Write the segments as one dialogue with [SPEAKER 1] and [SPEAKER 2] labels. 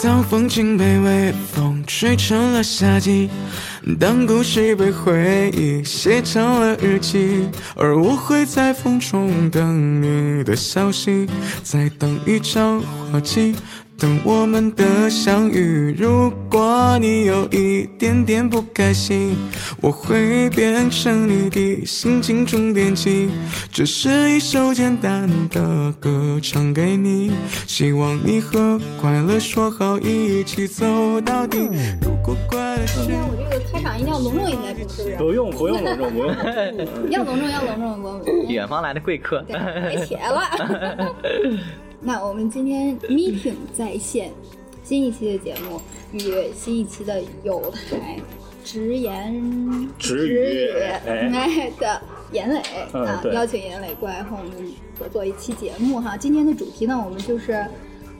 [SPEAKER 1] 当风景被微风吹成了夏季，当故事被回忆写成了日记，而我会在风中等你的消息，再等一场花季，等我们的相遇。如果你有一点点不开心，我会变成你的心情充电器，这是一首简单的歌，唱给你，希望你和快乐说好，一起走到底。如果快乐是
[SPEAKER 2] 今天我这个开场一定要隆重一些，是不是？
[SPEAKER 3] 不用不用隆重，不用。
[SPEAKER 2] 要隆重，要隆重，我们
[SPEAKER 4] 远方来的贵客，
[SPEAKER 2] 对别铁了。 那我们今天 meeting 在线，新一期的节目与新一期的有台直言
[SPEAKER 3] 直语
[SPEAKER 2] 语
[SPEAKER 3] 哎
[SPEAKER 2] 哎的严磊
[SPEAKER 3] 嗯
[SPEAKER 2] 啊，
[SPEAKER 3] 对
[SPEAKER 2] 邀请严磊过来和我们合作一期节目哈。今天的主题呢，我们就是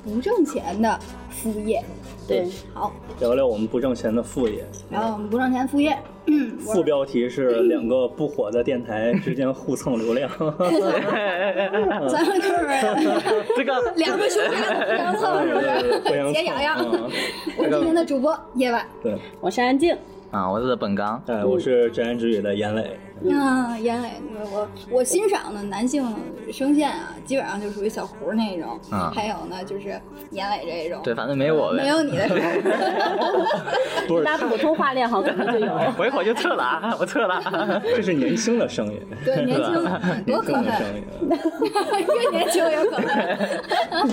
[SPEAKER 2] 不挣钱的副业。
[SPEAKER 5] 对，
[SPEAKER 2] 好，
[SPEAKER 3] 聊聊我们不挣钱的副业。
[SPEAKER 2] 然后我们不挣钱副业，嗯我
[SPEAKER 3] 副标题是两个不火的电台之间互蹭流量。嗯
[SPEAKER 2] 咱们就是。
[SPEAKER 4] 这个
[SPEAKER 2] 两个熊孩子互相蹭是不
[SPEAKER 3] 对 对对
[SPEAKER 2] 是？
[SPEAKER 3] 互相蹭
[SPEAKER 2] 解痒痒
[SPEAKER 3] 嗯。
[SPEAKER 2] 我是今天的主播夜晚，
[SPEAKER 3] 对，
[SPEAKER 5] 我是安静，
[SPEAKER 4] 啊，我是本刚，
[SPEAKER 3] 哎，我是直言直语的严磊。
[SPEAKER 2] 啊，严磊，我我欣赏的男性声线啊，基本上就属于小胡那种，
[SPEAKER 4] 啊
[SPEAKER 2] 还有呢就是严磊这种，
[SPEAKER 4] 对，反正没我
[SPEAKER 2] 没
[SPEAKER 4] 呗，
[SPEAKER 2] 有你的事。
[SPEAKER 3] 不是，
[SPEAKER 5] 那普通话练好可能 就有。
[SPEAKER 4] 我一会儿就撤了啊， 我撤了，
[SPEAKER 3] 这是年轻的声音，
[SPEAKER 2] 对，年轻嗯多
[SPEAKER 3] 年轻
[SPEAKER 2] 可
[SPEAKER 3] 的
[SPEAKER 2] 恨，
[SPEAKER 3] 声音。
[SPEAKER 2] 越年轻越可恨。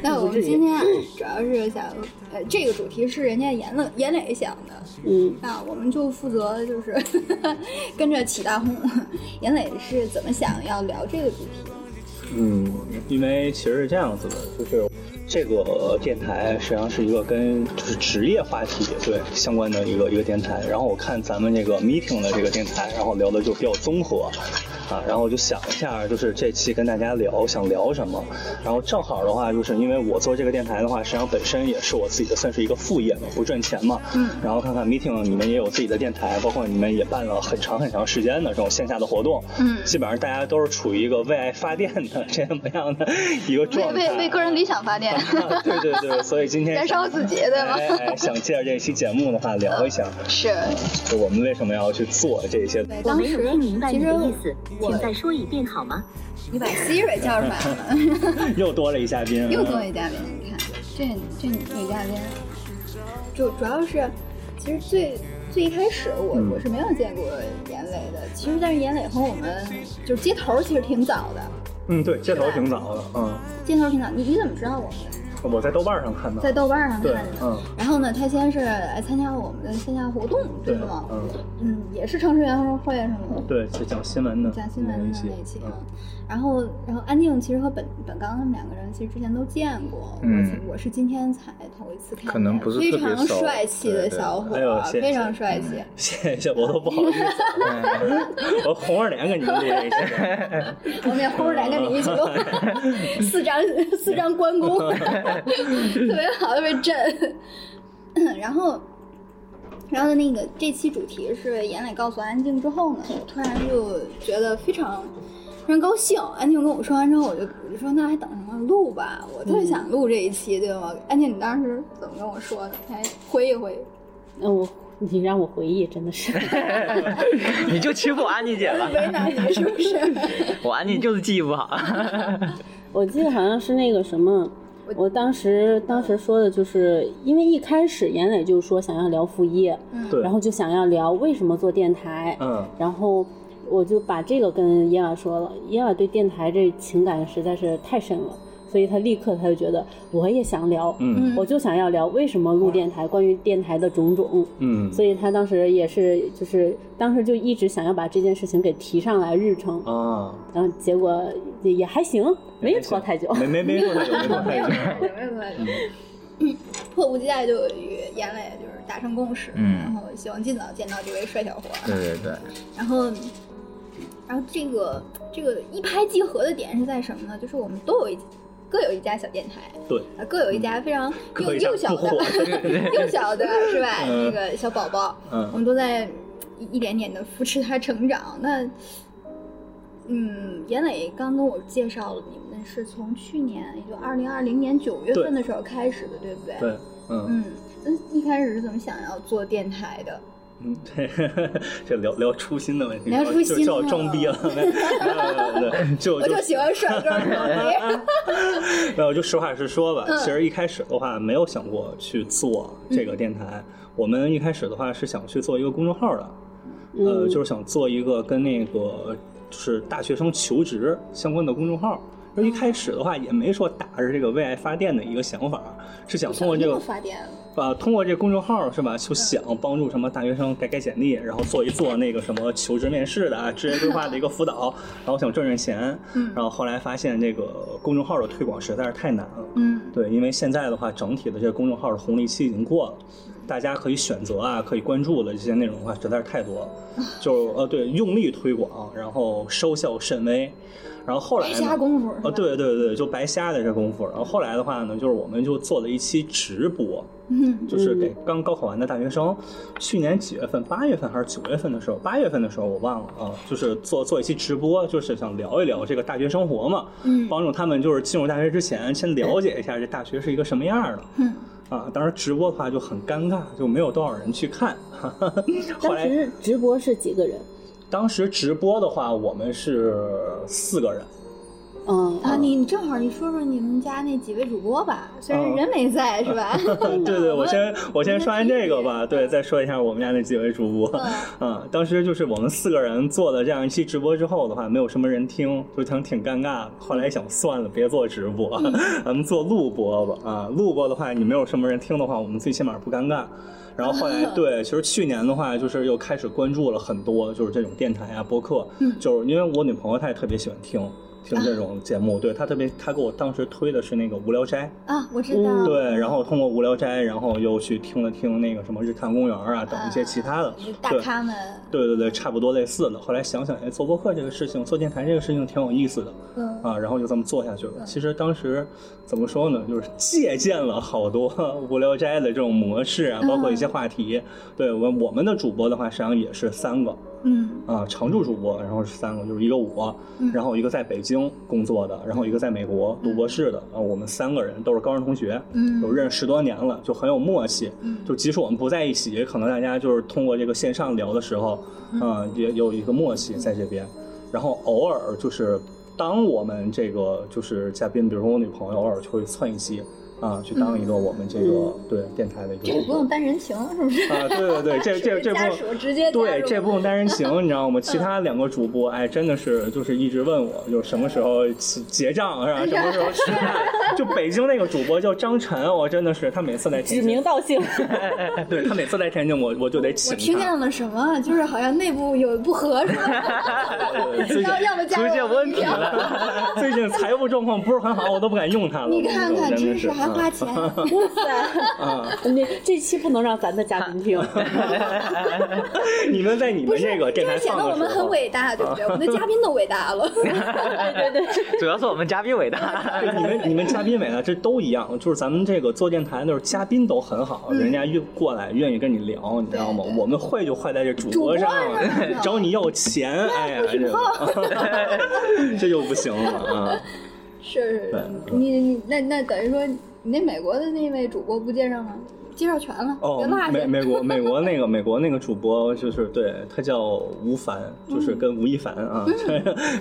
[SPEAKER 2] 那我们今天啊主要是想，呃，这个主题是人家严磊严磊想的，
[SPEAKER 5] 嗯，
[SPEAKER 2] 啊，我们就负责就是 跟着起大哄。严磊是怎么想要聊这个主题？
[SPEAKER 3] 嗯，因为其实是这样子的，就是这个电台实际上是一个跟就是职业话题对相关的一个一个电台。然后我看咱们这个 meeting 的这个电台，然后聊的就比较综合啊。然后我就想一下，就是这期跟大家聊想聊什么。然后正好的话，就是因为我做这个电台的话，实际上本身也是我自己的算是一个副业嘛，不赚钱嘛。
[SPEAKER 2] 嗯
[SPEAKER 3] 然后看看 meeting 你们也有自己的电台，包括你们也办了很长很长时间的这种线下的活动。
[SPEAKER 2] 嗯
[SPEAKER 3] 基本上大家都是处于一个为爱发电的 这么样的一个状态。
[SPEAKER 2] 理想发电
[SPEAKER 3] 对 对对，所以今天
[SPEAKER 2] 自己，
[SPEAKER 3] 哎哎，想借着这期节目的话聊一下，
[SPEAKER 2] 是，
[SPEAKER 3] 就我们为什么要去做这些。
[SPEAKER 2] 对，
[SPEAKER 6] 我
[SPEAKER 2] 当
[SPEAKER 6] 没有
[SPEAKER 2] 时
[SPEAKER 6] 听明白
[SPEAKER 2] 其
[SPEAKER 6] 你
[SPEAKER 2] 实
[SPEAKER 6] 的意思，
[SPEAKER 2] 我
[SPEAKER 6] 请再说一遍好吗？
[SPEAKER 2] 你把 Siri 叫出来了，
[SPEAKER 3] 又多了一嘉宾，嗯
[SPEAKER 2] 又多一嘉宾，你看这这女嘉宾，主主要是其实最。最一开始我
[SPEAKER 3] 嗯
[SPEAKER 2] 我是没有见过严磊的，其实但是严磊和我们就是接头其实挺早的，
[SPEAKER 3] 嗯，对，接头挺早的，嗯，
[SPEAKER 2] 接头挺早。你你怎么知道我们的？
[SPEAKER 3] 我在豆瓣上看到
[SPEAKER 2] 在，豆瓣上看
[SPEAKER 3] 对
[SPEAKER 2] 的。，
[SPEAKER 3] 嗯，
[SPEAKER 2] 然后呢，他先是来参加我们的线下活动，
[SPEAKER 3] 对，
[SPEAKER 2] 吗？
[SPEAKER 3] 嗯，
[SPEAKER 2] 嗯，也是城市员工会什么的，
[SPEAKER 3] 对，是讲新闻的，
[SPEAKER 2] 讲新闻的
[SPEAKER 3] 一
[SPEAKER 2] 那一期
[SPEAKER 3] 期，
[SPEAKER 2] 啊
[SPEAKER 3] 嗯。
[SPEAKER 2] 然后，然后安静其实和本本刚他们两个人其实之前都见过，
[SPEAKER 4] 嗯
[SPEAKER 2] 我我是今天才头一次看见，
[SPEAKER 4] 可能不是
[SPEAKER 2] 非
[SPEAKER 4] 特别
[SPEAKER 2] 常
[SPEAKER 4] 熟
[SPEAKER 2] 帅气的
[SPEAKER 4] 对对
[SPEAKER 2] 小伙
[SPEAKER 3] 哎呦
[SPEAKER 2] 儿，
[SPEAKER 3] 谢谢
[SPEAKER 2] 非常
[SPEAKER 4] 嗯
[SPEAKER 2] 帅气。
[SPEAKER 3] 谢谢，我都不好 意思，我红着脸跟你们录这一期，
[SPEAKER 2] 我们也轰着来跟你一起录，四张四张关公，特别好，特别震。然后，然后那个这期主题是严磊告诉安静之后呢，我突然就觉得非常非常高兴。安静跟我说完之后，我就我就说那还等什么录吧，我特想录这一期，对吗？安静，你当时怎么跟我说的？来回忆回忆。
[SPEAKER 5] 那呃我你让我回忆，真的是。
[SPEAKER 4] 你就欺负我安妮姐吧，
[SPEAKER 2] 为难你是不是？
[SPEAKER 4] 我安妮就是记忆不好，
[SPEAKER 5] 我记得好像是那个什么，我当时当时说的就是，因为一开始严磊就说想要聊副业，
[SPEAKER 2] 嗯
[SPEAKER 3] 对
[SPEAKER 5] 然后就想要聊为什么做电台，
[SPEAKER 3] 嗯。
[SPEAKER 5] 然后我就把这个跟耶瓦说了，耶瓦对电台这情感实在是太深了，所以他立刻他就觉得我也想聊，
[SPEAKER 3] 嗯
[SPEAKER 5] 我就想要聊为什么录电台，关于电台的种种。
[SPEAKER 3] 嗯，
[SPEAKER 5] 所以他当时也是，就是当时就一直想要把这件事情给提上来日程，
[SPEAKER 3] 啊，
[SPEAKER 5] 然后结果也也还行，没拖太久。
[SPEAKER 3] 没没没说太久，没说嗯
[SPEAKER 2] 没
[SPEAKER 3] 太
[SPEAKER 2] 有
[SPEAKER 3] 久。
[SPEAKER 2] 没有没有， 迫不及待就与严磊就是达成共识，
[SPEAKER 4] 嗯
[SPEAKER 2] 然后希望尽早见到这位帅小伙儿。
[SPEAKER 4] 对对对，
[SPEAKER 2] 然后，然后这个这个一拍即合的点是在什么呢？就是我们都有一各有一家小电台，
[SPEAKER 3] 对，嗯
[SPEAKER 2] 啊各有一家非常幼
[SPEAKER 3] 各有一家
[SPEAKER 2] 幼小
[SPEAKER 3] 不 火
[SPEAKER 2] 的幼小的是吧？
[SPEAKER 3] 嗯
[SPEAKER 2] 那个小宝宝，我
[SPEAKER 3] 嗯，
[SPEAKER 2] 们都在一一点点的扶持他成长。那，嗯，严磊刚跟我介绍了，你们是从去年，也就二零二零年九月份的时候开始的，对不对？
[SPEAKER 3] 对，嗯
[SPEAKER 2] 嗯，那一开始是怎么想要做电台的？
[SPEAKER 3] 嗯，对，这聊聊初心的问题，
[SPEAKER 2] 聊初心
[SPEAKER 3] 就叫
[SPEAKER 2] 了
[SPEAKER 3] 装逼了，没有没有没有没有，就
[SPEAKER 2] 我就喜欢帅 哥装逼。
[SPEAKER 3] 没有，就实话实说吧
[SPEAKER 2] 嗯。
[SPEAKER 3] 其实一开始的话，没有想过去做这个电台。我们一开始的话是想去做一个公众号的，呃，
[SPEAKER 5] 嗯，
[SPEAKER 3] 就是想做一个跟那个就是大学生求职相关的公众号。就一开始的话，也没说打着这个为爱发电的一个想法，是想通过这
[SPEAKER 2] 什
[SPEAKER 3] 个
[SPEAKER 2] 么发电，嗯
[SPEAKER 3] 啊，通过这个公众号是吧，就想帮助什么大学生改改简历，然后做一做那个什么求职面试的啊，职业规划的一个辅导， 然后想挣挣钱。
[SPEAKER 2] 嗯
[SPEAKER 3] 然后后来发现这个公众号的推广实在是太难了。
[SPEAKER 2] 嗯
[SPEAKER 3] 对，因为现在的话，整体的这个公众号的红利期已经过了，大家可以选择啊，可以关注的这些内容的话，实在是太多了。
[SPEAKER 2] 啊
[SPEAKER 3] 就呃，对，用力推广，然后收效甚微。然后后来
[SPEAKER 2] 白
[SPEAKER 3] 呢
[SPEAKER 2] 瞎功夫是吧
[SPEAKER 3] 啊，，对对对，就白瞎的这功夫。然后后来的话呢，就是我们就做了一期直播，
[SPEAKER 2] 嗯
[SPEAKER 3] 就是给刚高考完的大学生，去年几月份？八月份还是九月份的时候？八月份的时候我忘了啊，就是做做一期直播，就是想聊一聊这个大学生活嘛，
[SPEAKER 2] 嗯
[SPEAKER 3] 帮助他们就是进入大学之前先了解一下这大学是一个什么样儿的
[SPEAKER 2] 嗯，
[SPEAKER 3] 啊。当时直播的话就很尴尬，就没有多少人去看。 哈哈哈后
[SPEAKER 5] 当
[SPEAKER 3] 来
[SPEAKER 5] 时直播是几个人？
[SPEAKER 3] 当时直播的话，我们是四个人，
[SPEAKER 5] 嗯，
[SPEAKER 2] 啊，你你正好你说说你们家那几位主播吧，虽然
[SPEAKER 3] 啊
[SPEAKER 2] 人没在是 吧？
[SPEAKER 3] 对对，我先我先
[SPEAKER 2] 们
[SPEAKER 3] 说完
[SPEAKER 2] 听
[SPEAKER 3] 这个
[SPEAKER 2] 听
[SPEAKER 3] 吧，对，再说一下我们家那几位主播。嗯，当时就是我们四个人做了这样一期直播之后的话，没有什么人听，就挺挺尴尬的。后来想算了，别做直播， 咱们做录播吧。啊，录播的话，你没有什么人听的话，我们最起码不尴尬。然后后来，对，其实去年的话，就是又开始关注了很多，就是这种电台啊、播客，
[SPEAKER 2] 嗯
[SPEAKER 3] 就是因为我女朋友她也特别喜欢听听这种节目，对她特别，她给我当时推的是那个《无聊斋》，
[SPEAKER 2] 啊，我知道，
[SPEAKER 3] 对，然后通过《无聊斋》，然后又去听了听那个什么《日坛公园》啊等一些其他的，
[SPEAKER 2] 呃大
[SPEAKER 3] 对。
[SPEAKER 2] 咖们，
[SPEAKER 3] 对对对，差不多类似的。后来想想，哎，做播客这个事情，做电台这个事情挺有意思的
[SPEAKER 2] 嗯
[SPEAKER 3] 啊，然后就这么做下去了。其实当时怎么说呢，就是借鉴了好多 无聊斋的这种模式啊，包括
[SPEAKER 2] 嗯
[SPEAKER 3] 一些话题。对我我们的主播的话，实际上也是三个
[SPEAKER 2] 嗯
[SPEAKER 3] 啊，常驻主播，然后是三个，就是一个我，
[SPEAKER 2] 嗯
[SPEAKER 3] 然后一个在北京工作的，然后一个在美国读博士的啊，我们三个人都是高中同学，
[SPEAKER 2] 嗯
[SPEAKER 3] 有认识十多年了，就很有默契。
[SPEAKER 2] 嗯
[SPEAKER 3] 就即使我们不在一起，可能大家就是通过这个线上聊的时候，嗯、也有一个默契在这边。然后偶尔就是当我们这个就是嘉宾，比如说我女朋友，偶尔就会蹭一期啊，去当一个我们这个、
[SPEAKER 5] 嗯
[SPEAKER 3] 对电台的一个
[SPEAKER 2] 这个不用担人情是不是？
[SPEAKER 3] 啊，对对对，这这这
[SPEAKER 2] 家
[SPEAKER 3] 不
[SPEAKER 2] 属
[SPEAKER 3] 用
[SPEAKER 2] 直接加
[SPEAKER 3] 对
[SPEAKER 2] 入
[SPEAKER 3] 这不用单人 行，你知道吗？其他两个主播，哎，真的是就是一直问我，就什么时候起结账是吧？什么时候吃 饭？就北京那个主播叫张晨，我真的是他每次来
[SPEAKER 5] 指
[SPEAKER 3] 天
[SPEAKER 5] 名
[SPEAKER 3] 津，
[SPEAKER 5] 道 姓，
[SPEAKER 3] 对他每次来天津，我我就得请
[SPEAKER 2] 我
[SPEAKER 3] 他。
[SPEAKER 2] 听见了什么？就是好像内部有不和是 吧？要要么加
[SPEAKER 4] 出
[SPEAKER 2] 入
[SPEAKER 4] 现
[SPEAKER 2] 我
[SPEAKER 4] 问
[SPEAKER 2] 们
[SPEAKER 4] 题
[SPEAKER 2] 聊
[SPEAKER 4] 了，
[SPEAKER 3] 最近财务状况不是很好，我都不敢用他了。
[SPEAKER 2] 你看看，
[SPEAKER 3] 我真
[SPEAKER 2] 真
[SPEAKER 3] 的是
[SPEAKER 2] 是还花钱，
[SPEAKER 5] 哇塞！
[SPEAKER 3] 啊！啊
[SPEAKER 5] 那这期不能让咱的嘉宾听，
[SPEAKER 3] 你们在你
[SPEAKER 2] 不
[SPEAKER 3] 们
[SPEAKER 2] 是
[SPEAKER 3] 这个电台
[SPEAKER 2] 样显
[SPEAKER 3] 放
[SPEAKER 2] 得
[SPEAKER 3] 的
[SPEAKER 2] 我们
[SPEAKER 3] 时
[SPEAKER 2] 很
[SPEAKER 3] 候啊
[SPEAKER 2] 伟大，对不对？我们的嘉宾都伟大 了。
[SPEAKER 4] 主要是我们嘉宾伟大。
[SPEAKER 3] 对 你们你们嘉宾美呢，这都一样，就是咱们这个做电台的时候，嘉宾都很好，人家愿过来愿意跟你聊，你知道吗
[SPEAKER 2] 嗯对？对
[SPEAKER 3] 我们坏就坏在这主
[SPEAKER 2] 主播
[SPEAKER 3] 播上
[SPEAKER 2] 上，
[SPEAKER 3] 找你要钱，哎呀，这个 这就不行了啊！
[SPEAKER 2] 是
[SPEAKER 3] 对
[SPEAKER 2] 是，你你那那等于说，你那美国的那位主播不介绍吗？介绍全了，
[SPEAKER 3] 哦
[SPEAKER 2] 别落，
[SPEAKER 3] 美
[SPEAKER 2] 下。
[SPEAKER 3] 美国美国那个美国那个主播就是对他叫吴凡，
[SPEAKER 2] 嗯
[SPEAKER 3] 就是跟吴亦凡啊，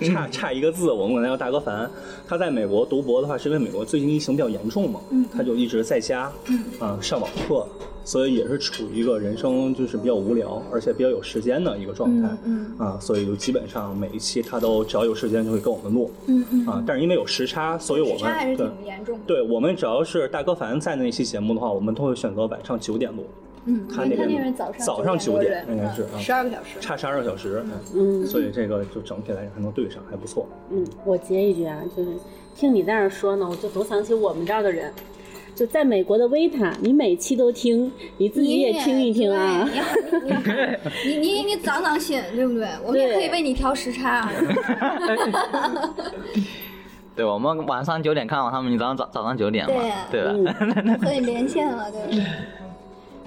[SPEAKER 3] 差差一个字，我们管他叫大哥凡。他在美国读博的话，是因为美国最近疫情比较严重嘛，
[SPEAKER 2] 嗯
[SPEAKER 3] 他就一直在家，啊上网课，所以也是处于一个人生就是比较无聊，而且比较有时间的一个状态
[SPEAKER 2] 嗯嗯
[SPEAKER 3] 啊，所以就基本上每一期他都只要有时间就会跟我们录
[SPEAKER 2] 嗯嗯，
[SPEAKER 3] 啊，但是因为有时差，所以我
[SPEAKER 2] 时差还
[SPEAKER 3] 们
[SPEAKER 2] 是
[SPEAKER 3] 对。
[SPEAKER 2] 挺严重的。
[SPEAKER 3] 对我们只要是大哥凡在那期节目的话，我们都会选择晚上九点录，
[SPEAKER 2] 嗯，
[SPEAKER 3] 他
[SPEAKER 2] 因为
[SPEAKER 3] 那
[SPEAKER 2] 他
[SPEAKER 3] 边
[SPEAKER 2] 那边早上
[SPEAKER 3] 早上
[SPEAKER 2] 九
[SPEAKER 3] 九点应该是啊
[SPEAKER 2] 十二个小时。
[SPEAKER 3] 差十二个小时，
[SPEAKER 5] 嗯
[SPEAKER 3] 所以这个就整体来讲还能对上，还不错。
[SPEAKER 5] 嗯，我接一句啊，就是听你在那儿说呢，我就多想起我们这儿的人。就在美国的维塔，你每期都听，你自己
[SPEAKER 2] 你
[SPEAKER 5] 也听一听啊。
[SPEAKER 2] 对你你你你你长长心，对不对？我们也可以为你调时差。
[SPEAKER 4] 对，我们晚上九点看好他们，你早上早早上九点嘛
[SPEAKER 2] 对啊，
[SPEAKER 4] 对吧？
[SPEAKER 5] 嗯，
[SPEAKER 2] 和你连线了，对不对？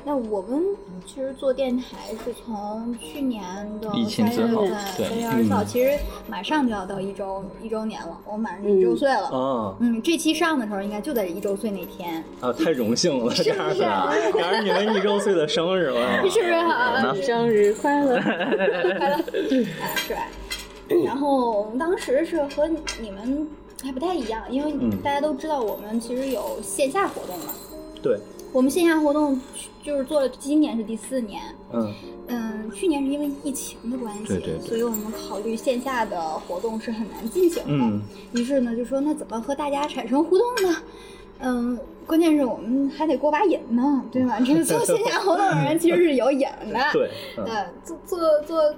[SPEAKER 2] 那我们其实做电台是从去年的
[SPEAKER 4] 疫情之
[SPEAKER 2] 三月
[SPEAKER 4] 后
[SPEAKER 2] 份，
[SPEAKER 4] 对
[SPEAKER 2] 三月二十号，
[SPEAKER 3] 嗯
[SPEAKER 2] 其实马上就要到一周一周年了，我马上就一周岁了。
[SPEAKER 3] 啊
[SPEAKER 2] 嗯，这期上的时候应该就在一周岁那天，
[SPEAKER 3] 啊，太荣幸了，
[SPEAKER 2] 是
[SPEAKER 3] 赶
[SPEAKER 2] 不是？
[SPEAKER 3] 上赶啊上你们一周岁的生日了。
[SPEAKER 2] 是不是好？啊
[SPEAKER 5] 生日 快乐！
[SPEAKER 2] 快乐，哎，是吧？然后我们当时是和你们还不太一样，因为
[SPEAKER 3] 嗯
[SPEAKER 2] 大家都知道我们其实有线下活动嘛。
[SPEAKER 3] 对，
[SPEAKER 2] 我们线下活动就是做了，今年是第四年，
[SPEAKER 3] 嗯
[SPEAKER 2] 嗯，去年是因为疫情的关系，
[SPEAKER 3] 对对对
[SPEAKER 2] 所以我们考虑线下的活动是很难进行的。
[SPEAKER 3] 嗯
[SPEAKER 2] 于是呢，就说那怎么和大家产生互动呢？嗯，关键是我们还得过把瘾呢，对吧？ 这个做线下活动的人其实是有瘾的，
[SPEAKER 3] 对，嗯
[SPEAKER 2] 呃，做做做，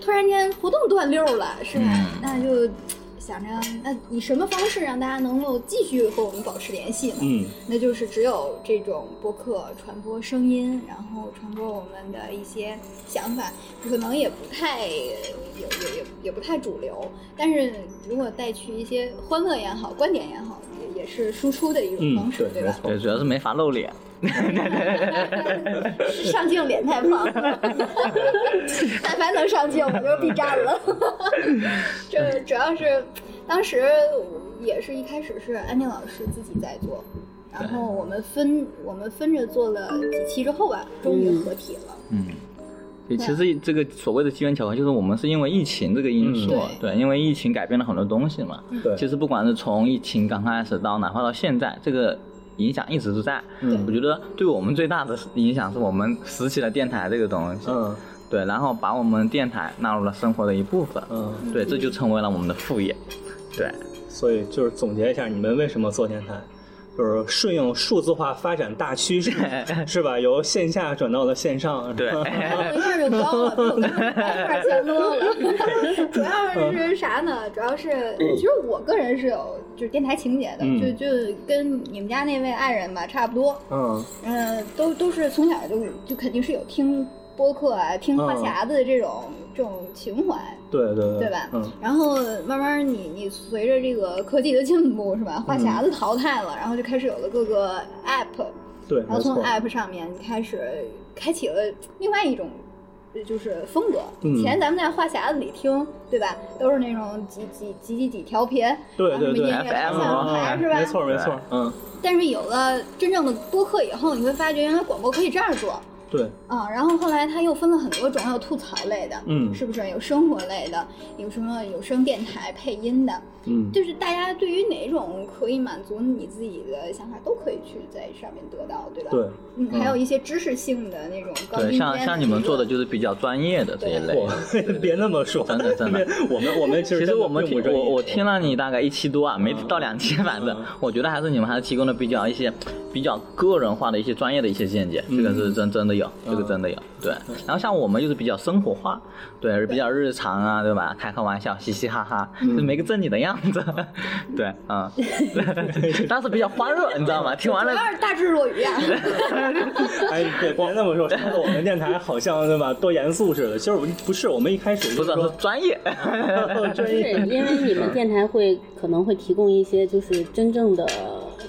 [SPEAKER 2] 突然间活动断溜了，是吧？
[SPEAKER 3] 嗯
[SPEAKER 2] 那就想着，那以什么方式让大家能够继续和我们保持联系呢？
[SPEAKER 3] 嗯
[SPEAKER 2] 那就是只有这种播客传播声音，然后传播我们的一些想法，可能也不太也也也也不太主流，但是如果带去一些欢乐也好，观点也好，也也是输出的一种
[SPEAKER 3] 嗯
[SPEAKER 2] 方，式，
[SPEAKER 3] 对，
[SPEAKER 2] 对
[SPEAKER 3] 没
[SPEAKER 2] 吧？
[SPEAKER 3] 错
[SPEAKER 4] 对，，主要是没法露脸。
[SPEAKER 2] 上镜脸太胖了，但凡能上镜，我就是 B 站了。这主要是当时也是一开始是安静老师自己在做，然后我们分我们分着做了几期之后吧，终于合体了。
[SPEAKER 4] 嗯，对，
[SPEAKER 2] 啊
[SPEAKER 4] 其实这个所谓的机缘巧合，就是我们是因为疫情这个因素，啊
[SPEAKER 2] 嗯
[SPEAKER 4] 对，因为疫情改变了很多东西嘛。
[SPEAKER 3] 对，
[SPEAKER 4] 其实不管是从疫情刚开始到哪怕到现在，这个影响一直都在。
[SPEAKER 3] 嗯
[SPEAKER 4] 我觉得对我们最大的影响是我们拾起了电台这个东西，
[SPEAKER 3] 嗯
[SPEAKER 4] 对，然后把我们电台纳入了生活的一部分，
[SPEAKER 3] 嗯，
[SPEAKER 4] 对，这就成为了我们的副业。对，
[SPEAKER 3] 所以就是总结一下，你们为什么做电台？就是顺应数字化发展大趋 势，是吧？由线下转到了线上，
[SPEAKER 4] 对哎
[SPEAKER 2] 然后一下就高了，比我们一块强多了。主要是啥呢？主要是其实我个人是有就是电台情节的，
[SPEAKER 3] 嗯
[SPEAKER 2] 就就跟你们家那位爱人吧差不多。
[SPEAKER 3] 嗯
[SPEAKER 2] 嗯，都都是从小就就肯定是有听播客啊、听话
[SPEAKER 3] 嗯
[SPEAKER 2] 匣子的这种、这种情怀，
[SPEAKER 3] 对对对
[SPEAKER 2] 对吧
[SPEAKER 3] 嗯
[SPEAKER 2] 然后慢慢你你随着这个科技的进步是吧，话
[SPEAKER 3] 嗯
[SPEAKER 2] 匣子淘汰了，然后就开始有了各个 app，
[SPEAKER 3] 对，
[SPEAKER 2] 然后
[SPEAKER 3] 没
[SPEAKER 2] 从
[SPEAKER 3] 错，
[SPEAKER 2] app 上面开始开启了另外一种。就是风格，
[SPEAKER 3] 嗯
[SPEAKER 2] 以前咱们在话匣子里听，对吧？都是那种几几几几几调频，
[SPEAKER 3] 对
[SPEAKER 2] 然后
[SPEAKER 3] 对
[SPEAKER 2] 什么音
[SPEAKER 3] 对
[SPEAKER 2] 乐台
[SPEAKER 4] ，FM
[SPEAKER 3] 嗯
[SPEAKER 2] 下
[SPEAKER 4] 啊
[SPEAKER 2] 台是吧？
[SPEAKER 3] 没错没错，嗯，
[SPEAKER 2] 但是有了真正的播客以后，你会发觉原来广播可以这样做，
[SPEAKER 3] 对，
[SPEAKER 2] 啊，然后后来它又分了很多种，有吐槽类的，
[SPEAKER 3] 嗯
[SPEAKER 2] 是不是？有生活类的，有什么有声电台配音的，
[SPEAKER 3] 嗯，
[SPEAKER 2] 就是大家对于哪种可以满足你自己的想法，都可以去在上面得到，对吧？
[SPEAKER 3] 对，
[SPEAKER 2] 嗯，
[SPEAKER 3] 嗯
[SPEAKER 2] 还有一些知识性的那种高精
[SPEAKER 4] 对，
[SPEAKER 2] 尖
[SPEAKER 4] 像像你们做的
[SPEAKER 2] 是
[SPEAKER 4] 就是比较专业的这一类
[SPEAKER 3] 我。 别那么说，
[SPEAKER 4] 真的真的，
[SPEAKER 3] 我们我们其实
[SPEAKER 4] 其实
[SPEAKER 3] 真的
[SPEAKER 4] 我们
[SPEAKER 3] 并
[SPEAKER 4] 听
[SPEAKER 3] 不专业
[SPEAKER 4] 我我听了你大概一期多啊，没到两期，反正
[SPEAKER 3] 嗯
[SPEAKER 4] 我觉得还是你们还是提供的比较一些比较个人化的一些专业的一些见解，这个是真真的有，这个真的有。对，然后像我们就是比较生活化，对，比较日常啊，对吧？开开玩笑，嘻嘻哈哈，就是没个正经的样子。对，嗯，当时比较欢乐，你知道吗？听完了
[SPEAKER 2] 主。要是大智若愚 啊，
[SPEAKER 3] 哎，别别那么说，说的我们电台好像对吧，多严肃似的。其实我们不是，我们一开始
[SPEAKER 4] 不
[SPEAKER 3] 就是
[SPEAKER 4] 是
[SPEAKER 3] 说
[SPEAKER 4] 专业，
[SPEAKER 3] 专
[SPEAKER 5] 是
[SPEAKER 3] 业，
[SPEAKER 5] 因为你们电台会可能会提供一些就是真正的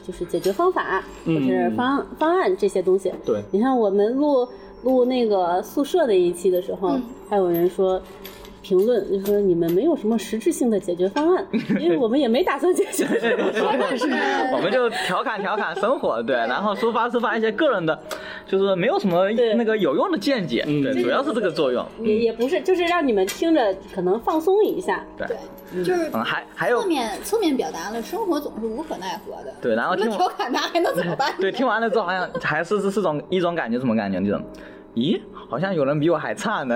[SPEAKER 5] 就是解决方法或
[SPEAKER 3] 嗯
[SPEAKER 5] 者是方方案这些东西。
[SPEAKER 3] 对，
[SPEAKER 5] 你看我们录录那个宿舍的一期的时候
[SPEAKER 2] 嗯，
[SPEAKER 5] 还有人说。评论就说你们没有什么实质性的解决 方案，因为我们也没打算解决什么方 案。
[SPEAKER 2] 是
[SPEAKER 4] 我们就调侃调侃生活，对，然后抒发抒发一些个人的，就是没有什么
[SPEAKER 5] 对
[SPEAKER 4] 那个有用的见解，
[SPEAKER 3] 嗯
[SPEAKER 4] 对，主要是这个作用。
[SPEAKER 5] 也也不是，就是让你们听着可能放松一下。
[SPEAKER 2] 对，就是。
[SPEAKER 4] 嗯，还还有
[SPEAKER 2] 侧面侧面表达了生活总是无可奈何的，
[SPEAKER 4] 对然后
[SPEAKER 2] 除了
[SPEAKER 4] 听
[SPEAKER 2] 调
[SPEAKER 4] 我
[SPEAKER 2] 侃他还能怎么办？
[SPEAKER 4] 对，听完了之后好像还是是是种一种感觉，什么感觉？这种，咦，好像有人比我还差 呢。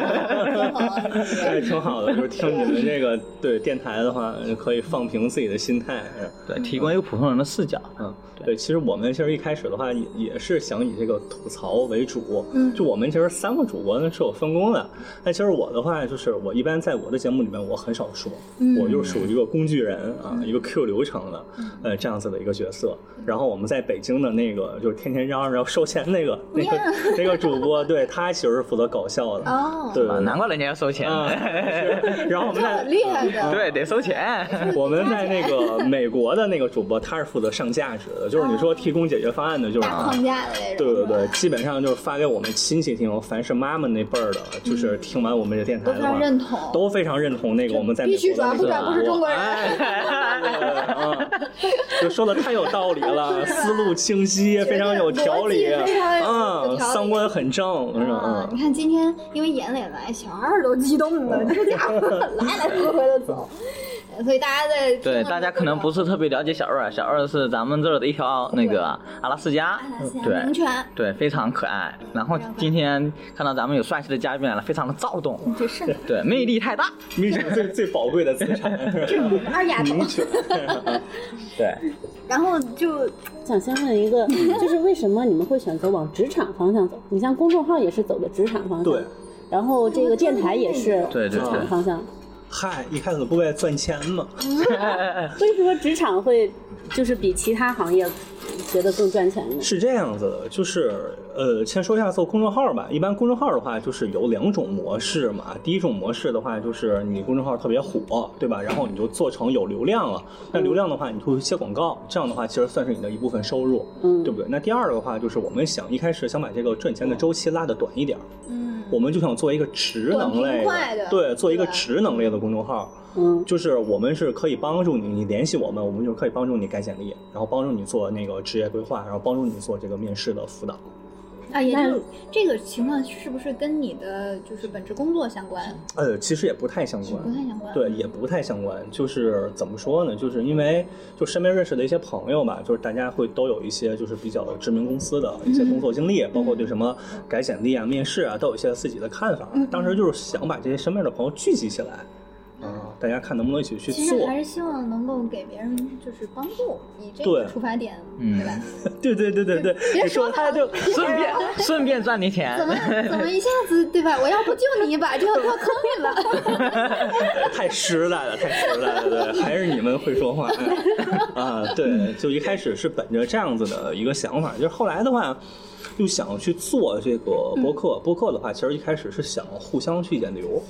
[SPEAKER 2] 挺好的
[SPEAKER 3] 哎，挺好的。就是听你们这个对电台的话，可以放平自己的心态。嗯
[SPEAKER 4] 对，提供一个普通人的视角。
[SPEAKER 3] 嗯，对，其实我们其实一开始的话也也是想以这个吐槽为主，
[SPEAKER 2] 嗯
[SPEAKER 3] 就我们其实三个主播呢是有分工的。但其实我的话就是我一般在我的节目里面我很少说，
[SPEAKER 2] 嗯
[SPEAKER 3] 我就是属于一个工具人啊，一个 Q 流程的，呃这样子的一个角色。然后我们在北京的那个就是天天嚷嚷要收钱那个
[SPEAKER 2] 嗯
[SPEAKER 3] 那个 那个主播，对他其实是负责搞笑的，
[SPEAKER 2] 哦，
[SPEAKER 3] 对，
[SPEAKER 4] 啊难怪人家要收钱。
[SPEAKER 3] 啊，是然后我们
[SPEAKER 2] 这
[SPEAKER 3] 在
[SPEAKER 2] 很厉害的，
[SPEAKER 4] 对，得收钱。
[SPEAKER 3] 我们在那个美国的那个主播，他是负责上价值的，就是你说提供解决方案的，就是
[SPEAKER 2] 大框架的那种。
[SPEAKER 3] 对对
[SPEAKER 2] 是
[SPEAKER 3] 对，
[SPEAKER 2] 吧
[SPEAKER 3] 基本上就是发给我们亲戚听，凡是妈妈那辈儿的，就是听完我们这电台
[SPEAKER 2] 都
[SPEAKER 3] 的
[SPEAKER 2] 非
[SPEAKER 3] 话
[SPEAKER 2] 常，认同，啊
[SPEAKER 3] 都非常认同那个我们在
[SPEAKER 2] 必
[SPEAKER 3] 美
[SPEAKER 2] 须
[SPEAKER 3] 国
[SPEAKER 2] 转，
[SPEAKER 3] 的那
[SPEAKER 2] 不
[SPEAKER 3] 个
[SPEAKER 2] 转不是中国人。
[SPEAKER 3] 啊，就说的太有道理了，思路清晰，非常有条理，
[SPEAKER 2] 逻辑非常有有
[SPEAKER 3] 嗯，
[SPEAKER 2] 条理
[SPEAKER 3] 三观很正，是
[SPEAKER 2] 啊
[SPEAKER 3] 吧？，
[SPEAKER 2] 你
[SPEAKER 3] 嗯
[SPEAKER 2] 看今天因为妍子也来，小二都激动了，这家 伙来来回回的走，呃所以大家在听
[SPEAKER 4] 对，
[SPEAKER 2] 了
[SPEAKER 4] 大
[SPEAKER 2] 这
[SPEAKER 4] 家
[SPEAKER 2] 个
[SPEAKER 4] 可能不是特别了解小二，小二是咱们这儿的一条那个阿拉斯加
[SPEAKER 2] 阿拉斯，加
[SPEAKER 4] 对
[SPEAKER 2] 名犬
[SPEAKER 4] 对，非嗯常可爱。然后今天看到咱们有帅气的嘉宾来了，非常的躁 动，
[SPEAKER 2] 这是呢
[SPEAKER 4] 对，魅力太大，
[SPEAKER 3] 民犬最最宝贵的资产，
[SPEAKER 2] 二丫头
[SPEAKER 3] 民，犬，
[SPEAKER 4] 对，
[SPEAKER 2] 然后就
[SPEAKER 5] 想先问一个，就是为什么你们会选择往职场方向走？你像公众号也是走的职场方向，
[SPEAKER 3] 对。
[SPEAKER 5] 然后这个电台也是
[SPEAKER 4] 对对
[SPEAKER 5] 职场方向，
[SPEAKER 3] 嗨，一开始不为了赚钱吗？
[SPEAKER 5] 为什么职场会就是比其他行业觉得更赚钱呢？
[SPEAKER 3] 是这样子的，就是呃，先说一下做公众号吧。一般公众号的话，就是有两种模式嘛。第一种模式的话，就是你公众号特别火，对吧？然后你就做成有流量了。那流量的话，你就接广告，这样的话其实算是你的一部分收入，
[SPEAKER 5] 嗯
[SPEAKER 3] 对不对？那第二的话，就是我们想一开始想把这个赚钱的周期拉得短一点儿，
[SPEAKER 2] 嗯，
[SPEAKER 3] 我们就想做一个职能类
[SPEAKER 2] 短平快的
[SPEAKER 3] 对，做一个
[SPEAKER 2] 对吧
[SPEAKER 3] 职能类的公众号。
[SPEAKER 5] 嗯，
[SPEAKER 3] 就是我们是可以帮助你，你联系我们，我们就可以帮助你改简历，然后帮助你做那个职业规划，然后帮助你做这个面试的辅导。
[SPEAKER 2] 啊，也
[SPEAKER 5] 那
[SPEAKER 2] 就是这个情况是不是跟你的就是本职工作相关？
[SPEAKER 3] 呃，其实也不太相关，
[SPEAKER 2] 不太相关
[SPEAKER 3] 对，也不太相关。就是怎么说呢？就是因为就身边认识的一些朋友吧，就是大家会都有一些就是比较知名公司的
[SPEAKER 2] 嗯
[SPEAKER 3] 一些工作经历，包括对什么改简历啊、面试啊，都有一些自己的看法。
[SPEAKER 2] 嗯
[SPEAKER 3] 当时就是想把这些身边的朋友聚集起来，啊、大家看能不能一起去
[SPEAKER 2] 嗯其
[SPEAKER 3] 做
[SPEAKER 2] 实。还是希望能够给别人就是帮助，以这
[SPEAKER 3] 对
[SPEAKER 2] 个出发点，
[SPEAKER 4] 嗯
[SPEAKER 2] 对吧？
[SPEAKER 3] 对对对对对，
[SPEAKER 2] 别
[SPEAKER 3] 你说
[SPEAKER 2] 说
[SPEAKER 3] 他就
[SPEAKER 4] 顺便顺便赚点钱
[SPEAKER 2] 怎， 么怎么一下子对吧？我要不就你把这个跳坑里了，
[SPEAKER 3] 太实在了，太实在了，对，还是你们会说话、哎啊！对，就一开始是本着这样子的一个想法，就是后来的话，又想去做这个播客。播客的话，其实一开始是想互相去引流，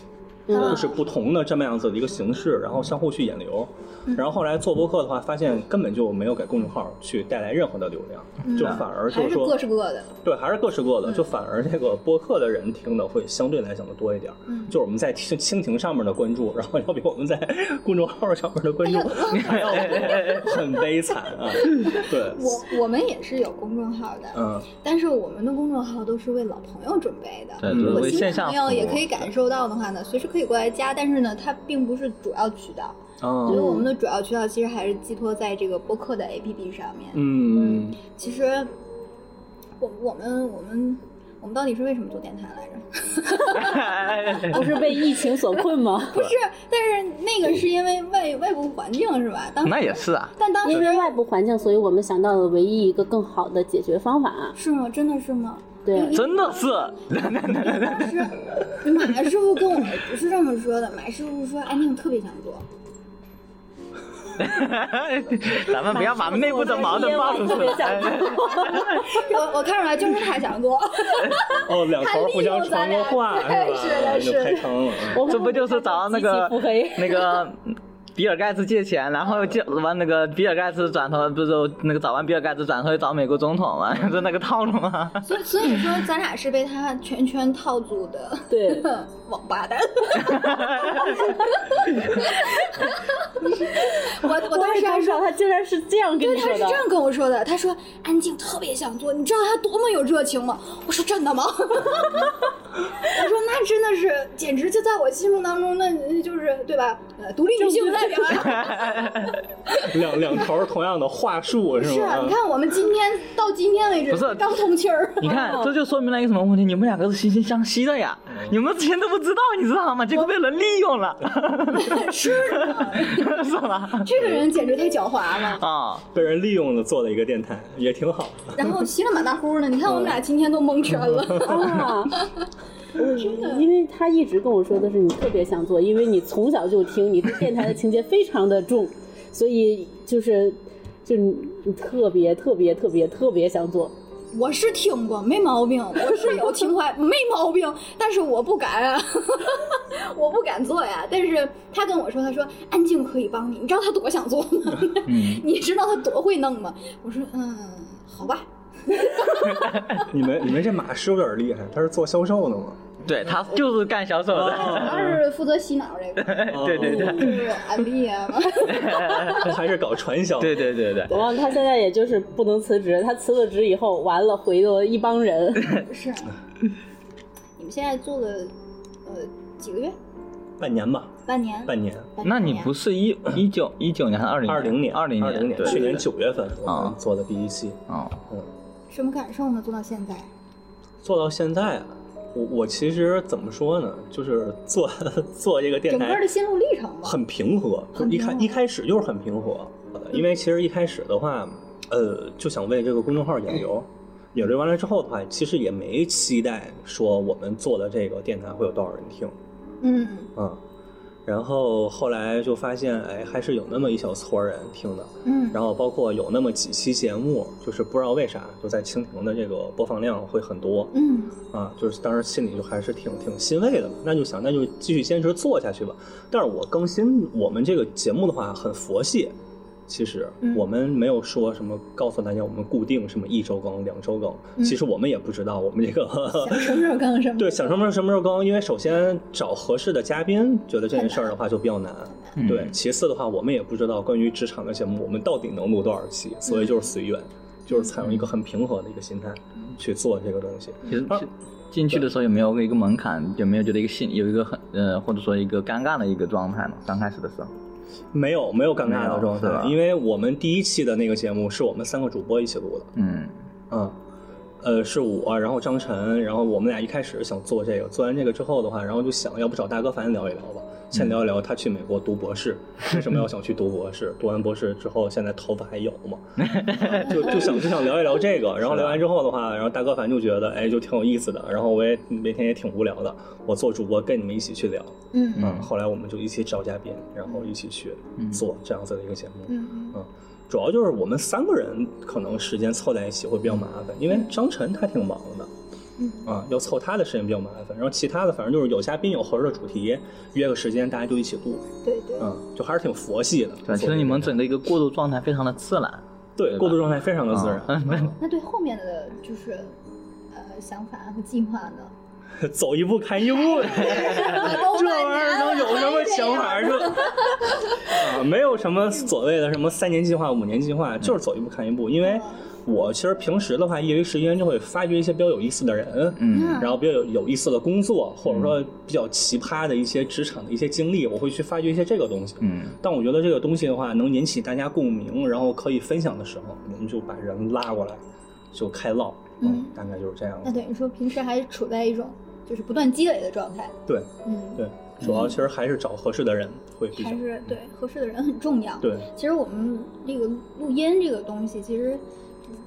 [SPEAKER 5] 嗯
[SPEAKER 3] 就是不同的这么样子的一个形式，然后相互去引流。
[SPEAKER 2] 嗯
[SPEAKER 3] 然后后来做播客的话，发现根本就没有给公众号去带来任何的流量，就反而就
[SPEAKER 2] 嗯还
[SPEAKER 3] 是
[SPEAKER 2] 是
[SPEAKER 3] 说
[SPEAKER 2] 各是各的。嗯
[SPEAKER 3] 对，还是各是各的，就反而这个播客的人听的会相对来讲的多一点儿。
[SPEAKER 2] 嗯
[SPEAKER 3] 就是我们在蜻蜻蜓上面的关注，然后要比我们在公众号上面的关注
[SPEAKER 2] 哎
[SPEAKER 3] 还要多很悲惨啊！对，
[SPEAKER 2] 我我们也是有公众号的，
[SPEAKER 3] 嗯，
[SPEAKER 2] 但是我们的公众号都是为老朋友准备的。
[SPEAKER 4] 对，
[SPEAKER 3] 嗯
[SPEAKER 4] 就是
[SPEAKER 2] 如果
[SPEAKER 4] 为
[SPEAKER 2] 新
[SPEAKER 4] 线
[SPEAKER 2] 的
[SPEAKER 4] 下
[SPEAKER 2] 朋
[SPEAKER 4] 服
[SPEAKER 2] 友
[SPEAKER 4] 务
[SPEAKER 2] 也可以感受到的话呢，随时可以过来加，但是呢，它并不是主要渠道，所以
[SPEAKER 3] 哦，
[SPEAKER 2] 我
[SPEAKER 4] 嗯
[SPEAKER 2] 们的主要渠道其实还是寄托在这个播客的 APP 上面。
[SPEAKER 3] 嗯，
[SPEAKER 2] 其实，我我们我们我们到底是为什么做电台来着？
[SPEAKER 5] 不是被疫情所困吗？
[SPEAKER 2] 不是，但是那个是因为外外部环境是吧？当时
[SPEAKER 4] 那也，是啊，
[SPEAKER 2] 但当时
[SPEAKER 5] 因为外部环境，所以我们想到了唯一一个更好的解决方法。啊
[SPEAKER 2] 是吗？真的是吗？
[SPEAKER 5] 对
[SPEAKER 2] 因为
[SPEAKER 4] 真的是，
[SPEAKER 2] 当时马师傅跟我不是这么说的，马师傅说：“哎，那个特别想做。
[SPEAKER 4] 咱们不要把内部的矛盾暴露出来。
[SPEAKER 2] 我”我看出来就是他想做，
[SPEAKER 3] 哦，两头互相传过话
[SPEAKER 2] 还利用
[SPEAKER 3] 是
[SPEAKER 2] 咱俩哎
[SPEAKER 3] 吧？
[SPEAKER 2] 对是
[SPEAKER 3] 就
[SPEAKER 2] 的
[SPEAKER 3] 开坑了。嗯
[SPEAKER 5] 我们
[SPEAKER 4] 这不就是找那个
[SPEAKER 5] 极其腹黑
[SPEAKER 4] 那个比尔盖茨借钱，然后借完那个比尔盖茨转头不是那个找完比尔盖茨转头去找美国总统嘛，就那个套 路嘛。
[SPEAKER 2] 所以所以说咱俩是被他全圈套住的
[SPEAKER 5] 对，
[SPEAKER 2] 王八 蛋。我我当时
[SPEAKER 5] 也
[SPEAKER 2] 还
[SPEAKER 5] 不知
[SPEAKER 2] 说
[SPEAKER 5] 道。他竟然是这样跟
[SPEAKER 2] 对，
[SPEAKER 5] 你
[SPEAKER 2] 他
[SPEAKER 5] 说
[SPEAKER 2] 是这
[SPEAKER 5] 的。
[SPEAKER 2] 样跟我说的。他说安静特别想做，你知道他多么有热情吗？我说真的吗？ 我说那真的是，简直就在我心目当中，那那就是对吧？呃，独立女性代表啊。
[SPEAKER 3] 两两头同样的话术
[SPEAKER 2] 是
[SPEAKER 3] 是
[SPEAKER 2] 啊，
[SPEAKER 3] 吗
[SPEAKER 2] 你？看我们今天到今天为止
[SPEAKER 4] 不是
[SPEAKER 2] 刚通气儿。
[SPEAKER 4] 你看，这就说明了一个什么问题？你们两个是惺惺相惜的呀，你们之前都不知道，你知道吗？结果被人利用了，
[SPEAKER 2] 是的，
[SPEAKER 4] 是吧？
[SPEAKER 2] 这个人简直太狡猾了。
[SPEAKER 4] 啊，
[SPEAKER 3] 被人利用了做了一个电台，也挺好的。
[SPEAKER 2] 然后稀了满大呼的，你看我们俩今天都蒙圈
[SPEAKER 4] 嗯
[SPEAKER 2] 了。
[SPEAKER 5] 啊，嗯因为他一直跟我说的是你特别想做，因为你从小就听，你对电台的情节非常的重，所以就是就你你特别特别特别特别想做，
[SPEAKER 2] 我是听过，没毛病，我是有情怀，没毛病，但是我不敢啊， 我不敢做呀。但是他跟我说，他说安静可以帮你，你知道他多想做吗？
[SPEAKER 4] 嗯
[SPEAKER 2] 你知道他多会弄吗？我说嗯，好吧，
[SPEAKER 3] 你们你们这马师有点厉害，他是做销售的吗？
[SPEAKER 4] 对他 哦就是干销售的，
[SPEAKER 2] 他是负责洗脑这个，
[SPEAKER 4] 哎对嗯 对对
[SPEAKER 2] 就是安利啊。
[SPEAKER 3] 哦 他还是搞传销。
[SPEAKER 4] 对对对对。
[SPEAKER 5] 然后他现在也就是不能辞职，他辞了职以后，完了回了一帮人。
[SPEAKER 2] 是，
[SPEAKER 3] 嗯
[SPEAKER 2] 你们现在做了呃几个月？
[SPEAKER 3] 半年吧，
[SPEAKER 2] 半年？
[SPEAKER 3] 半年，
[SPEAKER 2] 半
[SPEAKER 4] 那你
[SPEAKER 2] 年
[SPEAKER 4] 不是一一九一九年还是二零
[SPEAKER 3] 二零年，
[SPEAKER 4] 二零
[SPEAKER 3] 二零
[SPEAKER 4] 对
[SPEAKER 3] 年，去年九月份我
[SPEAKER 4] 啊
[SPEAKER 3] 们做的第一期，
[SPEAKER 4] 哦，
[SPEAKER 2] 什么感受呢？做到现在，
[SPEAKER 3] 做到现在啊，我我其实怎么说呢，就是做 做这个电
[SPEAKER 2] 整
[SPEAKER 3] 台
[SPEAKER 2] 个的心路历程吧。
[SPEAKER 3] 很平和，就
[SPEAKER 2] 很平
[SPEAKER 3] 一开
[SPEAKER 2] 和
[SPEAKER 3] 一开始就是很平和，呃因为其实一开始的话，呃，就想为这个公众号引流。引流完了之后的话，其实也没期待说我们做的这个电台会有多少人听，
[SPEAKER 2] 嗯
[SPEAKER 3] 嗯，然后后来就发现，哎，还是有那么一小撮人听的，
[SPEAKER 2] 嗯，
[SPEAKER 3] 然后包括有那么几期节目，就是不知道为啥就在蜻蜓的这个播放量会很多
[SPEAKER 2] 嗯
[SPEAKER 3] 啊，就是当时心里就还是挺挺欣慰的嘛。那就想那就继续坚持做下去吧。但是我更新我们这个节目的话很佛系，其实
[SPEAKER 2] 嗯
[SPEAKER 3] 我们没有说什么告诉大家我们固定什么一周更、两周更，
[SPEAKER 2] 嗯
[SPEAKER 3] 其实我们也不知道我们这个
[SPEAKER 2] 想什么时候更什么时候
[SPEAKER 3] 对想什么时候什么时候更，因为首先找合适的嘉宾，觉得这件事儿的话就比较难。
[SPEAKER 4] 嗯
[SPEAKER 3] 对，其次的话，我们也不知道关于职场的节目，我们到底能录多少期，
[SPEAKER 2] 嗯
[SPEAKER 3] 所以就是随缘，就是采用一个很平和的一个心态去做这个东西。
[SPEAKER 2] 嗯
[SPEAKER 4] 其实其实进去的时候也没有一个门槛，也没有觉得一个心有一个很呃或者说一个尴尬的一个状态嘛？刚开始的时候，
[SPEAKER 3] 没有没有尴尬
[SPEAKER 4] 没
[SPEAKER 3] 的
[SPEAKER 4] 有
[SPEAKER 3] 状
[SPEAKER 4] 是吧
[SPEAKER 3] 态，因为我们第一期的那个节目是我们三个主播一起录的，
[SPEAKER 4] 嗯，
[SPEAKER 3] 嗯，呃，是我，然后张晨，然后我们俩一开始想做这个，做完这个之后的话，然后就想要不找大哥凡聊一聊吧，
[SPEAKER 4] 嗯
[SPEAKER 3] 先聊一聊他去美国读博 士，为什么要想去读博士？读完博士之后，现在头发还有 吗？啊就就想就想聊一聊这个，然后聊完之后的话，然后大哥凡就觉得哎，就挺有意思的，然后我也每天也挺无聊的，我做主播跟你们一起去聊，
[SPEAKER 2] 嗯
[SPEAKER 3] 嗯，后来我们就一起找嘉宾，然后一起去
[SPEAKER 4] 嗯
[SPEAKER 3] 做这样子的一个节目，
[SPEAKER 2] 嗯
[SPEAKER 3] 嗯，主要就是我们三个人可能时间凑在一起会比较麻烦，因为
[SPEAKER 4] 嗯
[SPEAKER 3] 张晨他挺忙的
[SPEAKER 2] 嗯
[SPEAKER 3] 啊，要凑他的时间比较麻烦。然后其他的反正就是有嘉宾有合适的主题，约个时间大家就一起录，
[SPEAKER 2] 对对，
[SPEAKER 3] 嗯，就还是挺佛系的。
[SPEAKER 4] 对吧，其实你们整个一个过渡状态非常的自然，
[SPEAKER 3] 对过渡状态非常的自然，
[SPEAKER 4] 啊
[SPEAKER 2] 那对后面的就是呃想法和计划呢？
[SPEAKER 3] 啊走一步看一 步的。这玩意儿能哎有什么想法？这 啊，没有什么所谓的什么三年计划、五年计划，就是走一步看一步。因为我其实平时的话，业余时间就会发掘一些比较有意思的人，
[SPEAKER 4] 嗯
[SPEAKER 3] 然后比较有有意思的工作，或者说比较奇葩的一些职场的一些经历，我会去发掘一些这个东西。
[SPEAKER 4] 嗯，
[SPEAKER 3] 但我觉得这个东西的话，能引起大家共鸣，然后可以分享的时候，我们就把人拉过来，就开唠。
[SPEAKER 2] 嗯
[SPEAKER 3] 大概就是这样。
[SPEAKER 2] 那等于说平时还处在一种就是不断积累的状态。
[SPEAKER 3] 对
[SPEAKER 2] 嗯，
[SPEAKER 3] 对，主要其实还是找合适的人会比较
[SPEAKER 2] 还。是对合适的人很重要。
[SPEAKER 3] 对，
[SPEAKER 2] 其实我们这个录音这个东西，其实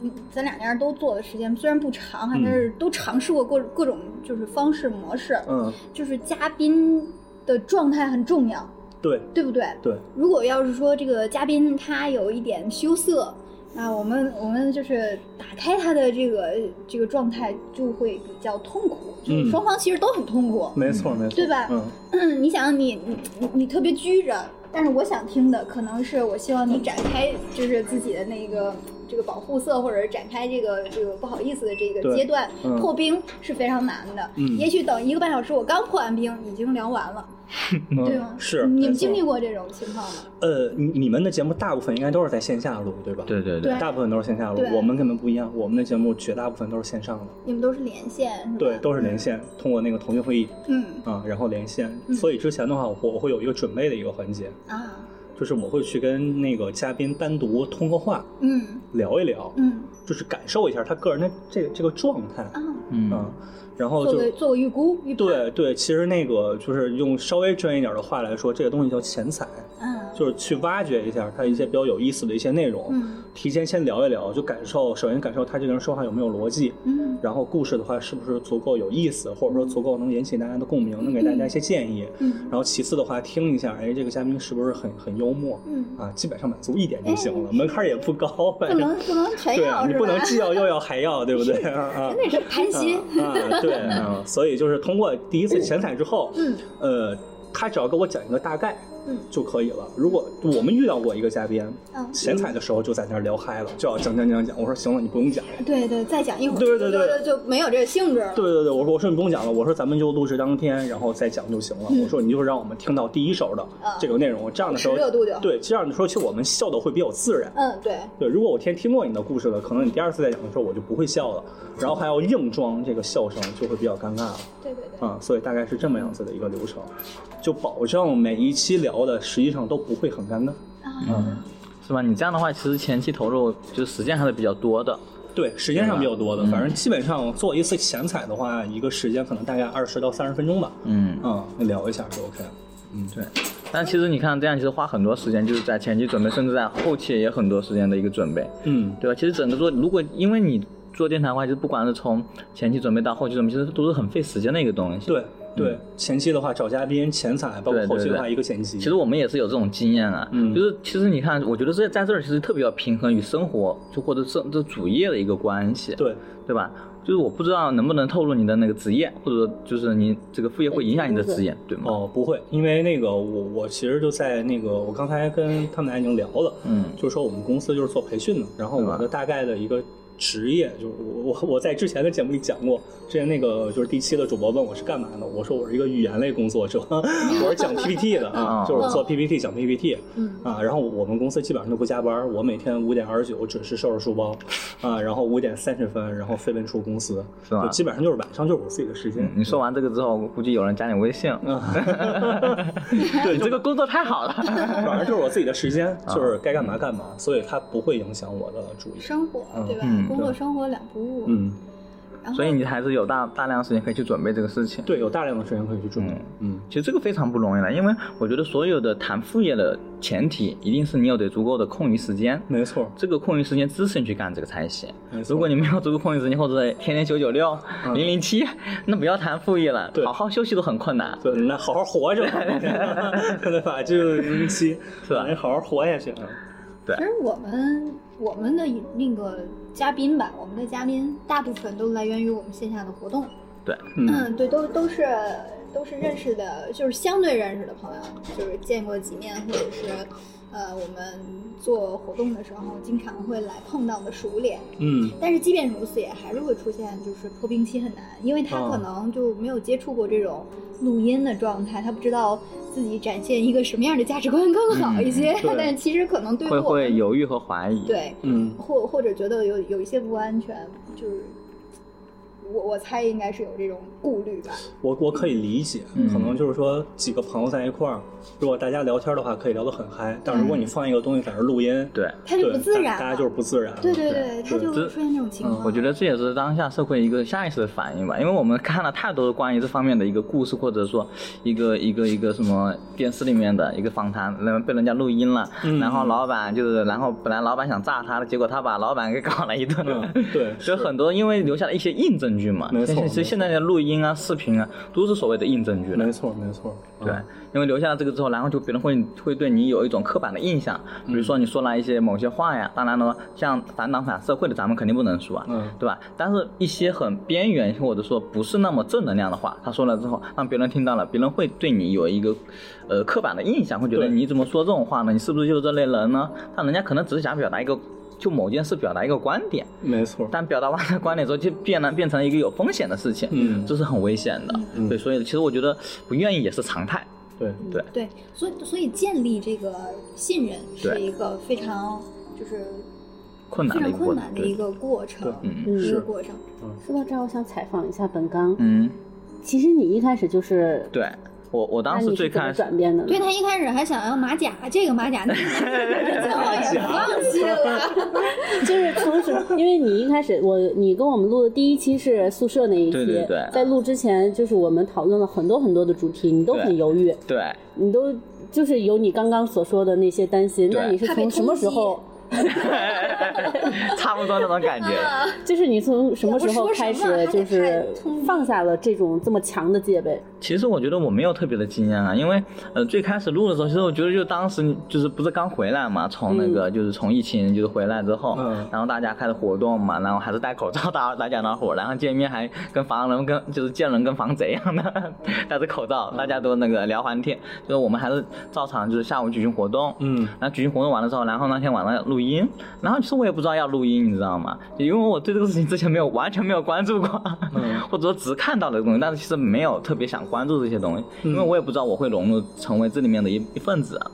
[SPEAKER 2] 嗯咱俩人都做的时间虽然不长啊，
[SPEAKER 3] 嗯
[SPEAKER 2] 但是都尝试过各各种就是方式模式，
[SPEAKER 3] 嗯，
[SPEAKER 2] 就是嘉宾的状态很重要，
[SPEAKER 3] 对
[SPEAKER 2] 对不对？
[SPEAKER 3] 对，
[SPEAKER 2] 如果要是说这个嘉宾他有一点羞涩，那我们我们就是打开他的这个这个状态就会比较痛苦，就是
[SPEAKER 3] 嗯
[SPEAKER 2] 双方其实都很痛苦。
[SPEAKER 3] 没错没错，
[SPEAKER 2] 对吧
[SPEAKER 3] 嗯，
[SPEAKER 2] 你想你你你你特别拘着，但是我想听的可能是我希望你展开就是自己的那个这个保护色，或者是展开这个这个不好意思的这个
[SPEAKER 3] 对
[SPEAKER 2] 阶段、
[SPEAKER 3] 嗯
[SPEAKER 2] 破冰是非常难的。
[SPEAKER 3] 嗯
[SPEAKER 2] 也许等一个半小时，我刚破完冰已经聊完了，对啊吗
[SPEAKER 3] 嗯？是
[SPEAKER 2] 你
[SPEAKER 3] 没
[SPEAKER 2] 们
[SPEAKER 3] 错
[SPEAKER 2] 经历过这种情况吗？
[SPEAKER 3] 呃，你你们的节目大部分应该都是在线下录，对吧？
[SPEAKER 4] 对对
[SPEAKER 2] 对
[SPEAKER 4] 对，
[SPEAKER 3] 大部分都是线下录
[SPEAKER 2] 对，
[SPEAKER 3] 我们根本不一样，我们的节目绝大部分都是线上的，
[SPEAKER 2] 你们都是连线是吧？
[SPEAKER 3] 对，都是连线，通过那个腾讯会议
[SPEAKER 2] 嗯
[SPEAKER 3] 啊、然后连线。
[SPEAKER 2] 嗯
[SPEAKER 3] 所以之前的话，我我会有一个准备的一个环节，
[SPEAKER 2] 啊，
[SPEAKER 3] 就是我会去跟那个嘉宾单独通个话，
[SPEAKER 2] 嗯
[SPEAKER 3] 聊一聊，
[SPEAKER 2] 嗯
[SPEAKER 3] 就是感受一下他个人的这这个状态啊、
[SPEAKER 2] 啊，
[SPEAKER 4] 嗯，
[SPEAKER 3] 然后
[SPEAKER 2] 做
[SPEAKER 3] 哦就
[SPEAKER 2] 个做个预估预判，
[SPEAKER 3] 对对，其实那个就是用稍微专业一点的话来说，这个东西叫钱财。
[SPEAKER 2] 嗯
[SPEAKER 3] 就是去挖掘一下他一些比较有意思的一些内容，
[SPEAKER 2] 嗯
[SPEAKER 3] 提前先聊一聊，就感受，首先感受他这个人说话有没有逻辑，
[SPEAKER 2] 嗯
[SPEAKER 3] 然后故事的话是不是足够有意思，或者说足够能引起大家的共鸣，能给大家一些建议。
[SPEAKER 2] 嗯
[SPEAKER 3] 然后其次的话，听一下，哎，这个嘉宾是不是很很幽默？
[SPEAKER 2] 嗯，哎
[SPEAKER 3] 啊，基本上满足一点就行了，门槛也不高，反
[SPEAKER 2] 不
[SPEAKER 3] 正
[SPEAKER 2] 能不能全
[SPEAKER 3] 对
[SPEAKER 2] 要
[SPEAKER 3] 啊，你
[SPEAKER 2] 是
[SPEAKER 3] 不能
[SPEAKER 2] 吧？
[SPEAKER 3] 既要又要还要，对不对？啊
[SPEAKER 2] 真，的是盘膝，
[SPEAKER 3] 啊，对啊，所以就是通过第一次前采之后，
[SPEAKER 2] 嗯
[SPEAKER 3] 呃，他只要给我讲一个大概，
[SPEAKER 2] 嗯
[SPEAKER 3] 就可以了。如果我们遇到过一个嘉宾，
[SPEAKER 2] 嗯，
[SPEAKER 3] 前采的时候就在那儿聊嗨了，就要讲讲讲讲，我说行了，你不用讲了。
[SPEAKER 2] 对对，再讲一会儿，
[SPEAKER 3] 对对对
[SPEAKER 2] 就就就没有这个性质了。
[SPEAKER 3] 对对对，我说我说你不用讲了，我说咱们就录制当天，然后再讲就行了。我说你就让我们听到第一手的
[SPEAKER 2] 嗯
[SPEAKER 3] 这个内容，这样的时候
[SPEAKER 2] 吃热度就好
[SPEAKER 3] 对，这样的时候其实我们笑的会比较自然。
[SPEAKER 2] 嗯，对，
[SPEAKER 3] 对，如果我先听过你的故事了，可能你第二次再讲的时候我就不会笑了，然后还要硬装这个笑声，就会比较尴尬了。
[SPEAKER 2] 对对对，
[SPEAKER 3] 啊、所以大概是这么样子的一个流程，就保证每一期聊的实际上都不会很尴尬。
[SPEAKER 4] 嗯，是吧？你这样的话，其实前期投入就是时间还是比较多的。
[SPEAKER 3] 对，时间上比较多的，反正基本上做一次前采的话，一个时间可能大概二十到三十分钟吧。
[SPEAKER 4] 嗯，
[SPEAKER 3] 嗯，聊一下就 OK 了。嗯，
[SPEAKER 4] 对。但其实你看，这样其实花很多时间，就是在前期准备，甚至在后期也很多时间的一个准备，
[SPEAKER 3] 嗯，
[SPEAKER 4] 对吧？其实整个做，如果因为你做电台的话，就是不管是从前期准备到后期准备，其实都是很费时间的一个东西。
[SPEAKER 3] 对对，前期的话找嘉宾、前采，包括
[SPEAKER 4] 对对
[SPEAKER 3] 后期的话
[SPEAKER 4] 对
[SPEAKER 3] 一个剪辑。
[SPEAKER 4] 其实我们也是有这种经验啊，
[SPEAKER 3] 嗯
[SPEAKER 4] 就是其实你看，我觉得这在这儿其实特别要平衡与生活就或者这这主业的一个关系，
[SPEAKER 3] 对，
[SPEAKER 4] 对吧？就是我不知道能不能透露你的那个职业，或者说就是你这个副业会影响你的职业，对吗？
[SPEAKER 3] 哦，不会，因为那个我我其实就在那个我刚才跟他们俩已经聊了，
[SPEAKER 4] 嗯
[SPEAKER 3] 就是说我们公司就是做培训的，然后
[SPEAKER 4] 对吧
[SPEAKER 3] 我的大概的一个职业就是我我我在之前的节目里讲过，之前那个就是第七的主播问我是干嘛的，我说我是一个语言类工作者， 我是讲 PPT 的啊
[SPEAKER 4] 啊，
[SPEAKER 3] 就是我做 PPT 讲 PPT，
[SPEAKER 2] 嗯
[SPEAKER 3] 啊，然后我们公司基本上都不加班，我每天五点二十九准时收拾书包，啊，然后五点三十分然后飞奔出公司，
[SPEAKER 4] 是吗
[SPEAKER 3] 就基本上就是晚上就是我自己的时间嗯
[SPEAKER 4] 嗯，你说完这个之后，估计有人加你微信， 对，这个工作太好了。
[SPEAKER 3] 反正就是我自己的时 间，
[SPEAKER 4] 啊
[SPEAKER 3] 就是该干嘛干嘛，所以它不会影响我的主意。
[SPEAKER 2] 生活对吧
[SPEAKER 4] 嗯？
[SPEAKER 2] 工作生活两不误。
[SPEAKER 3] 嗯，
[SPEAKER 2] 然后
[SPEAKER 4] 所以你还是有大大量时间可以去准备这个事情。
[SPEAKER 3] 对，有大量的时间可以去准备。嗯，
[SPEAKER 4] 其实这个非常不容易了，因为我觉得所有的谈副业的前提，一定是你有得足够的空余时间。
[SPEAKER 3] 没错，
[SPEAKER 4] 这个空余时间支持你去干这个才行
[SPEAKER 3] 没。错
[SPEAKER 4] 如果你没有足够空余时间，或者天天九九六、零零七，那不要谈副业了
[SPEAKER 3] 嗯对，
[SPEAKER 4] 好好休息都很困难。
[SPEAKER 3] 对，那好好活 着，对吧？就是零七，
[SPEAKER 4] 是吧
[SPEAKER 3] 得好好活下去。啊
[SPEAKER 2] 其实我们我们的那个嘉宾吧，我们的嘉宾大部分都来源于我们线下的活动。
[SPEAKER 4] 对，
[SPEAKER 3] 嗯，
[SPEAKER 2] 嗯，对，都都是都是认识的，就是相对认识的朋友，就是见过几面，或者是呃，我们做活动的时候经常会来碰到的熟脸。
[SPEAKER 3] 嗯，
[SPEAKER 2] 但是即便如此，也还是会出现就是破冰期很难，因为他
[SPEAKER 3] 哦
[SPEAKER 2] 可能就没有接触过这种录音的状态，他不知道自己展现一个什么样的价值观更好一些。
[SPEAKER 3] 嗯对
[SPEAKER 2] 但其实可能对于
[SPEAKER 4] 会
[SPEAKER 2] 我
[SPEAKER 4] 会
[SPEAKER 2] 们
[SPEAKER 4] 犹豫和怀疑。，
[SPEAKER 2] 对，
[SPEAKER 3] 嗯，
[SPEAKER 2] 或或者觉得有有一些不安全，就是我我猜应该是有这种顾虑吧。
[SPEAKER 3] 我我可以理解，
[SPEAKER 4] 嗯
[SPEAKER 3] 可能就是说几个朋友在一块儿，如果大家聊天的话，可以聊得很嗨，但如果你放一个东西在那儿录音，
[SPEAKER 4] 嗯对
[SPEAKER 2] 他就不
[SPEAKER 3] 对
[SPEAKER 2] 自然
[SPEAKER 3] 大大家就
[SPEAKER 2] 了
[SPEAKER 3] 是不自然。
[SPEAKER 2] 对对对，他就
[SPEAKER 4] 这
[SPEAKER 2] 会出现这种情
[SPEAKER 3] 嗯
[SPEAKER 2] 况。
[SPEAKER 4] 我觉得这也是当下社会一个下意识的反应吧，因为我们看了太多关于这方面的一个故事，或者说一个一个一个什么电视里面的一个访谈，然后被人家录音了，
[SPEAKER 3] 嗯
[SPEAKER 4] 然后老板就是，然后本来老板想炸他的，结果他把老板给搞了一顿。
[SPEAKER 3] 嗯，对，
[SPEAKER 4] 所以很多因为留下了一些硬证据嘛，
[SPEAKER 3] 没错
[SPEAKER 4] 现在其
[SPEAKER 3] 没
[SPEAKER 4] 实
[SPEAKER 3] 错
[SPEAKER 4] 现在的录音啊、视频啊，都是所谓的硬证据了
[SPEAKER 3] 没。错没错，嗯
[SPEAKER 4] 对，因为留下了这个之后，然后就别人会会对你有一种刻板的印象，
[SPEAKER 3] 嗯
[SPEAKER 4] 比如说你说了一些某些话呀，当然了，像反党反社会的咱们肯定不能说啊，
[SPEAKER 3] 嗯
[SPEAKER 4] 对吧？但是一些很边缘或者说不是那么正能量的话，他说了之后，让别人听到了，别人会对你有一个呃刻板的印象，会觉得
[SPEAKER 3] 对
[SPEAKER 4] 你怎么说这种话呢？你是不是就是这类人呢？但人家可能只是想表达一个。就某件事表达一个观点，
[SPEAKER 3] 没错，
[SPEAKER 4] 但表达完了观点之后，就变了变成了一个有风险的事情，
[SPEAKER 3] 嗯
[SPEAKER 4] 这是很危险的。
[SPEAKER 3] 嗯
[SPEAKER 4] 对，所以其实我觉得不愿意也是常态。
[SPEAKER 3] 对，
[SPEAKER 4] 对，
[SPEAKER 2] 对，所以所以建立这个信任是
[SPEAKER 4] 对
[SPEAKER 2] 一个非常就是
[SPEAKER 4] 困难
[SPEAKER 2] 非
[SPEAKER 4] 的
[SPEAKER 2] 常
[SPEAKER 4] 一个
[SPEAKER 2] 困
[SPEAKER 4] 过程
[SPEAKER 2] 难的一个过程，
[SPEAKER 3] 对
[SPEAKER 4] 嗯
[SPEAKER 2] 一
[SPEAKER 5] 是
[SPEAKER 2] 个过程。
[SPEAKER 5] 说到这儿，我想采访一下本刚。
[SPEAKER 4] 嗯，
[SPEAKER 5] 其实你一开始就是
[SPEAKER 4] 对，我我当
[SPEAKER 5] 那
[SPEAKER 4] 时
[SPEAKER 5] 你
[SPEAKER 4] 最
[SPEAKER 5] 是怎
[SPEAKER 4] 开
[SPEAKER 5] 么
[SPEAKER 4] 始
[SPEAKER 5] 转变的呢？
[SPEAKER 2] 对他一开始还想要马甲，这个马甲，那个马甲最后也放弃了。
[SPEAKER 5] 就是从什么？因为你一开始我你跟我们录的第一期是宿舍那一期，
[SPEAKER 4] 对对对
[SPEAKER 5] 在录之前就是我们讨论了很多很多的主题，你都很
[SPEAKER 4] 对
[SPEAKER 5] 犹豫，
[SPEAKER 4] 对，
[SPEAKER 5] 你都就是有你刚刚所说的那些担心。
[SPEAKER 4] 对
[SPEAKER 5] 那你是
[SPEAKER 2] 怕被
[SPEAKER 5] 从什么时候？
[SPEAKER 4] 差不多那种感觉。
[SPEAKER 2] 啊
[SPEAKER 5] 就是你从什么时候开
[SPEAKER 2] 也不说
[SPEAKER 5] 始
[SPEAKER 2] 什么
[SPEAKER 5] 就
[SPEAKER 2] 还
[SPEAKER 5] 是
[SPEAKER 2] 得看通缉
[SPEAKER 5] 放下了这种这么强的戒备？
[SPEAKER 4] 其实我觉得我没有特别的惊讶啊，因为呃最开始录的时候，其实我觉得就当时就是不是刚回来嘛，从那个、就是从疫情就是回来之后，
[SPEAKER 3] 嗯
[SPEAKER 4] 然后大家开始活动嘛，然后还是戴口罩打打假打火，然后见面还跟防人跟就是见人跟防贼一样的 戴着口罩，大家都那个聊欢天，就是我们还是照常就是下午举行活动，
[SPEAKER 3] 嗯，
[SPEAKER 4] 然后举行活动完了之后，然后那天晚上要录音，然后其实我也不知道要录音，你知道吗？因为我对这个事情之前没有完全没有关注过，
[SPEAKER 3] 嗯
[SPEAKER 4] 或者说只看到了东西，但是其实没有特别想关注这些东西，
[SPEAKER 3] 嗯
[SPEAKER 4] 因为我也不知道我会融入成为这里面的一一份子啊。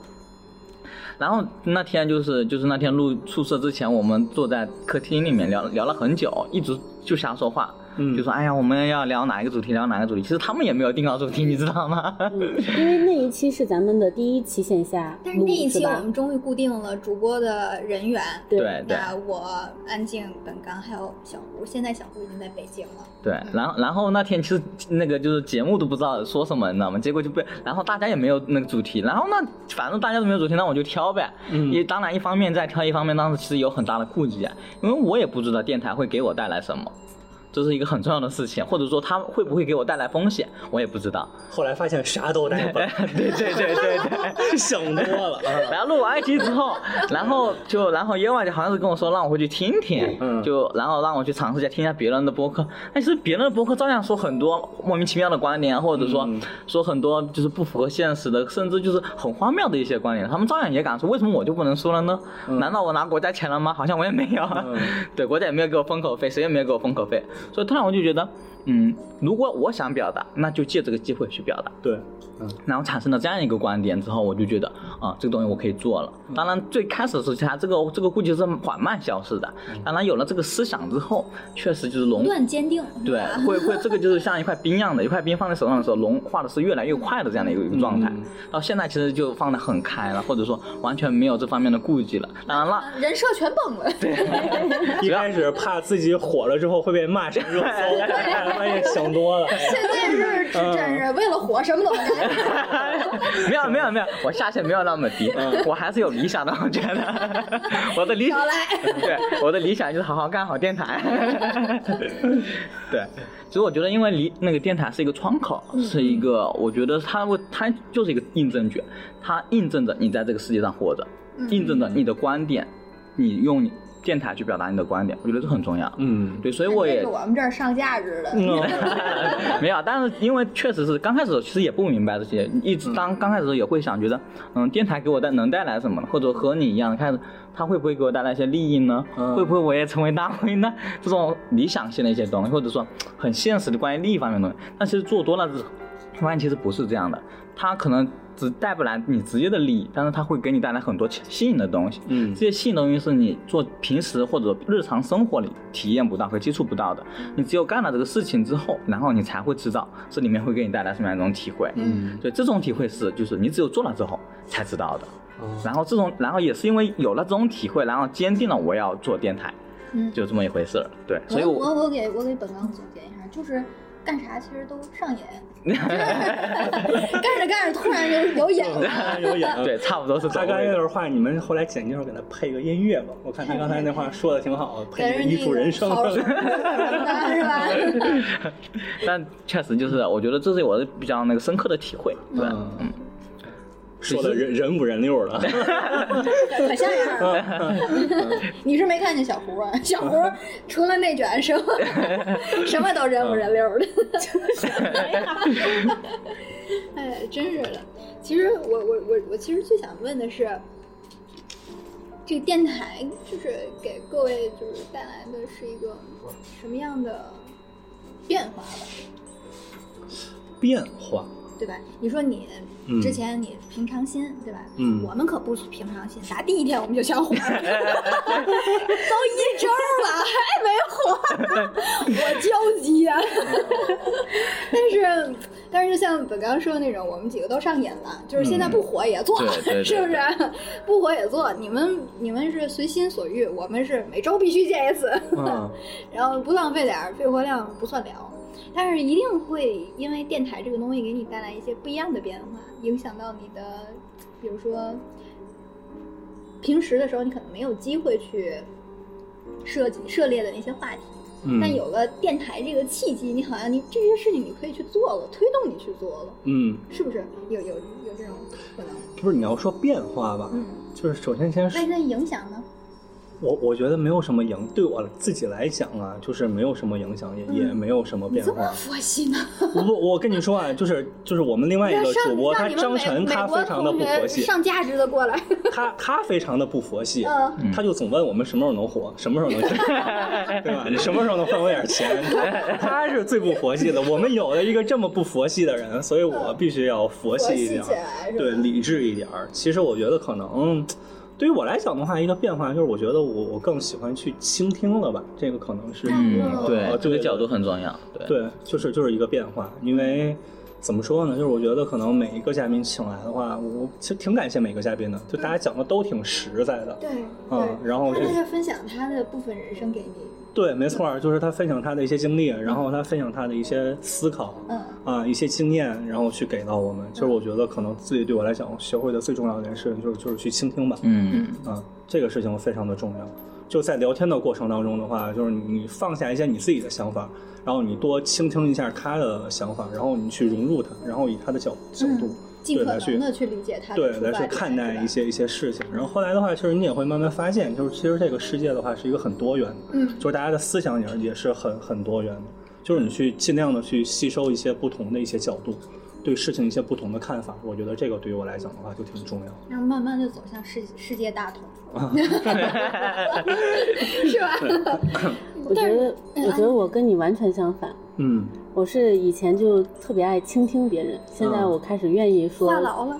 [SPEAKER 4] 然后那天就是就是那天录宿舍之前，我们坐在客厅里面聊聊了很久，一直就瞎说话，
[SPEAKER 3] 嗯
[SPEAKER 4] 就说哎呀我们要聊哪一个主题，聊哪个主题。其实他们也没有定好主题，你知道吗？
[SPEAKER 5] 嗯因为那一期是咱们的第一期线下录，
[SPEAKER 2] 但是那一期
[SPEAKER 5] 吧
[SPEAKER 2] 我们终于固定了主播的人员，
[SPEAKER 4] 对对。
[SPEAKER 2] 那我安静、本刚还有小胡，现在小胡已经在北京了。
[SPEAKER 4] 对，然后然后那天其实那个就是节目都不知道说什么，你知道吗？结果就被，然后大家也没有那个主题，然后那反正大家都没有主题，那我就挑呗。
[SPEAKER 3] 嗯
[SPEAKER 4] 也当然一方面在挑，一方面当时其实有很大的顾忌啊，因为我也不知道电台会给我带来什么。这是一个很重要的事情，或者说它会不会给我带来风险，我也不知道。
[SPEAKER 3] 后来发现啥都 带本，
[SPEAKER 4] 对对对对对。
[SPEAKER 3] 想多了啊。
[SPEAKER 4] 然后录完一集之后，然后就然后夜晚就好像是跟我说让我回去听听，
[SPEAKER 3] 嗯
[SPEAKER 4] 就然后让我去尝试一下听一下别人的播客。但是别人的播客照样说很多莫名其妙的观点啊，或者说、
[SPEAKER 3] 嗯
[SPEAKER 4] 说很多就是不符合现实的，甚至就是很荒谬的一些观点，他们照样也敢说，为什么我就不能说了呢？难道我拿国家钱了吗？好像我也没有，啊
[SPEAKER 3] 嗯
[SPEAKER 4] 对，国家也没有给我封口费，谁也没有给我封口费，所以突然我就觉得，嗯，如果我想表达，那就借这个机会去表达。
[SPEAKER 3] 对，
[SPEAKER 4] 然后产生了这样一个观点之后，我就觉得啊、这个东西我可以做了。当然，最开始的时候，它这个这个估计是缓慢消失的。当然，有了这个思想之后，确实就是
[SPEAKER 2] 不
[SPEAKER 4] 融
[SPEAKER 2] 断坚定，是
[SPEAKER 4] 对
[SPEAKER 2] 吧，
[SPEAKER 4] 会会这个就是像一块冰一样的，一块冰放在手上的时候，融化的是越来越快的这样的一个一个状态。到现在其实就放得很开了，或者说完全没有这方面的顾忌了。当然了，
[SPEAKER 2] 啊人设全崩了。
[SPEAKER 3] 一开始怕自己火了之后会被骂上 热搜，发现想哎多了。
[SPEAKER 2] 现在是真是为了火什么都干。
[SPEAKER 4] 没有没有没有，我下限没有那么低，我还是有理想的。我觉得 我的理想
[SPEAKER 2] 少，来
[SPEAKER 4] 对我的理想就是好好干好电 台。对，其实我觉得，因为离那个电台是一个窗口，是一个，我觉得它会，它就是一个印证句，它印证着你在这个世界上活着，
[SPEAKER 2] 嗯
[SPEAKER 4] 印证着你的观点，你用你电台去表达你的观点，我觉得这很重要。
[SPEAKER 3] 嗯，
[SPEAKER 4] 对，所以我也
[SPEAKER 2] 这
[SPEAKER 4] 嗯
[SPEAKER 2] 是我们这儿上价值的。
[SPEAKER 4] 没有，但是因为确实是刚开始的时候其实也不明白这些，一直当刚开始的时候也会想觉得，嗯，电台给我带能带来什么呢？或者和你一样，开始它会不会给我带来一些利益呢？
[SPEAKER 3] 嗯
[SPEAKER 4] 会不会我也成为大 V 呢？这种理想性的一些东西，或者说很现实的关于利益方面的东西，但其实做多了之后，发现其实不是这样的，它可能。只带不来你直接的利益，但是它会给你带来很多吸引的东西。
[SPEAKER 3] 嗯
[SPEAKER 4] 这些吸引的东西是你做平时或者日常生活里体验不到和接触不到的。你只有干了这个事情之后，然后你才会知道这里面会给你带来什么样一种体会。
[SPEAKER 2] 嗯，
[SPEAKER 4] 对，这种体会是就是你只有做了之后才知道的。
[SPEAKER 3] 嗯
[SPEAKER 4] 然后这种，然后也是因为有了这种体会，然后坚定了我要做电台，
[SPEAKER 2] 嗯
[SPEAKER 4] 就这么一回事儿。对，所以
[SPEAKER 2] 我
[SPEAKER 4] 我
[SPEAKER 2] 我我给我给本刚总结一下，就是干啥其实都上 瘾，干着干着突然有有瘾
[SPEAKER 4] 嗯
[SPEAKER 2] 了。
[SPEAKER 3] 有眼。
[SPEAKER 4] 对差不多是
[SPEAKER 3] 他
[SPEAKER 4] 这
[SPEAKER 3] 刚才
[SPEAKER 4] 么
[SPEAKER 3] 那
[SPEAKER 4] 一个。
[SPEAKER 3] 段话，你们后来剪辑时候给他配个音乐吧。我看他刚才那话说的挺好，
[SPEAKER 2] 但
[SPEAKER 3] 配
[SPEAKER 2] 是
[SPEAKER 3] 艺术人 生。
[SPEAKER 2] 好什么的是吧？
[SPEAKER 4] 但确实就是，我觉得这是我的比较那个深刻的体会。对，
[SPEAKER 3] 嗯，说的人人五人六 的。
[SPEAKER 2] 可像样了。你是没看见小胡 啊？小胡除了内卷， 什么什么都人五人六 的。哎呀，真是的。其实我我我我其实最想问的是，这个电台就是给各位就是带来的是一个什么样的变化吧？
[SPEAKER 3] 变 化，
[SPEAKER 2] 对吧？你说你
[SPEAKER 3] 嗯
[SPEAKER 2] 之前你平常心，对吧？
[SPEAKER 3] 嗯
[SPEAKER 2] 我们可不平常心，打第一天我们就想火，都 一周了啊
[SPEAKER 4] 嗯
[SPEAKER 2] 还没火，我焦急呀、但是但是就像本刚说的那种，我们几个都上瘾了，就是现在不火也做，
[SPEAKER 4] 嗯对对 对
[SPEAKER 2] 是不是？不火也做，你们你们是随心所欲，我们是每周必须见一次，
[SPEAKER 3] 嗯，
[SPEAKER 2] 然后不浪费点儿肺活量不算了。但是一定会因为电台这个东西给你带来一些不一样的变化，影响到你的，比如说平时的时候你可能没有机会去涉及涉猎的那些话题，
[SPEAKER 3] 嗯
[SPEAKER 2] 但有了电台这个契机，你好像你这些事情你可以去做了，推动你去做了，
[SPEAKER 3] 嗯，
[SPEAKER 2] 是不是？有有有这种可能？
[SPEAKER 3] 不是你要说变化吧，
[SPEAKER 2] 嗯，
[SPEAKER 3] 就是首先先说
[SPEAKER 2] 那那影响呢？
[SPEAKER 3] 我我觉得没有什么影，对我自己来讲啊，就是没有什么影响，也、也没有什么
[SPEAKER 2] 嗯你
[SPEAKER 3] 变
[SPEAKER 2] 这么
[SPEAKER 3] 化。
[SPEAKER 2] 佛系呢？
[SPEAKER 3] 我不，我跟你说啊，就是就是我们另外一个
[SPEAKER 2] 让
[SPEAKER 3] 主播，他
[SPEAKER 2] 让你们
[SPEAKER 3] 张
[SPEAKER 2] 美
[SPEAKER 3] 晨，
[SPEAKER 2] 美
[SPEAKER 3] 他
[SPEAKER 2] 国
[SPEAKER 3] 非常的不
[SPEAKER 2] 同学
[SPEAKER 3] 佛系，
[SPEAKER 2] 上价值的过来，
[SPEAKER 3] 他他非常的不佛系，
[SPEAKER 2] 嗯。
[SPEAKER 3] 他就总问我们什么时候能火，什么时 候能钱，对吧？你什么时候能分我点钱？他他是最不佛系的。我们有了一个这么不佛系的人，所以我必须要
[SPEAKER 2] 嗯佛
[SPEAKER 3] 佛系一
[SPEAKER 2] 系
[SPEAKER 3] 点儿
[SPEAKER 2] 起。来是吧？
[SPEAKER 3] 对，理智一点儿。其实我觉得可能对于我来讲的话，一个变化就是我觉得我我更喜欢去倾听了吧，这个可能是呃
[SPEAKER 2] 嗯
[SPEAKER 4] 嗯，对，这个角度很重要，对，
[SPEAKER 3] 哦对，就是就是一个变化，因为。怎么说呢？就是我觉得可能每一个嘉宾请来的话，我其实挺感谢每个嘉宾的，就大家讲的都挺实在的。
[SPEAKER 2] 对
[SPEAKER 3] 嗯
[SPEAKER 2] 对，
[SPEAKER 3] 然后
[SPEAKER 2] 他
[SPEAKER 3] 就
[SPEAKER 2] 在这分享他的部分人生给你，
[SPEAKER 3] 对，没错儿，就是他分享他的一些经历，然后他分享他的一些思考，
[SPEAKER 2] 嗯
[SPEAKER 3] 啊，一些经验，然后去给到我们。就是我觉得可能自己对我来讲，我学会的最重要的一件事就是就是去倾听吧。
[SPEAKER 4] 嗯，
[SPEAKER 3] 啊，这个事情非常的重要。就在聊天的过程当中的话，就是你放下一些你自己的想法，然后你多倾听一下他的想法，然后你去融入他，然后以他的角角度，
[SPEAKER 2] 嗯，尽
[SPEAKER 3] 对
[SPEAKER 2] 可
[SPEAKER 3] 来去
[SPEAKER 2] 能的去理解他
[SPEAKER 3] 对
[SPEAKER 2] 的出
[SPEAKER 3] 来
[SPEAKER 2] 发
[SPEAKER 3] 去
[SPEAKER 2] 点，
[SPEAKER 3] 看待一
[SPEAKER 2] 是吧，
[SPEAKER 3] 些一些事情。然后后来的话，其实你也会慢慢发现，就是其实这个世界的话是一个很多元的，
[SPEAKER 2] 嗯
[SPEAKER 3] 就是大家的思想也是也是很很多元的，就是你去尽量的去吸收一些不同的一些角度，对事情一些不同的看法。我觉得这个对于我来讲的话就挺重要。
[SPEAKER 2] 然后慢慢就走向世世界大 同， 是吧？
[SPEAKER 5] 我觉
[SPEAKER 2] 但是
[SPEAKER 5] 得，我觉得我跟你完全相反。
[SPEAKER 3] 嗯，
[SPEAKER 5] 我是以前就特别爱倾听别人，现在
[SPEAKER 3] 嗯
[SPEAKER 5] 我开始愿意说，
[SPEAKER 2] 话痨了，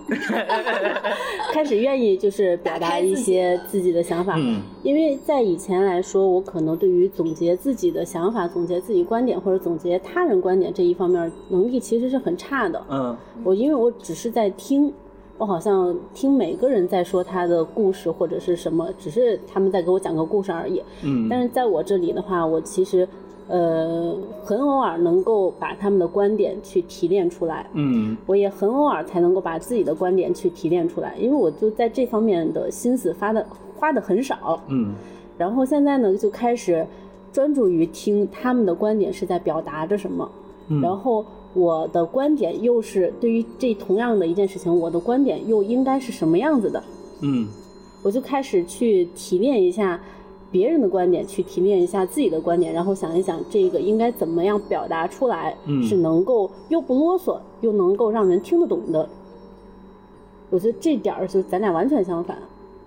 [SPEAKER 5] 开始愿意就是表
[SPEAKER 2] 打
[SPEAKER 5] 达
[SPEAKER 2] 开
[SPEAKER 5] 一
[SPEAKER 2] 自己
[SPEAKER 5] 些
[SPEAKER 2] 的
[SPEAKER 5] 自己的想法，
[SPEAKER 3] 嗯
[SPEAKER 5] 因为在以前来说，我可能对于总结自己的想法、总结自己观点或者总结他人观点这一方面能力其实是很差的。
[SPEAKER 3] 嗯
[SPEAKER 5] 我因为我只是在听，我好像听每个人在说他的故事或者是什么，只是他们在给我讲个故事而已。
[SPEAKER 3] 嗯，
[SPEAKER 5] 但是在我这里的话，我其实呃很偶尔能够把他们的观点去提炼出来，
[SPEAKER 3] 嗯
[SPEAKER 5] 我也很偶尔才能够把自己的观点去提炼出来，因为我就在这方面的心思发的花的很少。
[SPEAKER 3] 嗯
[SPEAKER 5] 然后现在呢，就开始专注于听他们的观点是在表达着什么，
[SPEAKER 3] 嗯，
[SPEAKER 5] 然后我的观点又是对于这同样的一件事情，我的观点又应该是什么样子的，
[SPEAKER 3] 嗯
[SPEAKER 5] 我就开始去提炼一下。别人的观点去提炼一下自己的观点，然后想一想这个应该怎么样表达出来，
[SPEAKER 3] 嗯
[SPEAKER 5] 是能够又不啰嗦，又能够让人听得懂的。我觉得这点儿就咱俩完全相反，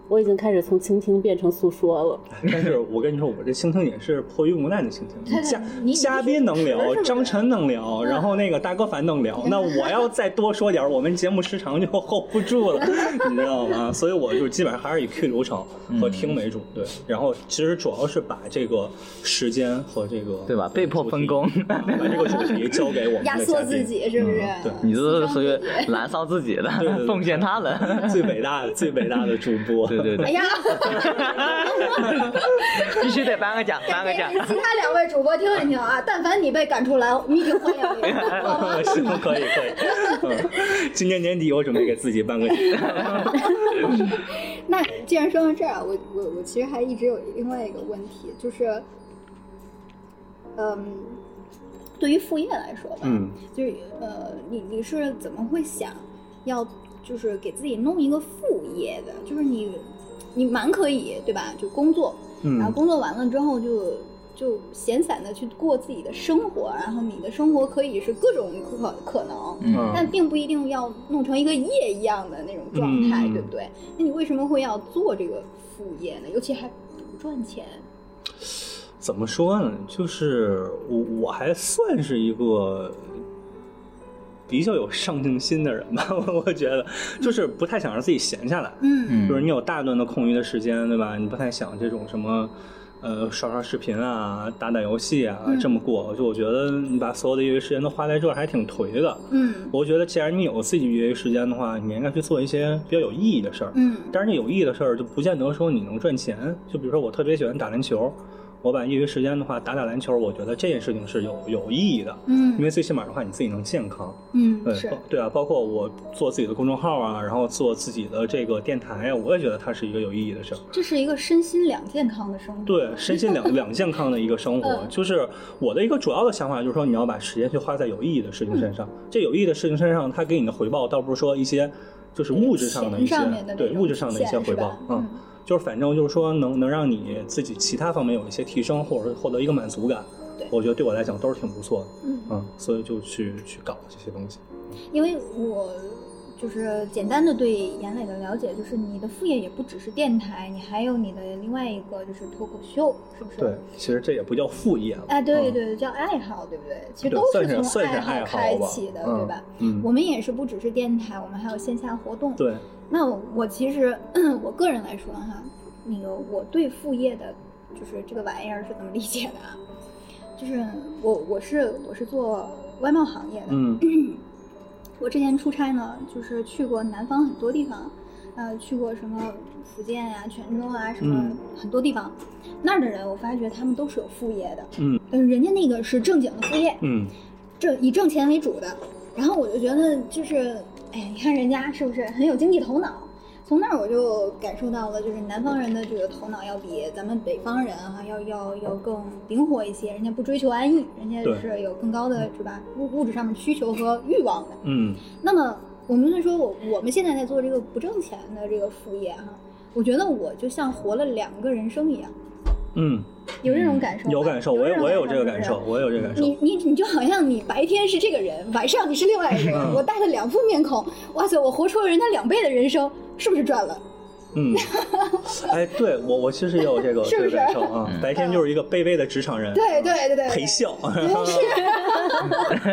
[SPEAKER 5] 我已经开始从倾听变成诉说了。
[SPEAKER 3] 但是我跟你说，我这倾听也是迫于无奈的倾 听。嘉
[SPEAKER 2] 你你
[SPEAKER 3] 嘉宾能
[SPEAKER 2] 是不
[SPEAKER 3] 聊，
[SPEAKER 2] 是嗯
[SPEAKER 3] 张晨能聊，然后那个大哥凡 能聊，那我要再多说点儿，我们节目时长就 hold 不住 了，你知道吗？所以我就基本上还是以 Q 流程
[SPEAKER 4] 嗯
[SPEAKER 3] 和听为主，对。然后其实主要是把这个时间和这个
[SPEAKER 4] 对吧被迫分工
[SPEAKER 3] 主题啊把这个主题交给我 们
[SPEAKER 2] 压
[SPEAKER 3] 的
[SPEAKER 2] 缩
[SPEAKER 3] 嘉
[SPEAKER 2] 自
[SPEAKER 3] 宾。
[SPEAKER 2] 己是不是
[SPEAKER 3] 嗯？对
[SPEAKER 4] 你这是属于
[SPEAKER 2] 牺牲自己
[SPEAKER 4] 燃烧自己的
[SPEAKER 3] 对对，对
[SPEAKER 4] 奉献他 人，
[SPEAKER 3] 最伟大的、最伟大的主播，
[SPEAKER 4] 对对
[SPEAKER 2] 哎
[SPEAKER 4] 对，
[SPEAKER 2] 呀，
[SPEAKER 4] 必须得颁个奖，颁个奖。
[SPEAKER 2] 给其他两位主播听一听啊，但凡你被赶出来，你挺欢迎 你，好吗？
[SPEAKER 3] 行，可以可以。嗯，今年年底我准备给自己办 个奖。
[SPEAKER 2] 那既然说到这儿啊，我我我其实还一直有另外一个问题，就是，嗯，对于副业来说吧，
[SPEAKER 3] 嗯
[SPEAKER 2] 就是呃，你你是怎么会想要就是给自己弄一个副业的？就是你你蛮可以对吧？就工作，然后
[SPEAKER 3] 嗯
[SPEAKER 2] 工作完了之后就就闲散的去过自己的生活，然后你的生活可以是各种可可能，但
[SPEAKER 3] 嗯
[SPEAKER 2] 并不一定要弄成一个业一样的那种状态，
[SPEAKER 3] 嗯
[SPEAKER 2] 对不对？那你为什么会要做这个副业呢？尤其还不赚钱，
[SPEAKER 3] 怎么说呢？就是我我还算是一个比较有上进心的人吧， 我我觉得就是不太想让自己闲下来，
[SPEAKER 2] 嗯
[SPEAKER 4] 嗯
[SPEAKER 3] 就是你有大段的空余的时间，对吧？你不太想这种什么。呃刷刷视频啊，打打游戏啊，
[SPEAKER 2] 嗯
[SPEAKER 3] 这么过。就我觉得你把所有的业余时间都花在这儿，还挺颓的。
[SPEAKER 2] 嗯
[SPEAKER 3] 我觉得既然你有自己业余时间的话，你应该去做一些比较有意义的事儿。
[SPEAKER 2] 嗯
[SPEAKER 3] 但是这有意义的事儿就不见得说你能赚钱。就比如说我特别喜欢打篮球，我把业余时间的话打打篮球，我觉得这件事情是有有意义的，因
[SPEAKER 2] 嗯
[SPEAKER 3] 为最起码的话你自己能健康。
[SPEAKER 2] 嗯，
[SPEAKER 3] 对
[SPEAKER 2] 是
[SPEAKER 3] 包，对啊，包括我做自己的公众号啊，然后做自己的这个电台啊，我也觉得它是一个有意义的事儿。
[SPEAKER 2] 这是一个身心两健康的生活。
[SPEAKER 3] 对，身心两两健康的一个生活，
[SPEAKER 2] 嗯
[SPEAKER 3] 就是我的一个主要的想法，就是说你要把时间去花在有意义的事情身上。这有意义的事情身上，它给你的回报，倒不是说一些就是物质上的一
[SPEAKER 2] 钱
[SPEAKER 3] 些
[SPEAKER 2] 上面的那
[SPEAKER 3] 对
[SPEAKER 2] 种
[SPEAKER 3] 物质上的一些
[SPEAKER 2] 体现
[SPEAKER 3] 回报，
[SPEAKER 2] 是吧
[SPEAKER 3] 嗯，就是反正就是说能能让你自己其他方面有一些提升，或者是获得一个满足感
[SPEAKER 2] 对。
[SPEAKER 3] 我觉得对我来讲都是挺不错的，
[SPEAKER 2] 嗯
[SPEAKER 3] 嗯，所以就去去搞这些东西。
[SPEAKER 2] 因为我就是简单的对严磊的了解，就是你的副业也不只是电台，你还有你的另外一个就是脱口秀，是不是？
[SPEAKER 3] 对。，其实这也不叫副业了。
[SPEAKER 2] 哎，对
[SPEAKER 3] 嗯，
[SPEAKER 2] 对对，叫爱好，对不对？其实
[SPEAKER 3] 对
[SPEAKER 2] 都
[SPEAKER 3] 算是
[SPEAKER 2] 从
[SPEAKER 3] 算是爱好
[SPEAKER 2] 开
[SPEAKER 3] 吧
[SPEAKER 2] 启的，
[SPEAKER 3] 嗯
[SPEAKER 2] 对吧？
[SPEAKER 3] 嗯，
[SPEAKER 2] 我们也是不只是电台，我们还有线下活动。
[SPEAKER 3] 对，
[SPEAKER 2] 那我我其实 我个人来说哈，那个我对副业的，就是这个玩意儿是怎么理解的啊？就是我我是我是做外贸行业的，
[SPEAKER 3] 嗯
[SPEAKER 2] 我之前出差呢，就是去过南方很多地方，呃，去过什么福建呀、泉州啊，什么
[SPEAKER 3] 嗯
[SPEAKER 2] 很多地方。那儿的人，我发觉他们都是有副业的，
[SPEAKER 3] 嗯
[SPEAKER 2] 但是人家那个是正经的副业，
[SPEAKER 3] 嗯，
[SPEAKER 2] 挣以挣钱为主的。然后我就觉得就是，哎，你看人家是不是很有经济头脑？从那儿我就感受到了，就是南方人的这个头脑要比咱们北方人哈、要要要更灵活一些。人家不追求安逸，人家
[SPEAKER 3] 对
[SPEAKER 2] 是有更高的是吧物物质上面需求和欲望的。
[SPEAKER 3] 嗯
[SPEAKER 2] 那么我们就说我我们现在在做这个不挣钱的这个副业哈，我觉得我就像活了两个人生一样，
[SPEAKER 3] 嗯，
[SPEAKER 2] 有这种感受吧？
[SPEAKER 3] 有感受，我也我也有这个
[SPEAKER 2] 感
[SPEAKER 3] 感受，。我也有这个感受
[SPEAKER 2] 你。你你就好像你白天是这个人，晚上你是另外一个人，
[SPEAKER 3] 嗯
[SPEAKER 2] 我带了两副面孔，哇塞，我活出了人家两倍的人生，是不是赚了？
[SPEAKER 3] 嗯，哎，对我我其实也有这个
[SPEAKER 2] 是不是
[SPEAKER 3] 这个感受啊。白天就是一个卑微的职场人，
[SPEAKER 2] 对对对对，
[SPEAKER 3] 陪 笑，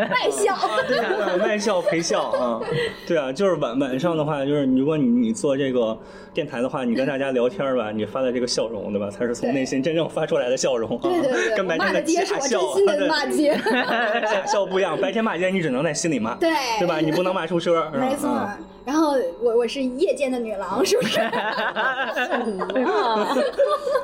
[SPEAKER 2] 卖笑，
[SPEAKER 3] 对卖笑陪笑啊。对啊，就是晚晚上的话，就是如果你你做这个电台的话，你跟大家聊天儿吧，你发的这个笑容，对吧，才是从
[SPEAKER 2] 对
[SPEAKER 3] 内心真正发出来的笑容啊。
[SPEAKER 2] 对对对，
[SPEAKER 3] 跟白
[SPEAKER 2] 我骂
[SPEAKER 3] 天
[SPEAKER 2] 的街是
[SPEAKER 3] 假
[SPEAKER 2] 我
[SPEAKER 3] 笑
[SPEAKER 2] 真心
[SPEAKER 3] 啊，
[SPEAKER 2] 的
[SPEAKER 3] 对
[SPEAKER 2] 骂街，
[SPEAKER 3] 假笑不一样。白天骂街你只能在心里骂，
[SPEAKER 2] 对
[SPEAKER 3] 对吧？你不能骂出声儿，是吧
[SPEAKER 2] 没错
[SPEAKER 3] 啊。
[SPEAKER 2] 然后我我是夜间的女郎，是不 是？
[SPEAKER 5] 啊，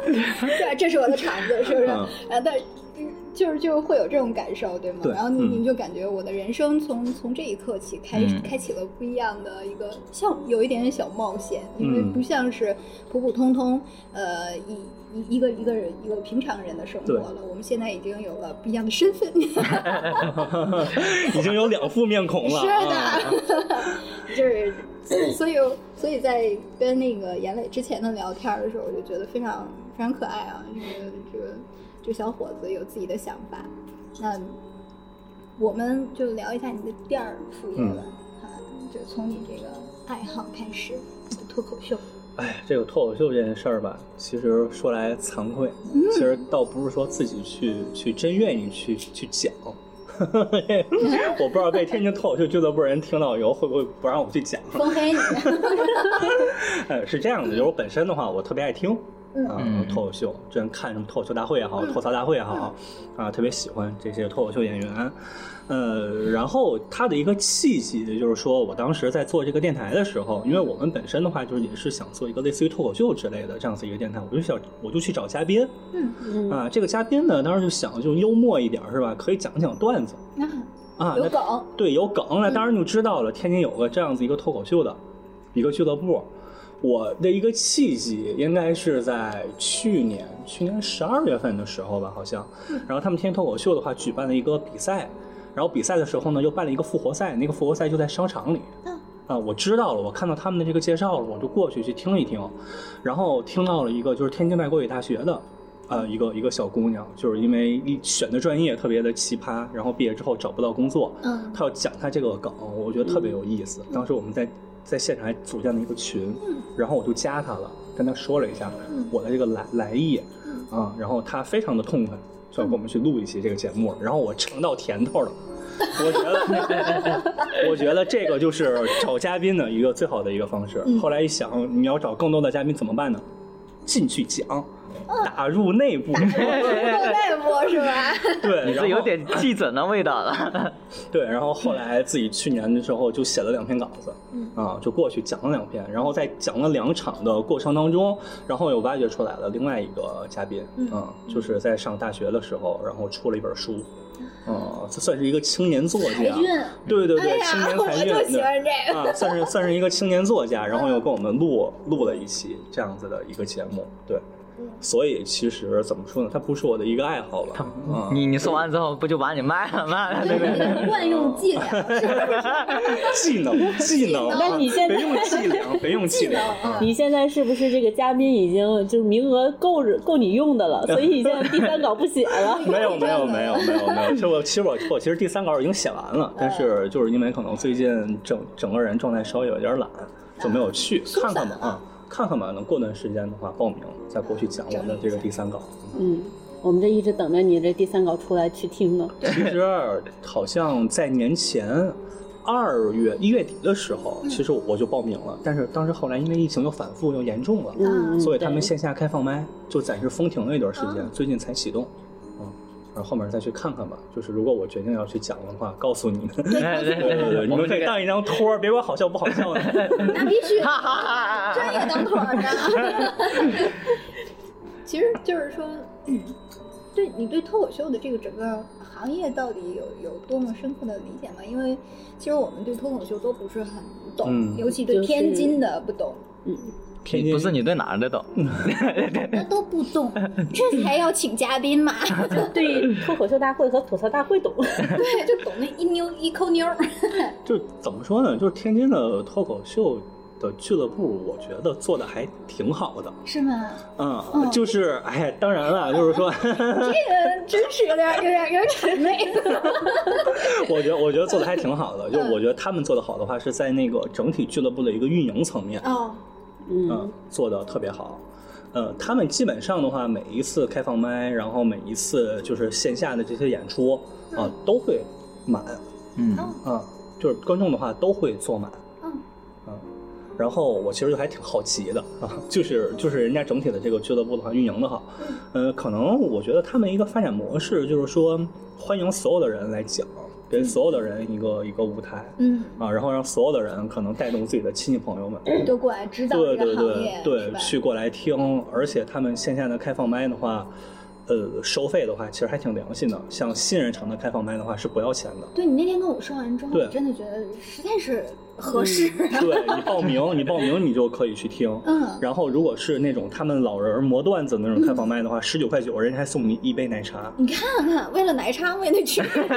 [SPEAKER 2] 对，这是我的铲子，是不是？
[SPEAKER 3] 嗯
[SPEAKER 2] 呃，但嗯就是就会有这种感受，对吗？
[SPEAKER 3] 对
[SPEAKER 2] 然后你、
[SPEAKER 3] 嗯
[SPEAKER 2] 你就感觉我的人生从从这一刻起开、
[SPEAKER 4] 嗯
[SPEAKER 2] 开启了不一样的一个像有一点点小冒险，因为
[SPEAKER 3] 嗯
[SPEAKER 2] 不像是普普通通呃一一一个一个人一个平常人的生活
[SPEAKER 3] 对
[SPEAKER 2] 了。我们现在已经有了不一样的身份，
[SPEAKER 3] 已经有两副面孔了。
[SPEAKER 2] 是
[SPEAKER 3] 啊
[SPEAKER 2] 的， 就是所以所以在跟那个严磊之前的聊天的时候，我就觉得非常非常可爱啊，这个这个这个小伙子有自己的想法。那我们就聊一下你的第二副业
[SPEAKER 3] 嗯
[SPEAKER 2] 吧，啊，就从你这个爱好开始，你的脱口秀。
[SPEAKER 3] 哎，这个脱口秀这件事儿吧，其实说来惭愧，其实倒不是说自己去去真愿意去去讲。 我不知道被天津脱口秀俱乐部人听到以后会不会不让我去讲。
[SPEAKER 2] 风黑你，
[SPEAKER 3] 哎， 是这样的，就是我本身的话，我特别爱听
[SPEAKER 2] 嗯
[SPEAKER 3] 啊
[SPEAKER 4] 嗯
[SPEAKER 3] 脱口秀，之前看什么脱口秀大会也好，吐槽大会也好，
[SPEAKER 2] 嗯
[SPEAKER 3] 啊，特别喜欢这些脱口秀演员。呃，然后他的一个契机就是说，我当时在做这个电台的时候，因为我们本身的话就是也是想做一个类似于脱口秀之类的这样子一个电台，我就想我就去找嘉宾
[SPEAKER 5] 嗯，
[SPEAKER 3] 啊，这个嘉宾呢，当时就想就幽默一点儿是吧，可以讲讲段子
[SPEAKER 2] 那
[SPEAKER 3] 啊，
[SPEAKER 2] 有
[SPEAKER 3] 那
[SPEAKER 2] 梗，
[SPEAKER 3] 对，有梗，那当然就知道了。天津有个这样子一个脱口秀的一个俱乐部，我的一个契机应该是在去年，去年十二月份的时候吧，好像。然后他们天津脱口秀的话举办了一个比赛，然后比赛的时候呢又办了一个复活赛，那个复活赛就在商场里。啊，我知道了，我看到他们的这个介绍了，我就过去去听一听，然后听到了一个就是天津外国语大学的，呃，一个一个小姑娘，就是因为一选的专业特别的奇葩，然后毕业之后找不到工作，
[SPEAKER 2] 嗯
[SPEAKER 3] 他要讲他这个梗，我觉得特别有意思。当时我们在在现场还组建了一个群，然后我就加他了，跟他说了一下
[SPEAKER 2] 嗯
[SPEAKER 3] 我的这个来来意
[SPEAKER 2] 嗯
[SPEAKER 3] 啊，然后他非常的痛快，就要跟我们去录一期这个节目，然后我尝到甜头了。我觉得， 我觉得这个就是找嘉宾的一个最好的一个方式
[SPEAKER 2] 嗯。
[SPEAKER 3] 后来一想，你要找更多的嘉宾怎么办呢？进去讲，打入内部，
[SPEAKER 2] 内部是吧？
[SPEAKER 3] 对，
[SPEAKER 4] 你
[SPEAKER 3] 然后
[SPEAKER 4] 嗯是有点记者的味道了。
[SPEAKER 3] 对，然后后来自己去年的时候就写了两篇稿子，
[SPEAKER 2] 嗯
[SPEAKER 3] 啊，就过去讲了两篇，然后在讲了两场的过程当中，然后又挖掘出来了另外一个嘉宾，
[SPEAKER 2] 嗯
[SPEAKER 3] 啊，就是在上大学的时候，然后出了一本书，啊，这算是一个青年作
[SPEAKER 2] 海
[SPEAKER 3] 家，
[SPEAKER 2] 军，
[SPEAKER 3] 对对
[SPEAKER 2] 嗯哎
[SPEAKER 3] 对，
[SPEAKER 2] 呀
[SPEAKER 3] 青年，
[SPEAKER 2] 我
[SPEAKER 3] 才
[SPEAKER 2] 就
[SPEAKER 3] 俊，
[SPEAKER 2] 喜
[SPEAKER 3] 对。
[SPEAKER 2] 欢这个。嗯
[SPEAKER 3] 啊，算是算是一个青年作家，然后又跟我们录录了一期这样子的一个节目，对
[SPEAKER 2] 嗯。
[SPEAKER 3] 所以其实怎么说呢，它不是我的一个爱好吧？啊，
[SPEAKER 4] 你你说完之后不就把你卖了卖了？嗯啊对不对？
[SPEAKER 2] 惯用伎俩，
[SPEAKER 3] 技能技能，
[SPEAKER 2] 技能
[SPEAKER 5] 那你现在
[SPEAKER 3] 别用伎俩，别用伎俩啊！
[SPEAKER 5] 你现在是不是这个嘉宾已经就是名额够着够你用的了？所以你
[SPEAKER 3] 。
[SPEAKER 5] 现在第三稿不写了
[SPEAKER 3] 没有没有没有没有没 有，就我其实我我其实第三稿已经写完了，但
[SPEAKER 5] 嗯
[SPEAKER 3] 是就是因为可能最近整整个人状态稍微有点懒，就没有去看看吧啊，看看吧，能过段时间的话报名再过去讲我们的这个第三稿。
[SPEAKER 5] 嗯，我们这一直等着你这第三稿出来去听呢。
[SPEAKER 3] 其实好像在年前二月一月底的时候，
[SPEAKER 5] 嗯
[SPEAKER 3] 其实我就报名了，但是当时后来因为疫情又反复又严重了，
[SPEAKER 5] 嗯，
[SPEAKER 3] 所以他
[SPEAKER 5] 对哦
[SPEAKER 3] 们线下开放麦就暂时封停了一段时间
[SPEAKER 2] 啊，
[SPEAKER 3] 最近才启动。嗯，然后后面再去看看吧。就是如果我决定要去讲的话，告诉你们。
[SPEAKER 4] 对 对
[SPEAKER 3] 对对对，你
[SPEAKER 4] 我
[SPEAKER 3] 们
[SPEAKER 4] 们
[SPEAKER 3] 可
[SPEAKER 4] 这
[SPEAKER 3] 以
[SPEAKER 4] 个
[SPEAKER 3] 当一张托儿，别管好笑不好笑的。
[SPEAKER 2] 那必须
[SPEAKER 4] 哈哈哈哈
[SPEAKER 2] 专业当头儿的。其实就是说，嗯对你对脱口秀的这个整个行业到底有有多么深刻的理解吗？因为其实我们对脱口秀都不是很懂，
[SPEAKER 3] 嗯
[SPEAKER 2] 尤其对
[SPEAKER 5] 就是
[SPEAKER 2] 天津的不懂，
[SPEAKER 3] 天津
[SPEAKER 4] 不是你对哪儿的懂？
[SPEAKER 2] 那都不 懂，这才要请嘉宾嘛，
[SPEAKER 5] 对脱口秀大会和吐槽大会懂。
[SPEAKER 2] 对，就懂那一妞一抠妞儿。
[SPEAKER 3] 就怎么说呢？就是天津的脱口秀的俱乐部，我觉得做的还挺好的。
[SPEAKER 2] 是吗？
[SPEAKER 5] 哦
[SPEAKER 3] 嗯，就是哎，当然了，就是说，
[SPEAKER 2] 这个真是有点有点有点谄媚。
[SPEAKER 3] 我觉得我觉得做的还挺好的。就
[SPEAKER 5] 嗯
[SPEAKER 3] 我觉得他们做的好的话，是在那个整体俱乐部的一个运营层面。
[SPEAKER 2] 哦，
[SPEAKER 5] 嗯
[SPEAKER 3] 嗯，，做的特别好。呃，他们基本上的话，每一次开放麦，然后每一次就是线下的这些演出啊、
[SPEAKER 2] 嗯
[SPEAKER 3] 都会满
[SPEAKER 4] 嗯
[SPEAKER 2] 哦
[SPEAKER 3] 啊、就是观众的话都会坐满。啊
[SPEAKER 2] 嗯
[SPEAKER 3] 然后我其实就还挺好奇的啊，就是就是人家整体的这个俱乐部的话运营的好，呃，可能我觉得他们一个发展模式就是说欢迎所有的人来讲，给所有的人一个一个舞台
[SPEAKER 2] 嗯，
[SPEAKER 3] 啊，然后让所有的人可能带动自己的亲戚朋友们，
[SPEAKER 2] 都过来指导
[SPEAKER 3] 对
[SPEAKER 2] 这
[SPEAKER 3] 对
[SPEAKER 2] 个行
[SPEAKER 3] 对
[SPEAKER 2] 业，是
[SPEAKER 3] 对，
[SPEAKER 2] 吧？嗯
[SPEAKER 3] 去过来听，而且他们线下的开放麦的话，呃，收费的话其实还挺良心的。像新人场的开放麦的话是不要钱
[SPEAKER 2] ，
[SPEAKER 3] 的
[SPEAKER 2] 对你那天跟我说完之后，
[SPEAKER 3] 对
[SPEAKER 2] 我真的觉得实在是合适。
[SPEAKER 3] 对你报名，你报名你就可以去听。
[SPEAKER 2] 嗯，
[SPEAKER 3] 然后如果是那种他们老人磨段子那种开放
[SPEAKER 2] ，
[SPEAKER 3] 麦的话，十九块九，人家还送你一杯奶茶
[SPEAKER 2] 你看看，为了奶茶我也得去。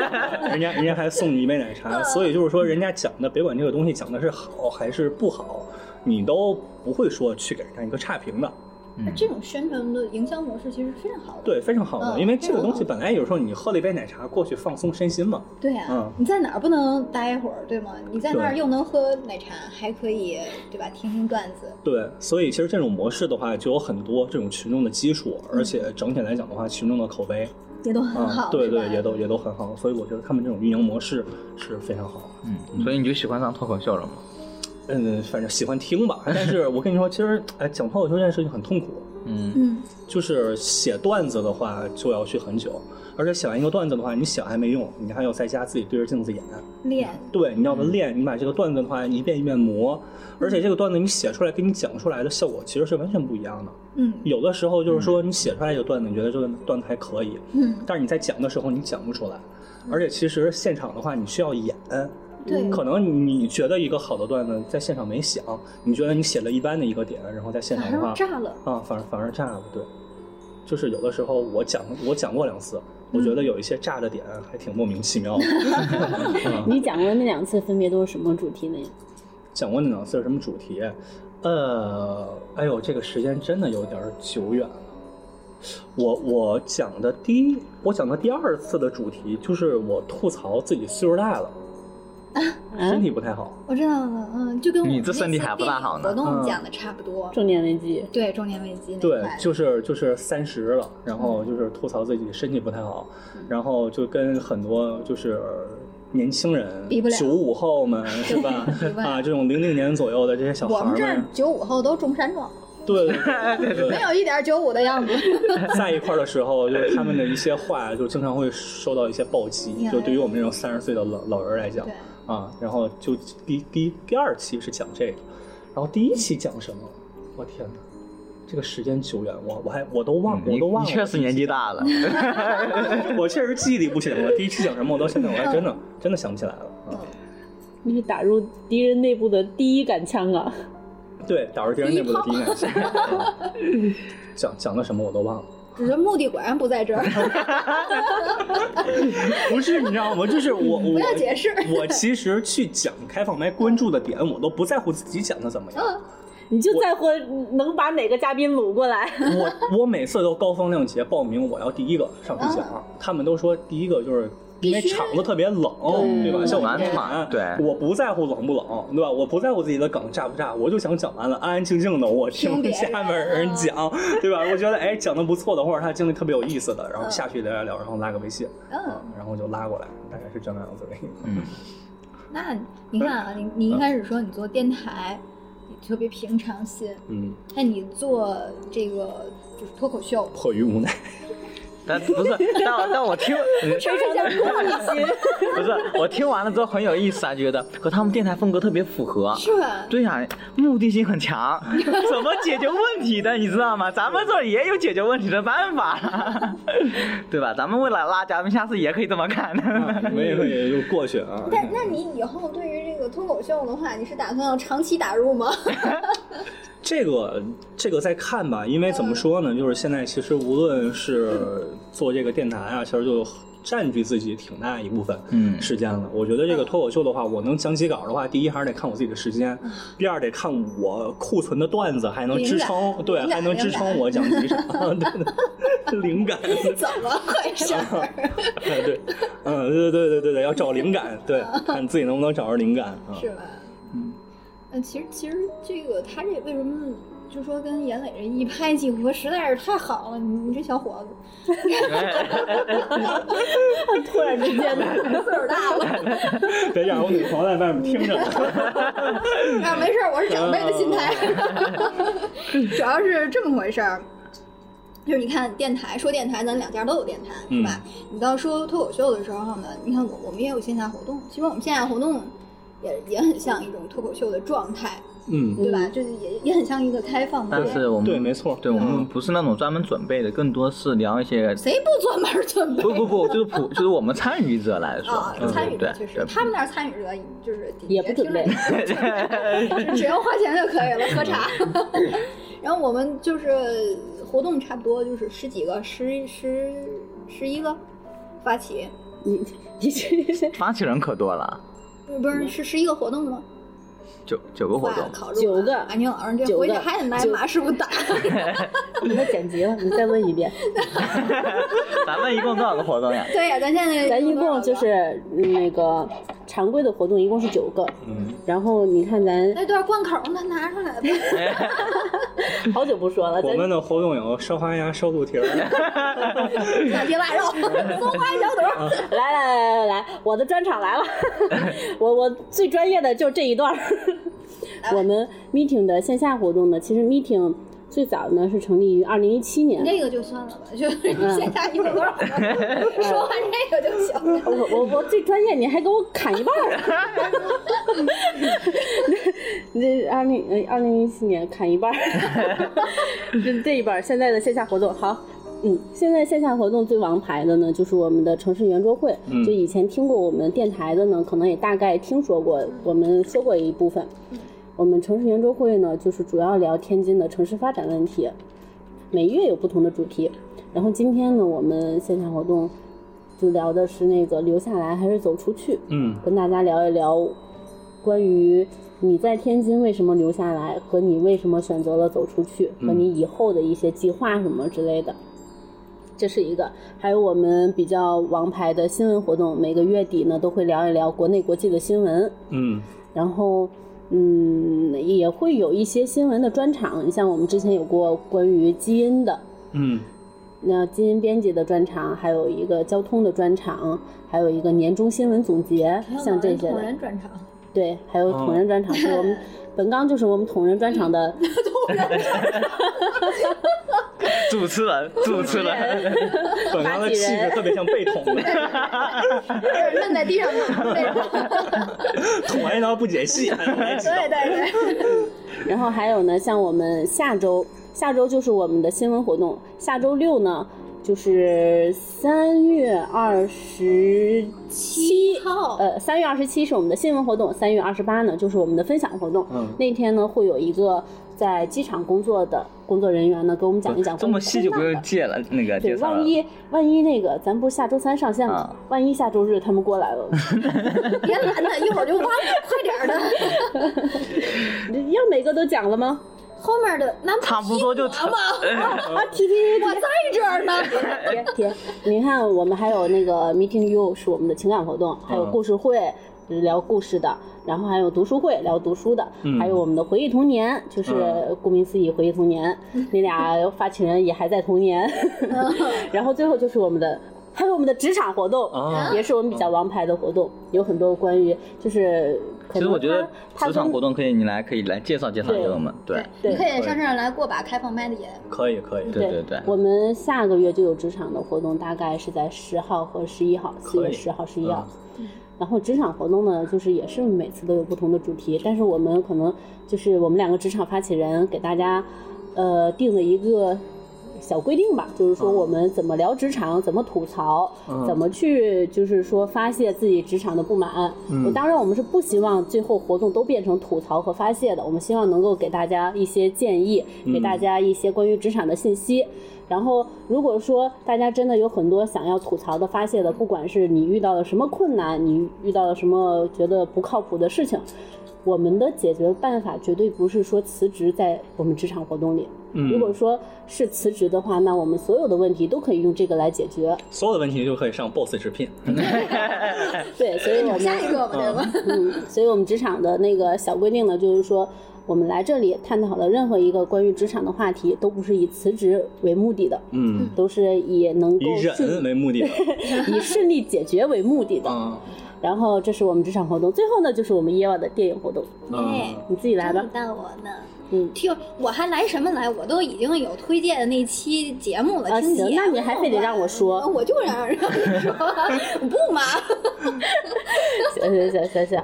[SPEAKER 3] 人家人家还送你一杯奶
[SPEAKER 2] 嗯
[SPEAKER 3] 茶。所以就是说，人家讲的，别管这个东西讲的是好还是不好，你都不会说去给人家一个差评的。
[SPEAKER 4] 嗯，
[SPEAKER 2] 这种宣传的营销模式其实非常好的。
[SPEAKER 3] 对，非常好的，
[SPEAKER 2] 嗯
[SPEAKER 3] 因为这个东
[SPEAKER 2] 非
[SPEAKER 3] 西
[SPEAKER 2] 常好
[SPEAKER 3] 本来有时候你喝了一杯奶茶过去放松身心嘛。
[SPEAKER 2] 对啊，
[SPEAKER 3] 嗯
[SPEAKER 2] 你在哪儿不能待一会儿，对吗？你在那儿
[SPEAKER 3] 对
[SPEAKER 2] 又能喝奶茶，还可以对吧？听听段子。
[SPEAKER 3] 对，所以其实这种模式的话，就有很多这种群众的基础，而且整体来讲的话，群众的口碑
[SPEAKER 2] 也都嗯很
[SPEAKER 3] 啊、
[SPEAKER 2] 好，
[SPEAKER 3] 对
[SPEAKER 2] 是吧
[SPEAKER 3] 对，也都也都很好，所以我觉得他们这种运营模式是非常好。
[SPEAKER 4] 嗯，所以你就喜欢上脱口秀了吗？
[SPEAKER 3] 嗯，反正喜欢听吧，但是我跟你说，其实哎，讲脱口秀这件事情很痛苦，
[SPEAKER 4] 嗯，
[SPEAKER 2] 嗯，
[SPEAKER 3] 就是写段子的话就要去很久，而且写完一个段子的话，你想还没用，你还要在家自己对着镜子演。
[SPEAKER 2] 练
[SPEAKER 3] 对，你要
[SPEAKER 2] 嗯
[SPEAKER 3] 不练，你把这个段子的话一遍一遍磨，而且这个段子你写出来跟你讲出来的效果其实是完全不一样的。
[SPEAKER 2] 嗯
[SPEAKER 3] 有的时候就是说，你写出来一个段子，你觉得这个段子还可以，
[SPEAKER 2] 嗯，
[SPEAKER 3] 但是你在讲的时候你讲不出来，而且其实现场的话你需要演，
[SPEAKER 2] 对，
[SPEAKER 3] 可能你觉得一个好的段子在现场没想，你觉得你写了一般的一个点，然后在现场
[SPEAKER 2] 反
[SPEAKER 3] 的
[SPEAKER 2] 正
[SPEAKER 3] 话
[SPEAKER 2] 炸了。
[SPEAKER 3] 啊，反而反而炸了，对，就是有的时候我讲我讲过两次，我
[SPEAKER 2] 嗯
[SPEAKER 3] 觉得有一些炸的点还挺莫名其妙的。嗯
[SPEAKER 5] 你讲过那两次分别都是什么主题呢？
[SPEAKER 3] 讲过那两次是什么主题？呃，哎呦，这个时间真的有点儿久远了。我我讲的第一，我讲的第二次的主题就是我吐槽自己岁数大了，
[SPEAKER 5] 啊
[SPEAKER 3] 身，体不太好。
[SPEAKER 2] 我知道了，嗯，就跟我
[SPEAKER 4] 你
[SPEAKER 2] 们
[SPEAKER 4] 这
[SPEAKER 2] 那
[SPEAKER 4] 身体
[SPEAKER 2] 次
[SPEAKER 4] 还不
[SPEAKER 2] 电
[SPEAKER 4] 大
[SPEAKER 2] 影
[SPEAKER 4] 好呢
[SPEAKER 2] 活动
[SPEAKER 3] 嗯
[SPEAKER 2] 讲的差不多，
[SPEAKER 5] 中年危机。
[SPEAKER 2] 对中年危机那
[SPEAKER 3] 对
[SPEAKER 2] 块，
[SPEAKER 3] 就是就是三十了，然后就是吐槽自己身体不太好，然后就跟很多就是年轻人
[SPEAKER 2] 比不了
[SPEAKER 3] 九五后们是吧
[SPEAKER 2] 比不？了
[SPEAKER 3] 啊，这种零零年左右的这些小孩
[SPEAKER 2] 我
[SPEAKER 3] 儿
[SPEAKER 2] 们这儿
[SPEAKER 3] 们，
[SPEAKER 2] 九五后都中山装，
[SPEAKER 3] 对对对
[SPEAKER 2] 没有一点九五的样子。
[SPEAKER 3] 在一块儿的时候，就是他们的一些话，就经常会受到一些暴击。就对于我们这种三十岁的老老人来讲，啊，然后就第第第二期是讲这个，然后第一期讲什么？我天哪！这个时间久远，我我还我都忘，我都忘了。哎
[SPEAKER 4] 嗯你确实年纪大 了，
[SPEAKER 3] 我确实记忆力不行了。第一期讲什么，我到现在我还真
[SPEAKER 2] 嗯
[SPEAKER 3] 的真的想不起来了。啊
[SPEAKER 5] 你是打入敌人内部的第一杆枪啊！
[SPEAKER 3] 对，打入敌人内部的第一杆枪。讲讲的什么我都忘了。
[SPEAKER 2] 只是目的果然不在这儿。
[SPEAKER 3] 不是，你知道吗？就是我 我
[SPEAKER 2] 不要解释。
[SPEAKER 3] 我其实去讲开放麦关注的点，我都不在乎自己讲的怎么样。嗯
[SPEAKER 5] 你就在乎能把哪个嘉宾掳过来。
[SPEAKER 3] 我我每次都高风亮节报名，我要第一个上去讲。啊、他们都说第一个就是因为场子特别冷，对吧？像我们这款，
[SPEAKER 4] 对，
[SPEAKER 3] 我不在乎冷不冷，对吧？我不在乎自己的梗炸不炸，我就想讲完了，安安静静的，我听下面人讲，啊、对吧？我觉得哎讲的不错的，或者他经历特别有意思的，然后下去聊聊聊，然后拉个微信，嗯、啊，然后就拉过来，大概是这样子的。
[SPEAKER 4] 嗯，
[SPEAKER 2] 那你看啊，你你一开始说你做电台。特别平常心，嗯，那你做这个就是脱口秀，
[SPEAKER 3] 迫于 无奈，
[SPEAKER 4] 但不是，但但 我听，
[SPEAKER 5] 非常的玻璃心，
[SPEAKER 4] 不是，我听完了之后很有意思啊，觉得和他们电台风格特别符合，
[SPEAKER 2] 是吧？
[SPEAKER 4] 对呀、啊，目的性 很强，怎么解决问题的，你知道吗？咱们这也有解决问题的 办法，对吧？咱们为了拉嘉宾，下次也可以这么干，
[SPEAKER 2] 啊
[SPEAKER 3] 我也会就过去啊。
[SPEAKER 2] 但那你以后对于？这个脱口秀的话，你是打算要长期打入吗？
[SPEAKER 3] 这个这个再看吧，因为怎么说呢，就是现在其实无论是做这个电台啊，其实就占据自己挺大一部分时间了。
[SPEAKER 4] 嗯、
[SPEAKER 3] 我觉得这个脱口秀的话，我能讲起稿的话，第一还是得看我自己的时间，嗯、第二得看我库存的段子还能支撑，对，还能支撑我讲几场， 对的。灵感
[SPEAKER 2] 怎么回事？
[SPEAKER 3] 哎，对，嗯，对对对对对，要找灵感，对，看自己能不能找着灵感，
[SPEAKER 2] 是吧？嗯，嗯，其实其实这个他这为什么就说跟严磊这一拍即合，实在是太好了，你你这小伙子，
[SPEAKER 5] 突然之间
[SPEAKER 2] 的，岁数大了，
[SPEAKER 3] 别让我女朋友在外面听着。
[SPEAKER 2] 啊，没事，我是长辈的心态，主要是这么回事儿。就是你看电台说电台，咱两家都有电台，是吧？
[SPEAKER 3] 嗯、
[SPEAKER 2] 你到说脱口秀的时候呢，你看我我们也有线下活动，其实我们线下活动也也很像一种脱口秀的状态，
[SPEAKER 3] 嗯，
[SPEAKER 2] 对吧？就是也也很像一个开放。
[SPEAKER 4] 但是我们
[SPEAKER 3] 对，没错，
[SPEAKER 4] 对我们不是那种专门准备的，更多是聊一些。
[SPEAKER 2] 谁不专门准备？
[SPEAKER 4] 不不不，就是普，就是我们参与者来说，嗯
[SPEAKER 2] 啊、参与者确实，他们那儿参与者就是
[SPEAKER 5] 也不准备，
[SPEAKER 2] 只要花 钱就可以了，喝茶。 然后我们就是。活动差不多就是十几个、十十十一个发起，
[SPEAKER 5] 你你这
[SPEAKER 4] 发起人可多了，
[SPEAKER 2] 不是是十一个活动吗？
[SPEAKER 4] 九九个嗯活动，
[SPEAKER 5] 九个。
[SPEAKER 2] 安宁老师这回去还得挨马师 傅打。
[SPEAKER 5] 你们剪辑了，你再问一遍。
[SPEAKER 4] 咱们一共多少个 活动呀？
[SPEAKER 2] 对呀，咱现在
[SPEAKER 5] 咱一共就是嗯那个常规的活动一共是九个，
[SPEAKER 3] 嗯，
[SPEAKER 5] 然后你看咱
[SPEAKER 2] 那段贯口呢，拿出来吧。
[SPEAKER 5] 好久不说了。
[SPEAKER 3] 我们的活动有烧花鸭、烧鹿蹄儿、
[SPEAKER 2] 两蹄腊肉、松花小肚。
[SPEAKER 5] 来来来来来，我的专场来了， 我我最专业的就这一段。我们 meeting 的线下活动呢，其实 meeting 最早呢是成立于二零一七年。
[SPEAKER 2] 这个就算了吧， 就是线下有多少活动，说完这个就行了。
[SPEAKER 5] 我我我最专业，你还给我砍一半儿。 这二零呃二零一七年砍一半儿， 这这一半儿现在的线下活动好。嗯，现在线下活动最王牌的呢，就是我们的城市圆桌会。
[SPEAKER 3] 嗯、
[SPEAKER 5] 就以前听过我们电台的呢，可能也大概听说过，我们说过一部分。我们城市圆桌会呢，就是主要聊天津的城市发展问题，每月有不同的主题。然后今天呢，我们线下活动就聊的是那个留下来还是走出去。
[SPEAKER 3] 嗯，
[SPEAKER 5] 跟大家聊一聊关于你在天津为什么留下来，和你为什么选择了走出去，和你以后的一些计划什么之类的。这是一个，还有我们比较王牌的新闻活动，每个月底呢都会聊一聊国内国际的新闻，
[SPEAKER 3] 嗯，
[SPEAKER 5] 然后嗯也会有一些新闻的专场，你像我们之前有过关于基因的，
[SPEAKER 3] 嗯，
[SPEAKER 5] 那基因编辑的专场，还有一个交通的专场，还有一个年终新闻总结，像这些
[SPEAKER 2] 的。统人专场。嗯
[SPEAKER 5] 对，还有统人专场是我们、哦、本刚就是我们统人专场的。
[SPEAKER 4] 主持人，主持人，
[SPEAKER 3] 本刚的气质特别像被捅的，
[SPEAKER 2] 摁在地上 骂那种。
[SPEAKER 3] 捅完一刀不解气，还能来几刀
[SPEAKER 2] 对对对，
[SPEAKER 5] 然后还有呢，像我们下周，下周就是我们的新闻活动，下周六呢就是三月二十七
[SPEAKER 2] 号
[SPEAKER 5] 呃，三月二十七是我们的新闻活动，三月二十八呢就是我们的分享活动。
[SPEAKER 3] 嗯
[SPEAKER 5] 那天呢会有一个在机场工作的工作人员呢给我们讲一讲
[SPEAKER 4] 这
[SPEAKER 5] 关于
[SPEAKER 4] 么细就不
[SPEAKER 5] 空难
[SPEAKER 4] 用
[SPEAKER 5] 的
[SPEAKER 4] 借了，那个
[SPEAKER 5] 对，
[SPEAKER 4] 介绍了
[SPEAKER 5] 万。一万一那个，咱不是下周三上线吗？
[SPEAKER 4] 啊
[SPEAKER 5] 万一下周日他们过 来了，
[SPEAKER 2] 别拦他，一会儿就忘了，快点儿的。
[SPEAKER 5] 要每个都讲了吗？
[SPEAKER 2] 后面的那
[SPEAKER 4] 差不多就
[SPEAKER 2] 我吗？
[SPEAKER 5] 啊，提提提
[SPEAKER 2] 我在这儿 呢。
[SPEAKER 4] 哎
[SPEAKER 5] 贴贴，你看我们还有那个 Meeting You 是我们的情感活动，
[SPEAKER 4] 嗯
[SPEAKER 5] 还有故事会。就是聊故事的，然后还有读书会聊读书的，
[SPEAKER 4] 嗯
[SPEAKER 5] 还有我们的回忆童年，就是顾名思义回忆 童年，你俩发起人也还在童年，
[SPEAKER 2] 嗯
[SPEAKER 5] 然后最后就是我们的，还有我们的职场活动，
[SPEAKER 4] 啊
[SPEAKER 5] 也是我们比较王牌的活动，有很多关于就是可
[SPEAKER 4] 其实
[SPEAKER 5] 能
[SPEAKER 4] 我觉得
[SPEAKER 5] 它它
[SPEAKER 4] 职场
[SPEAKER 5] 跟
[SPEAKER 4] 活动可以，你来可以来介绍介绍给我们。对，
[SPEAKER 5] 对
[SPEAKER 2] 你可以上这儿来过把开放麦的瘾。
[SPEAKER 3] 可以可以，
[SPEAKER 4] 对对对
[SPEAKER 5] 我们下个月就有职场的活动，大概是在十号和十一号，四
[SPEAKER 3] 可
[SPEAKER 5] 月
[SPEAKER 3] 以
[SPEAKER 5] 十号、十一号
[SPEAKER 3] 嗯。
[SPEAKER 5] 然后职场活动呢，就是也是每次都有不同的主题，但是我们可能就是我们两个职场发起人给大家，呃，定了一个小规定吧，就是说我们怎么聊职场，怎么吐槽，怎么去就是说发泄自己职场的不满。我当然我们是不希望最后活动都变成吐槽和发泄的，我们希望能够给大家一些建议，给大家一些关于职场的信息。然后，如果说大家真的有很多想要吐槽的、发泄的，不管是你遇到了什么困难，你遇到了什么觉得不靠谱的事情，我们的解决办法绝对不是说辞职在我们职场活动里。
[SPEAKER 3] 嗯
[SPEAKER 5] 如果说是辞职的话，那我们所有的问题都可以用这个来解决。
[SPEAKER 3] 所有的问题就可以上 BOSS 直聘，
[SPEAKER 4] 嗯
[SPEAKER 5] 对，所以我们
[SPEAKER 2] 下一个吧，对吧？
[SPEAKER 5] 嗯，所以我们职场的那个小规定呢，就是说，我们来这里探讨的任何一个关于职场的话题，都不是以辞职为目的的，
[SPEAKER 3] 嗯，
[SPEAKER 5] 都是以能够
[SPEAKER 3] 以忍
[SPEAKER 5] 顺
[SPEAKER 3] 为目的的，
[SPEAKER 5] 以顺利解决为目的的。
[SPEAKER 3] 嗯
[SPEAKER 5] 然后这是我们职场活动，最后呢就是我们夜晚的电影活动，
[SPEAKER 2] 哎
[SPEAKER 3] 嗯，
[SPEAKER 5] 你自己来吧
[SPEAKER 2] 轮。到我呢。
[SPEAKER 5] 嗯，
[SPEAKER 2] 听，我还来什么来？我都已经有推荐的那期节目了，
[SPEAKER 5] 啊
[SPEAKER 2] 听
[SPEAKER 5] 行
[SPEAKER 2] 节
[SPEAKER 5] 那你
[SPEAKER 2] 目
[SPEAKER 5] 还非得
[SPEAKER 2] 吧
[SPEAKER 5] 让我说
[SPEAKER 2] 我就让让你 说，不嘛？
[SPEAKER 5] 行行行行行，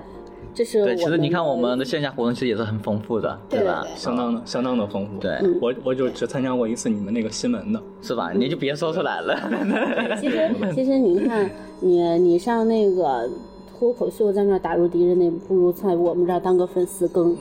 [SPEAKER 5] 这是我
[SPEAKER 4] 对，其实你看我们的
[SPEAKER 5] 的
[SPEAKER 4] 线下活动其实也是很丰富的，
[SPEAKER 2] 对
[SPEAKER 4] 吧？
[SPEAKER 2] 对
[SPEAKER 3] 相当的相当的丰富。
[SPEAKER 4] 对
[SPEAKER 3] 我我就只参加过一次你们那个新闻的，
[SPEAKER 4] 是吧？你就别说出来了。
[SPEAKER 5] 其实其实你看，你你上那个脱口秀在那儿打入敌人内部，不如在我们这儿当个粉丝更。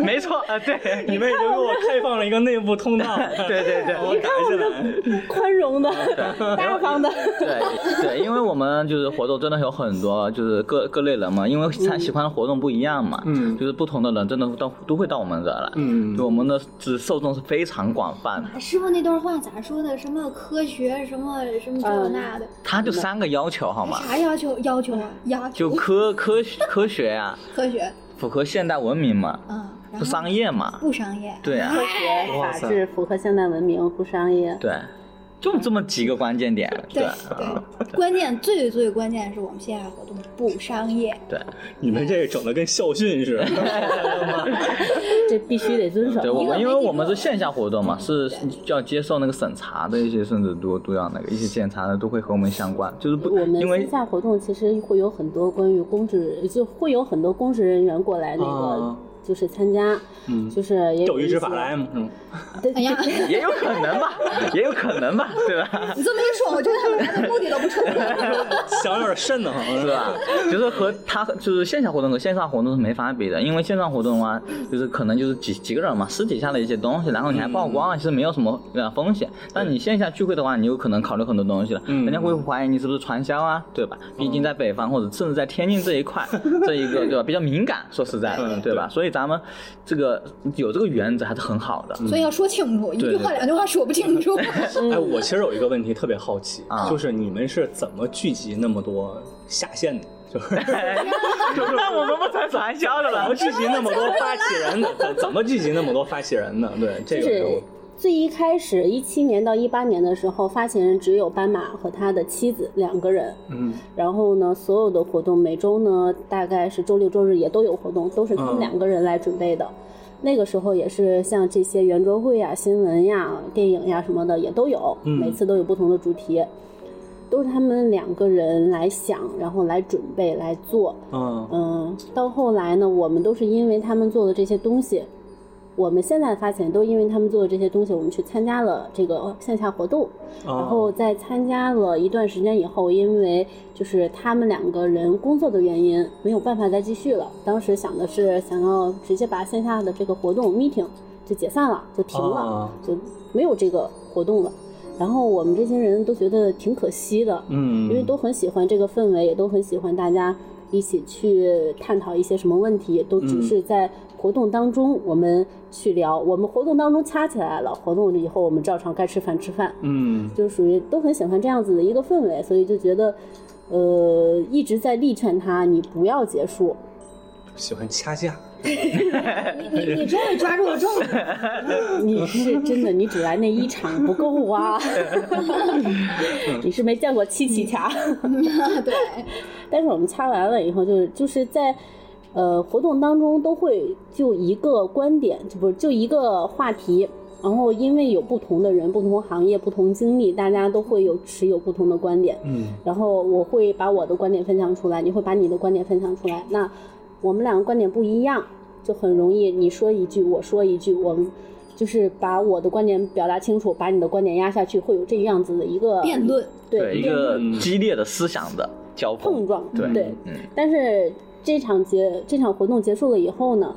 [SPEAKER 4] 没错，啊，对，
[SPEAKER 3] 你们已经给我开放了一个内部通道，
[SPEAKER 4] 对对对
[SPEAKER 3] 我赶进来，
[SPEAKER 4] 嗯
[SPEAKER 5] 宽容的、大 方的。
[SPEAKER 4] 对对，因为我们就是活动真的有很多，就是各各类人嘛，因为他喜欢的活动不一样嘛，
[SPEAKER 3] 嗯
[SPEAKER 4] 就是不同的人真的都都会到我们这儿来，
[SPEAKER 3] 嗯
[SPEAKER 4] 就我们的只受众是非常广泛的，
[SPEAKER 2] 哎师傅那段话咋说的？什么科学，什么什么这那的，
[SPEAKER 4] 他就三个要求好吗？
[SPEAKER 2] 啥要求要求啊？要求
[SPEAKER 4] 就科科科学呀、
[SPEAKER 2] 科学，
[SPEAKER 4] 符合现代文明嘛，
[SPEAKER 2] 嗯，然
[SPEAKER 4] 不
[SPEAKER 2] 后
[SPEAKER 4] 商业嘛，
[SPEAKER 2] 不商业，
[SPEAKER 4] 对啊，
[SPEAKER 5] 科学、
[SPEAKER 3] 哇
[SPEAKER 5] 法
[SPEAKER 3] 塞
[SPEAKER 5] 治符合现代文明，不商业。
[SPEAKER 4] 对，就这么几个关键点，
[SPEAKER 2] 对
[SPEAKER 4] 啊
[SPEAKER 2] 对，关键最最关键是我们线下活动不商业，
[SPEAKER 4] 对
[SPEAKER 3] 你们这整的跟校训似 的，
[SPEAKER 5] 这必须得遵守
[SPEAKER 4] 对，。我
[SPEAKER 2] 一个
[SPEAKER 4] 们
[SPEAKER 2] 没
[SPEAKER 4] 因为
[SPEAKER 2] 记
[SPEAKER 4] 我们
[SPEAKER 2] 住
[SPEAKER 4] 是线下活动嘛，是
[SPEAKER 2] 对
[SPEAKER 4] 要接受那个审查的一些，甚至都都要那个一些检查的都会和我们相关，就是不
[SPEAKER 5] 我们
[SPEAKER 4] 因为
[SPEAKER 5] 线下活动其实会有很多关于公职，就会有很多公职人员过来那个
[SPEAKER 3] 啊，
[SPEAKER 5] 就是参加，
[SPEAKER 3] 嗯，
[SPEAKER 5] 就是也有
[SPEAKER 3] 钓
[SPEAKER 5] 一
[SPEAKER 3] 鱼
[SPEAKER 5] 些
[SPEAKER 3] 执法
[SPEAKER 4] 啊
[SPEAKER 3] 来嘛，是嗯吗？
[SPEAKER 5] 对
[SPEAKER 2] 哎呀，
[SPEAKER 4] 也有可能吧，也有可能吧，对吧？
[SPEAKER 2] 你这么一说，我觉得他们来的目的都不纯粹。
[SPEAKER 3] 想有点瘆得慌，是
[SPEAKER 4] 是吧？ 就是和他就是线下活动和线上活动是没法比的，因为线上活动啊，就是可能就是几几个人嘛，私底下的一些东西，然后你还曝光啊了，其实没有什么呃风险。但你线下聚会的话，你有可能考虑很多东西了，
[SPEAKER 3] 嗯
[SPEAKER 4] 人家会怀疑你是不是传销啊，对吧？毕竟在北方或者甚至在天津这一 块，这一个对吧比较敏感，说实在的，
[SPEAKER 3] 嗯
[SPEAKER 4] 对吧？所以咱们这个有这个原则还是很好
[SPEAKER 3] 嗯
[SPEAKER 4] 的。
[SPEAKER 2] 所以要说清楚，一句话两句话说不清楚。
[SPEAKER 3] 哎，我其实有一个问题特别好奇，
[SPEAKER 4] 啊
[SPEAKER 3] 就是你们是怎么聚集那么多下线的？ 就是
[SPEAKER 4] 那哎我们不成传销的
[SPEAKER 3] 怎
[SPEAKER 4] 了
[SPEAKER 3] 么。聚集那么多发起人的？怎怎么聚集那么多发起人的？对，这
[SPEAKER 5] 就
[SPEAKER 3] 个
[SPEAKER 5] 是
[SPEAKER 3] 我
[SPEAKER 5] 最一开始，一七年到一八年的时候，发起人只有斑马和他的妻子两个人。
[SPEAKER 3] 嗯
[SPEAKER 5] 然后呢，所有的活动每周呢，大概是周六周日也都有活动，都是他们
[SPEAKER 3] 嗯
[SPEAKER 5] 两个人来准备的。那个时候也是像这些圆桌会呀、新闻呀、电影呀什么的也都有，
[SPEAKER 3] 嗯
[SPEAKER 5] 每次都有不同的主题，都是他们两个人来想，然后来准备来做。
[SPEAKER 3] 嗯
[SPEAKER 5] 嗯，到后来呢，我们都是因为他们做的这些东西，我们现在发现都因为他们做的这些东西，我们去参加了这个线下活动。
[SPEAKER 3] 哦
[SPEAKER 5] 然
[SPEAKER 3] 啊
[SPEAKER 5] 后在参加了一段时间以后，因为就是他们两个人工作的原因，没有办法再继续了。当时想的是想要直接把线下的这个活动 meeting 就解散了，就停了，
[SPEAKER 3] 啊
[SPEAKER 5] 就没有这个活动了。然后我们这些人都觉得挺可惜的，
[SPEAKER 3] 嗯，
[SPEAKER 5] 因为都很喜欢这个氛围，也都很喜欢大家一起去探讨一些什么问题，都只是在活动当中我们去聊，我们活动当中掐起来了，活动以后我们照常该吃饭吃饭，
[SPEAKER 3] 嗯
[SPEAKER 5] 就属于都很喜欢这样子的一个氛围，所以就觉得，呃，一直在力劝他你不要结束，
[SPEAKER 3] 喜欢掐架，
[SPEAKER 2] 你你你终于抓住了重点，
[SPEAKER 5] 你是真的你只来那一场不够啊，你是没见过七七掐。
[SPEAKER 2] 对，
[SPEAKER 5] 但是我们掐完了以后就，是就是在呃活动当中都会就一个观点，就不是就一个话题。然后因为有不同的人、不同行业、不同经历，大家都会有持有不同的观点。
[SPEAKER 3] 嗯
[SPEAKER 5] 然后我会把我的观点分享出来，你会把你的观点分享出来。那我们两个观点不一样，就很容易你说一句，我说一句，我们就是把我的观点表达清楚，把你的观点压下去，会有这样子的一个
[SPEAKER 2] 辩论，
[SPEAKER 5] 对
[SPEAKER 4] 一
[SPEAKER 5] 辩论
[SPEAKER 4] 个
[SPEAKER 3] 嗯
[SPEAKER 4] 激烈的思想的交
[SPEAKER 5] 碰
[SPEAKER 4] 锋，
[SPEAKER 5] 撞，
[SPEAKER 4] 对
[SPEAKER 5] 对
[SPEAKER 4] 嗯，
[SPEAKER 5] 但是这场结这场活动结束了以后呢，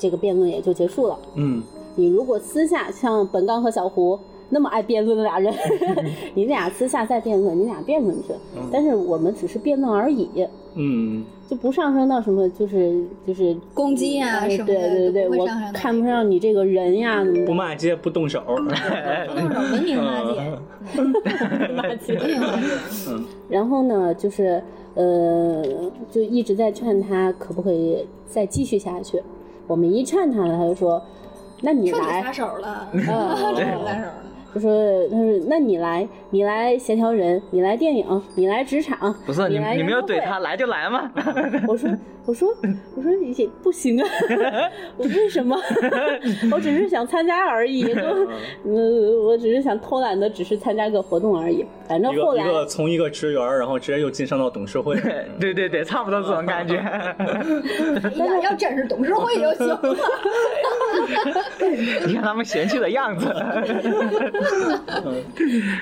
[SPEAKER 5] 这个辩论也就结束了。
[SPEAKER 3] 嗯
[SPEAKER 5] 你如果私下像本刚和小胡那么爱辩论的俩人， 你俩私下再辩论，你俩辩论去。
[SPEAKER 4] 嗯
[SPEAKER 5] 但是我们只是辩论而已，
[SPEAKER 3] 嗯
[SPEAKER 5] 就不上升到什么就是就是
[SPEAKER 2] 攻击呀
[SPEAKER 5] 哎
[SPEAKER 2] 什么的
[SPEAKER 5] 对对对，
[SPEAKER 2] 都不会
[SPEAKER 5] 我
[SPEAKER 2] 上升到
[SPEAKER 5] 看
[SPEAKER 2] 那
[SPEAKER 5] 不
[SPEAKER 2] 个
[SPEAKER 5] 上你这个人呀，怎么
[SPEAKER 3] 不
[SPEAKER 5] 的
[SPEAKER 3] 骂街不动手，
[SPEAKER 2] 那种文明骂街，
[SPEAKER 3] 嗯
[SPEAKER 5] 骂街
[SPEAKER 2] 文明 骂街，
[SPEAKER 4] 嗯
[SPEAKER 5] 然后呢，就是呃，就一直在劝他可不可以再继续下去。我们一劝他了，他就说：“那你
[SPEAKER 2] 彻底撒
[SPEAKER 5] 来。
[SPEAKER 2] 手了，
[SPEAKER 5] 嗯
[SPEAKER 2] 彻底撒手了。”
[SPEAKER 5] 他说：“他说那你来，你来协调人，你来电影，你来职场，
[SPEAKER 4] 不是你
[SPEAKER 5] 来
[SPEAKER 4] 你们要
[SPEAKER 5] 圆桌
[SPEAKER 4] 怼
[SPEAKER 5] 会
[SPEAKER 4] 他，来就来 嘛，
[SPEAKER 5] 我说，我说，我说也不行啊！ 我为什么？ 我只是想参加而已， 就呃，我只是想偷懒的，只是参加个活动而已。反正
[SPEAKER 3] 一
[SPEAKER 5] 后
[SPEAKER 3] 个一
[SPEAKER 5] 来
[SPEAKER 3] 个从一个职员，然后直接又晋升到董事会，
[SPEAKER 4] 对对对，差不多这 种感觉。
[SPEAKER 2] 要要真是董事会就行了。
[SPEAKER 4] 你看他们嫌弃的样子，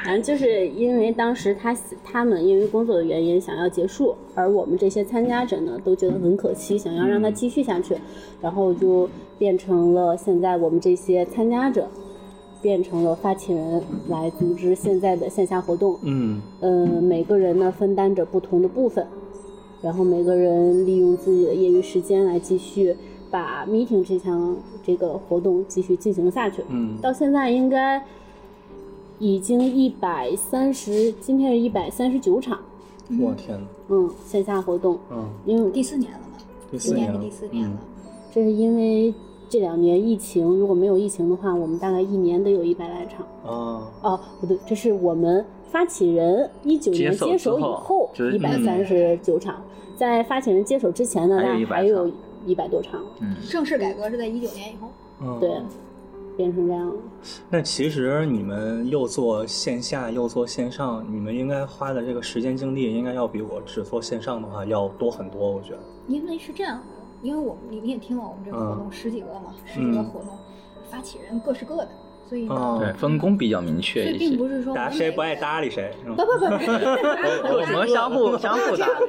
[SPEAKER 5] 反正就是因为当时他他们因为工作的原因想要结束，而我们这些参加者呢都觉得很可惜，想要让他继续下去，然后就变成了现在我们这些参加者变成了发起人来组织现在的线下活动。
[SPEAKER 3] 嗯
[SPEAKER 5] 呃，每个人呢分担着不同的部分，然后每个人利用自己的业余时间来继续把 meeting 这项这个活动继续进行下去。
[SPEAKER 3] 嗯
[SPEAKER 5] 到现在应该已经一百三十，今天是一百三十九场，
[SPEAKER 3] 我天呐，
[SPEAKER 5] 嗯，线下活动，
[SPEAKER 3] 嗯，
[SPEAKER 5] 因为
[SPEAKER 2] 第四年了吧？
[SPEAKER 3] 第
[SPEAKER 2] 今
[SPEAKER 3] 四
[SPEAKER 2] 年
[SPEAKER 3] 年
[SPEAKER 2] 是
[SPEAKER 3] 了，
[SPEAKER 2] 第四年了。
[SPEAKER 5] 这是因为这两年疫情，如果没有疫情的话，我们大概一年得有一百来场。
[SPEAKER 3] 啊，
[SPEAKER 5] 哦，不对，这是我们发起人一九年
[SPEAKER 4] 接手
[SPEAKER 5] 接
[SPEAKER 4] 之
[SPEAKER 5] 手以
[SPEAKER 4] 后
[SPEAKER 5] 后
[SPEAKER 4] 就是
[SPEAKER 5] 一百三十九场，在发起人接手之前呢，
[SPEAKER 4] 还有
[SPEAKER 5] 那
[SPEAKER 4] 100
[SPEAKER 5] 还有
[SPEAKER 4] 场
[SPEAKER 5] 一百多场，
[SPEAKER 4] 嗯，
[SPEAKER 2] 正式改革是在一九年以后，
[SPEAKER 3] 嗯
[SPEAKER 5] 对，变成这样了。
[SPEAKER 3] 那其实你们又做线下又做线上，你们应该花的这个时间精力，应该要比我只做线上的话要多很多，我觉得。
[SPEAKER 2] 因为是这样的，因为我们你你也听了我们这个活
[SPEAKER 3] 嗯
[SPEAKER 2] 动十几个嘛，十几个活动，发起人各是各的，所以呢，
[SPEAKER 3] 嗯
[SPEAKER 4] 对，分工比较明
[SPEAKER 2] 所
[SPEAKER 4] 确
[SPEAKER 2] 以
[SPEAKER 4] 一
[SPEAKER 2] 并
[SPEAKER 4] 些。
[SPEAKER 2] 不是说
[SPEAKER 3] 打
[SPEAKER 2] 我们
[SPEAKER 3] 谁
[SPEAKER 2] 每
[SPEAKER 3] 不爱
[SPEAKER 2] 个
[SPEAKER 3] 搭理谁，是吧
[SPEAKER 2] 不不不， 我
[SPEAKER 4] 我们相互相互搭理，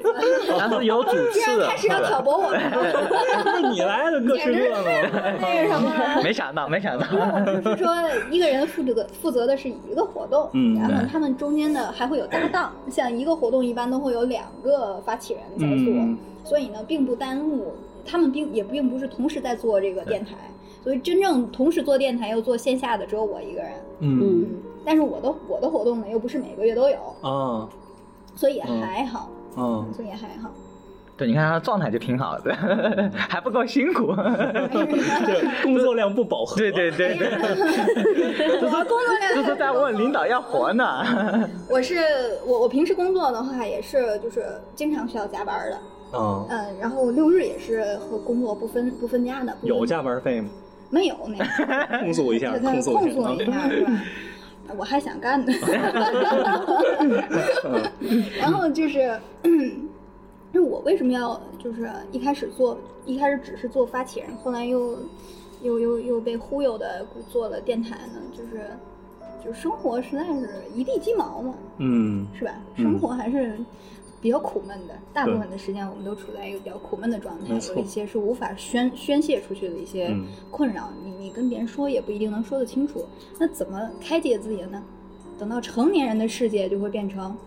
[SPEAKER 4] 但是有主
[SPEAKER 2] 竟
[SPEAKER 4] 次啊
[SPEAKER 2] 然
[SPEAKER 4] 的
[SPEAKER 2] 开始要挑拨我们 了，
[SPEAKER 3] 那哎你来的各是各
[SPEAKER 2] 那
[SPEAKER 3] 的。
[SPEAKER 2] 个什么。
[SPEAKER 4] 没想到，没想到，
[SPEAKER 2] 就是说，一个人负责负责的是一个活动，
[SPEAKER 3] 嗯
[SPEAKER 2] 然后
[SPEAKER 4] 对
[SPEAKER 2] 他们中间呢还会有搭档，像一个活动一般都会有两个发起人在做，
[SPEAKER 3] 嗯
[SPEAKER 2] 所以呢，并不耽误他们并也并不是同时在做这个电台，所以真正同时做电台又做线下的只有我一个人。
[SPEAKER 3] 嗯
[SPEAKER 5] 嗯
[SPEAKER 2] 嗯，但是我的我的活动呢又不是每个月都有，
[SPEAKER 3] 啊
[SPEAKER 2] 所以也
[SPEAKER 3] 嗯
[SPEAKER 2] 还好，
[SPEAKER 3] 啊
[SPEAKER 2] 所以也还好。
[SPEAKER 4] 对，你看他的状态就挺好的， 还不够辛苦。
[SPEAKER 3] 对，工作量不饱和。
[SPEAKER 4] 对对对对，
[SPEAKER 2] 哎 我工作量
[SPEAKER 4] 这是在问领导要活呢。
[SPEAKER 2] 我是我我平时工作的话也是就是经常需要加班的，
[SPEAKER 3] 嗯，
[SPEAKER 2] 嗯，然后六日也是和工作不分不分家的。不分
[SPEAKER 3] 有加班费吗？
[SPEAKER 2] 没有那个？
[SPEAKER 3] 控诉我一下，
[SPEAKER 2] 对对
[SPEAKER 3] 控诉我
[SPEAKER 2] 控诉我
[SPEAKER 3] 一
[SPEAKER 2] 一
[SPEAKER 3] 下。
[SPEAKER 2] 下，是吧？我还想干 呢。 然后就是， 就我为什么要就是一开始做，一开始只是做发起人，后来又又又又被忽悠的做了电台呢？就是就是生活实在是一地鸡毛嘛，
[SPEAKER 3] 嗯
[SPEAKER 2] 是吧？
[SPEAKER 3] 嗯
[SPEAKER 2] 生活还是。比较苦闷的，大部
[SPEAKER 3] 对
[SPEAKER 2] 分的时间我们都处在一个比较苦闷的状态，
[SPEAKER 3] 没错
[SPEAKER 2] 有一些是无法宣宣泄出去的一些
[SPEAKER 3] 嗯
[SPEAKER 2] 困扰，你你跟别人说也不一定能说得清楚。那怎么开解自己呢？等到成年人的世界就会变成，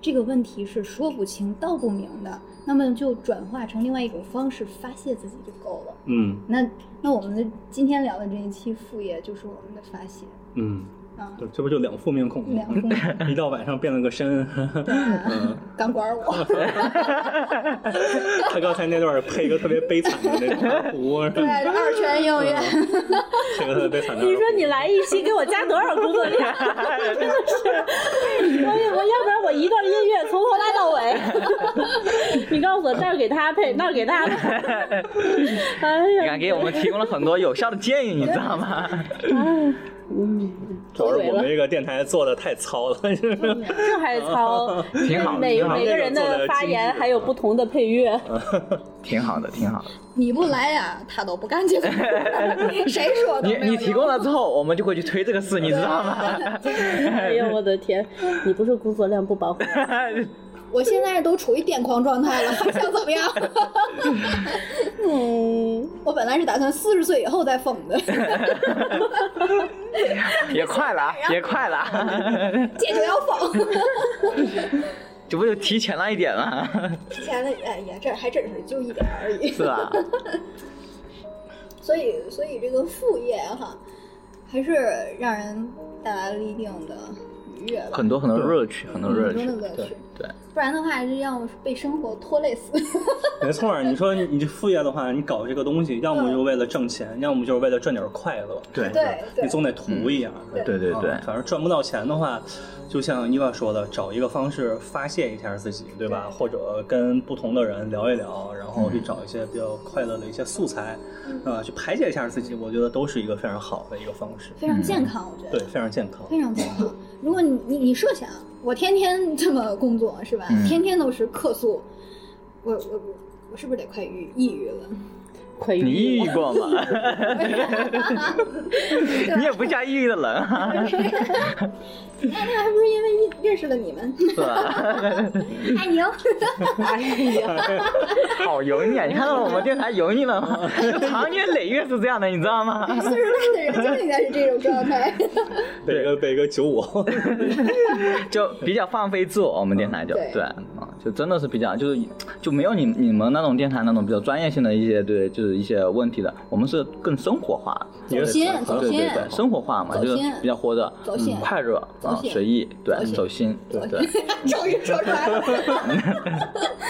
[SPEAKER 2] 这个问题是说不清道不明的，那么就转化成另外一种方式发泄自己就够了。
[SPEAKER 3] 嗯
[SPEAKER 2] 那那我们的今天聊的这一期副业就是我们的发泄
[SPEAKER 3] 嗯，
[SPEAKER 2] 啊，
[SPEAKER 3] 对，这不就两副面孔吗
[SPEAKER 2] 两？副面
[SPEAKER 3] 一到晚上变了个身。 嗯，
[SPEAKER 2] 钢管 舞。
[SPEAKER 3] 他刚才那段配一个特别悲惨的那 种胡，
[SPEAKER 2] 对，二泉映月，
[SPEAKER 3] 配个特别悲惨的。
[SPEAKER 5] 你说你来一期给我加多少工作量？啊真的是，我我要不然我一段音乐从头拉到尾。 你告诉我这儿给他配，那儿给他配。哎
[SPEAKER 4] 你
[SPEAKER 5] 呀，
[SPEAKER 4] 看，给我们提供了很多有效的建议，你知道吗？
[SPEAKER 5] 哎
[SPEAKER 3] 主要是我们这个电台做的太糙了，
[SPEAKER 5] 这还糙，
[SPEAKER 4] 挺好的
[SPEAKER 5] 每
[SPEAKER 4] 挺好的
[SPEAKER 5] 每个人的发言还有不同的配乐，
[SPEAKER 4] 挺好的，挺好的。
[SPEAKER 2] 你不来呀，他都不干净。谁说的？
[SPEAKER 4] 你
[SPEAKER 2] 没有
[SPEAKER 4] 你提
[SPEAKER 2] 用
[SPEAKER 4] 供了之后，我们就会去推这个事，你知 道吗？
[SPEAKER 5] 哎呦我的天，你不是工作量不饱和，
[SPEAKER 2] 我现在都处于癫狂状态了，还想怎么样？
[SPEAKER 5] 嗯，
[SPEAKER 2] 我本来是打算四十岁以后再疯的，
[SPEAKER 4] 也快了啊，也快了啊，
[SPEAKER 2] 戒酒要疯。
[SPEAKER 4] 这不就提前了一点吗？
[SPEAKER 2] 提前的，哎呀，这还真是就一点儿而已。
[SPEAKER 4] 是吧？
[SPEAKER 2] 所以，所以这个副业哈，还是让人带来了一定的愉悦吧，
[SPEAKER 4] 很多很多乐趣，很多乐
[SPEAKER 2] 很多
[SPEAKER 4] 趣
[SPEAKER 2] 的，乐趣。
[SPEAKER 4] 对。
[SPEAKER 2] 不然的话，就让我被生活拖累死。
[SPEAKER 3] 没错儿。你说你你副业的话，你搞这个东西，要么就为了挣钱，要么就是为了赚点快乐。
[SPEAKER 4] 对嗯
[SPEAKER 2] 对对
[SPEAKER 3] 你总得图一样。
[SPEAKER 2] 对
[SPEAKER 4] 对对
[SPEAKER 3] 啊
[SPEAKER 4] 对
[SPEAKER 3] 反正赚不到钱的话，就像伊娃说的，找一个方式发泄一下自己，对吧？
[SPEAKER 2] 对
[SPEAKER 3] 或者跟不同的人聊一聊，然后去
[SPEAKER 4] 嗯
[SPEAKER 3] 找一些比较快乐的一些素材，
[SPEAKER 2] 嗯
[SPEAKER 3] 啊，去排解一下自己，我觉得都是一个非常好的一个方式。
[SPEAKER 2] 非常健康，我觉得。
[SPEAKER 3] 对，非常健康。
[SPEAKER 2] 非常健康。如果你你你设想，我天天这么工作是吧？
[SPEAKER 4] 嗯
[SPEAKER 2] 天天都是客诉，我我我我是不是得快抑抑郁了？
[SPEAKER 5] 快
[SPEAKER 4] 你抑
[SPEAKER 5] 晕
[SPEAKER 4] 郁过吗？ 你也不像抑郁的人啊，
[SPEAKER 2] 那那还不是因为一认识了你 们，
[SPEAKER 4] 是吧？
[SPEAKER 5] 哎
[SPEAKER 2] 爱宁，
[SPEAKER 4] 好油腻啊！你看到我们电台油腻 了吗？就长年累月是这样的，你知道吗？
[SPEAKER 2] 四十岁的人就应该是这种状态。
[SPEAKER 3] 被一个被一个 九五后，
[SPEAKER 4] 就比较放飞自我，我们电台就
[SPEAKER 2] 对
[SPEAKER 4] 对，嗯就真的是比较就是就没有你你们那种电台那种比较专业性的一些对就是一些问题的，我们是更生活化，
[SPEAKER 2] 走心
[SPEAKER 3] 也是
[SPEAKER 2] 走
[SPEAKER 4] 对
[SPEAKER 2] 心
[SPEAKER 4] 对对，生活化嘛，
[SPEAKER 2] 走
[SPEAKER 4] 就是
[SPEAKER 2] 心
[SPEAKER 4] 比较活着
[SPEAKER 2] 走心
[SPEAKER 4] 嗯快乐
[SPEAKER 2] 走
[SPEAKER 4] 啊，
[SPEAKER 2] 心
[SPEAKER 4] 随意，对
[SPEAKER 2] 走，心
[SPEAKER 4] 走心，对对。
[SPEAKER 2] 终于说出来了，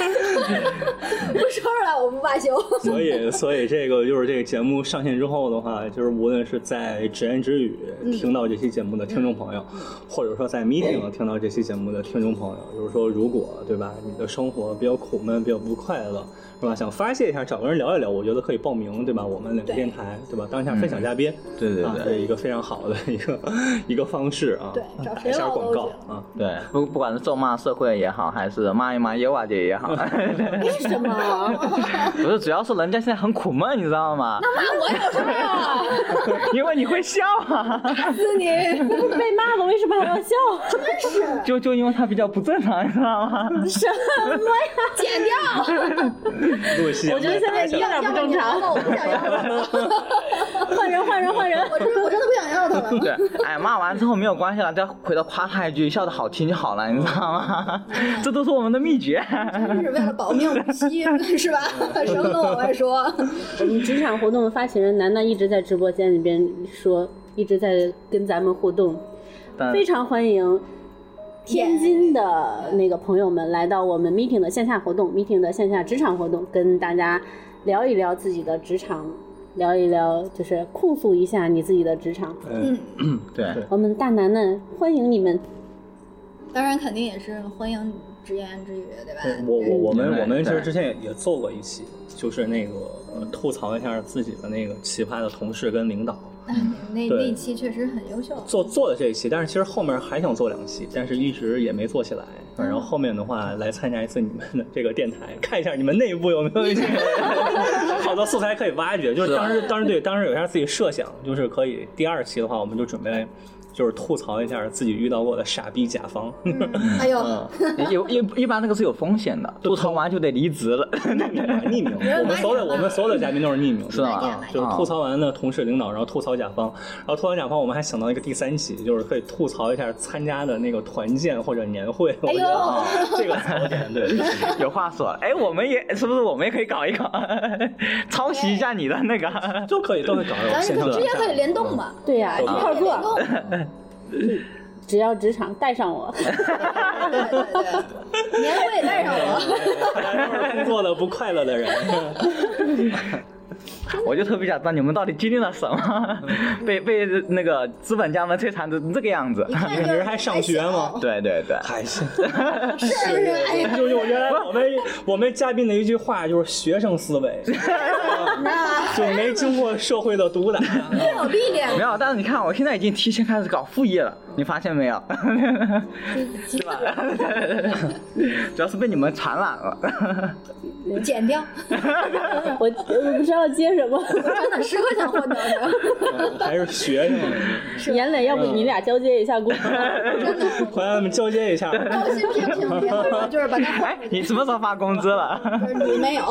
[SPEAKER 2] 不说出来我不罢休。
[SPEAKER 3] 所以，所以这个就是这个节目上线之后的话，就是无论是在直言直语听到这期节目的听众朋友，或者说在 meeting 听到这期节目的听众朋友，就是说，如果对吧，你的生活比较苦闷，比较不快乐，是吧？想发泄一下，找个人聊一聊，我觉得可以报名，对吧？我们两个
[SPEAKER 2] 对
[SPEAKER 3] 电台，对吧？当下分享嘉宾，
[SPEAKER 4] 对对
[SPEAKER 3] 啊
[SPEAKER 4] 对
[SPEAKER 3] 这一个非常好的一个一个方式啊，
[SPEAKER 2] 对找
[SPEAKER 3] 打
[SPEAKER 2] 谁
[SPEAKER 3] 一下
[SPEAKER 2] 唠
[SPEAKER 3] 广
[SPEAKER 2] 都
[SPEAKER 3] 告
[SPEAKER 2] 行
[SPEAKER 3] 啊，
[SPEAKER 4] 对，不不管是咒骂社会也好，还是骂一骂耶娃姐 也好，
[SPEAKER 5] 为什么？
[SPEAKER 4] 不是，主要是人家现在很苦闷，你知道吗？
[SPEAKER 2] 那我有事儿啊，
[SPEAKER 4] 因为你会笑啊，
[SPEAKER 2] 是你
[SPEAKER 5] 被骂了为什么还要笑？
[SPEAKER 4] 就就因为他比较不正常，你知道吗？
[SPEAKER 5] 什么呀？
[SPEAKER 2] 剪掉。
[SPEAKER 3] 录一期节目
[SPEAKER 5] 我觉得现在一点不正常。
[SPEAKER 2] 要不你来吧我不想要了，
[SPEAKER 5] 换人，换人，换人！
[SPEAKER 2] 我真的我真的不想要他了。
[SPEAKER 4] 对，哎，骂完之后没有关系了，再回头夸他一句，笑的好听就好了，你知道吗？ 这都是我们的秘诀。
[SPEAKER 2] 真是为了保命不惜，是吧？什么都往外说。
[SPEAKER 5] 我们职场活动的发起人楠楠一直在直播间里边说，一直在跟咱们互动，
[SPEAKER 4] 但
[SPEAKER 5] 非常欢迎天津的那个朋友们来到我们 meeting 的线下活动，meeting 的线下职场活动，跟大家聊一聊自己的职场，聊一聊就是控诉一下你自己的职场。
[SPEAKER 3] 嗯，
[SPEAKER 2] 嗯，
[SPEAKER 4] 对
[SPEAKER 3] 对
[SPEAKER 5] 我们大楠楠欢迎你们，
[SPEAKER 2] 当然肯定也是欢迎直言直语，对吧？
[SPEAKER 3] 对我我我
[SPEAKER 4] 嗯
[SPEAKER 3] 们
[SPEAKER 4] 对
[SPEAKER 3] 我们其实之前也也做过一期，就是那个呃吐槽一下自己的那个奇葩的同事跟领导。
[SPEAKER 2] 嗯那
[SPEAKER 3] 对
[SPEAKER 2] 那一期确实很优秀，
[SPEAKER 3] 做做了这一期，但是其实后面还想做两期，但是一直也没做起来。
[SPEAKER 4] 嗯
[SPEAKER 3] 然后后面的话，来参加一次你们的这个电台，看一下你们内部有没有一 些 好的素材可以挖掘。就是
[SPEAKER 4] 是
[SPEAKER 3] 当时当时对当时有一下自己设想，就是可以第二期的话，我们就准备就是吐槽一下自己遇到过的傻逼甲方。
[SPEAKER 2] 哎呦，
[SPEAKER 4] 嗯，有一一般那个是有风险的，吐槽完就得离职了。
[SPEAKER 3] 匿名，我们所有的我们所有的嘉宾都是匿名，
[SPEAKER 4] 是吧
[SPEAKER 3] 啊就是吐槽完了同事领导，然后吐槽甲方，然后吐槽甲方，我们还想到一个第三期，就是可以吐槽一下参加的那个团建或者年会，我
[SPEAKER 2] 哎
[SPEAKER 3] 觉
[SPEAKER 2] 呦
[SPEAKER 3] 得啊这个槽点对，
[SPEAKER 4] 有话说，哎，我们也是不是我们也可以搞一搞， 抄袭一下你的那个？
[SPEAKER 3] 就可以都会搞这种
[SPEAKER 2] 咱
[SPEAKER 3] 线
[SPEAKER 2] 们可
[SPEAKER 3] 上
[SPEAKER 2] 直
[SPEAKER 3] 线
[SPEAKER 2] 接
[SPEAKER 3] 下
[SPEAKER 2] 可以联动嘛，
[SPEAKER 5] 对呀、
[SPEAKER 3] 都
[SPEAKER 5] 一
[SPEAKER 3] 可以
[SPEAKER 5] 块儿
[SPEAKER 2] 联
[SPEAKER 5] 做，
[SPEAKER 2] 动，
[SPEAKER 5] 只要职场带上我。
[SPEAKER 2] 对对对，年会带上我，
[SPEAKER 3] 都是工作的不快乐的人，
[SPEAKER 4] 我就特别想知道你们到底经历了什么， 被被那个资本家们摧残成这个样子
[SPEAKER 2] 一。看就是
[SPEAKER 3] 你是还上学吗
[SPEAKER 2] 小？
[SPEAKER 4] 对对对，
[SPEAKER 3] 还是
[SPEAKER 2] 是不是？哎呀，
[SPEAKER 3] 就用原来我们我们嘉宾的一句话就是学生思维，
[SPEAKER 2] 那
[SPEAKER 3] 就没经过社会的毒打。
[SPEAKER 2] 更有力量
[SPEAKER 4] 没，有，但是你看，我现在已经提前开始搞副业了，你发现没有？
[SPEAKER 2] 对吧？
[SPEAKER 4] 主要是被你们传染了。
[SPEAKER 2] 减掉，
[SPEAKER 5] 我我不知道接什么，
[SPEAKER 2] 真的十块钱换到的，
[SPEAKER 3] 还是学生，
[SPEAKER 5] 严磊，要不你俩交接一下工作？
[SPEAKER 2] 真的。
[SPEAKER 3] 朋友们交接一下。
[SPEAKER 2] 高薪聘请聘我哦就是把它换
[SPEAKER 4] 哎
[SPEAKER 2] 回，去。
[SPEAKER 4] 你什么时候发工资了？
[SPEAKER 2] 就是你没有，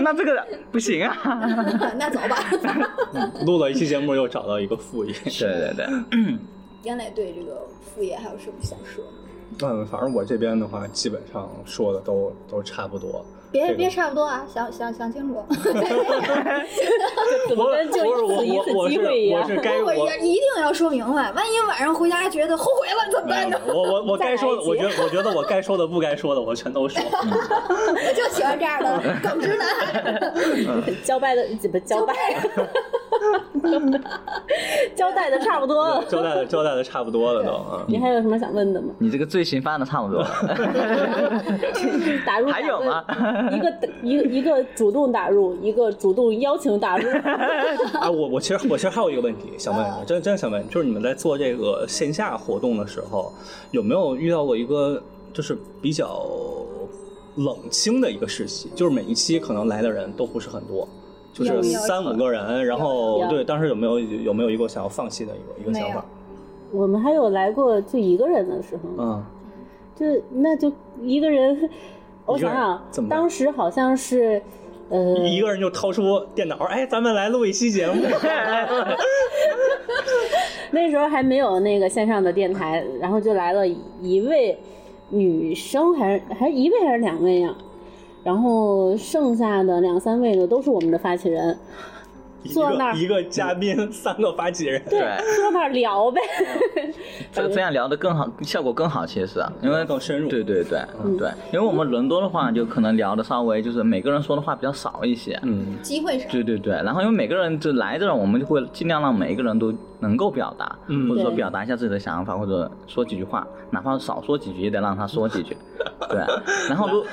[SPEAKER 4] 那这个不行啊。
[SPEAKER 2] 那走吧。
[SPEAKER 3] 嗯录了一期节目，又找到一个副业。
[SPEAKER 4] 对 对对，
[SPEAKER 2] 杨磊对这个副业还有什么想说？
[SPEAKER 3] 嗯，反正我这边的话，基本上说的都都差不多。
[SPEAKER 2] 别
[SPEAKER 3] 这个
[SPEAKER 2] 别差不多啊，想想想清 楚。
[SPEAKER 5] 怎么跟就
[SPEAKER 3] 我我
[SPEAKER 5] 一次
[SPEAKER 3] 我
[SPEAKER 5] 一次
[SPEAKER 3] 我是
[SPEAKER 5] 机会一
[SPEAKER 3] 我
[SPEAKER 5] 样？
[SPEAKER 3] 是该我
[SPEAKER 2] 我一定要说明白，万一晚上回家觉得后悔了怎么办呢？
[SPEAKER 3] 我我我该说的，
[SPEAKER 5] 再来一集
[SPEAKER 3] 我觉得我觉得我该说的不该说的，我全都 说。
[SPEAKER 2] 我就喜欢这样的 耿直男。
[SPEAKER 5] 交代的怎么交代？交代的差不多了。
[SPEAKER 3] 交代的交代的差不多了都啊。
[SPEAKER 5] 你还有什么想问的吗？
[SPEAKER 4] 你这个罪行犯的差不多 了。
[SPEAKER 5] 打入
[SPEAKER 4] 还有吗？
[SPEAKER 5] 一个一个一个主动打入，一个主动邀请打入。
[SPEAKER 3] 啊，我我其实我其实还有一个问题想问一
[SPEAKER 5] 嗯
[SPEAKER 3] 下，真真想问，就是你们在做这个线下活动的时候，有没有遇到过一个就是比较冷清的一个时期？就是每一期可能来的人都不是很多，就
[SPEAKER 5] 有
[SPEAKER 3] 是
[SPEAKER 5] 有
[SPEAKER 3] 三五个人，然后
[SPEAKER 5] 有
[SPEAKER 3] 对，当时有没有有没有一个想要放弃的一个一个
[SPEAKER 2] 没有
[SPEAKER 3] 想法？
[SPEAKER 5] 我们还有来过就一个人的时候，
[SPEAKER 3] 嗯，
[SPEAKER 5] 就那就一个人。我想
[SPEAKER 3] 怎
[SPEAKER 5] 想，
[SPEAKER 3] 么办
[SPEAKER 5] 当时好像是，呃，
[SPEAKER 3] 一个人就掏出电脑，哎，咱们来录一期节目。
[SPEAKER 5] 那时候还没有那个线上的电台，然后就来了一位女生，还是还是一位还是两位呀、然后剩下的两三位呢，都是我们的发起人，
[SPEAKER 3] 一
[SPEAKER 5] 坐那
[SPEAKER 3] 个
[SPEAKER 5] 儿
[SPEAKER 3] 一个嘉宾，三个发起人。
[SPEAKER 4] 对，
[SPEAKER 5] 坐那儿聊呗。
[SPEAKER 4] 这这样聊得更好，效果更好，其实啊因为
[SPEAKER 3] 更深入
[SPEAKER 4] 对对对对，因为我们人多的话，就可能聊的稍微就是每个人说的话比较少一些。
[SPEAKER 3] 嗯，
[SPEAKER 2] 机会少，
[SPEAKER 4] 对对对，然后因为每个人就来这种，我们就会尽量让每一个人都能够表达，
[SPEAKER 3] 嗯
[SPEAKER 4] 或者说
[SPEAKER 5] 对
[SPEAKER 4] 表达一下自己的想法，或者说几句话，哪怕少说几句也得让他说几句。对，然后如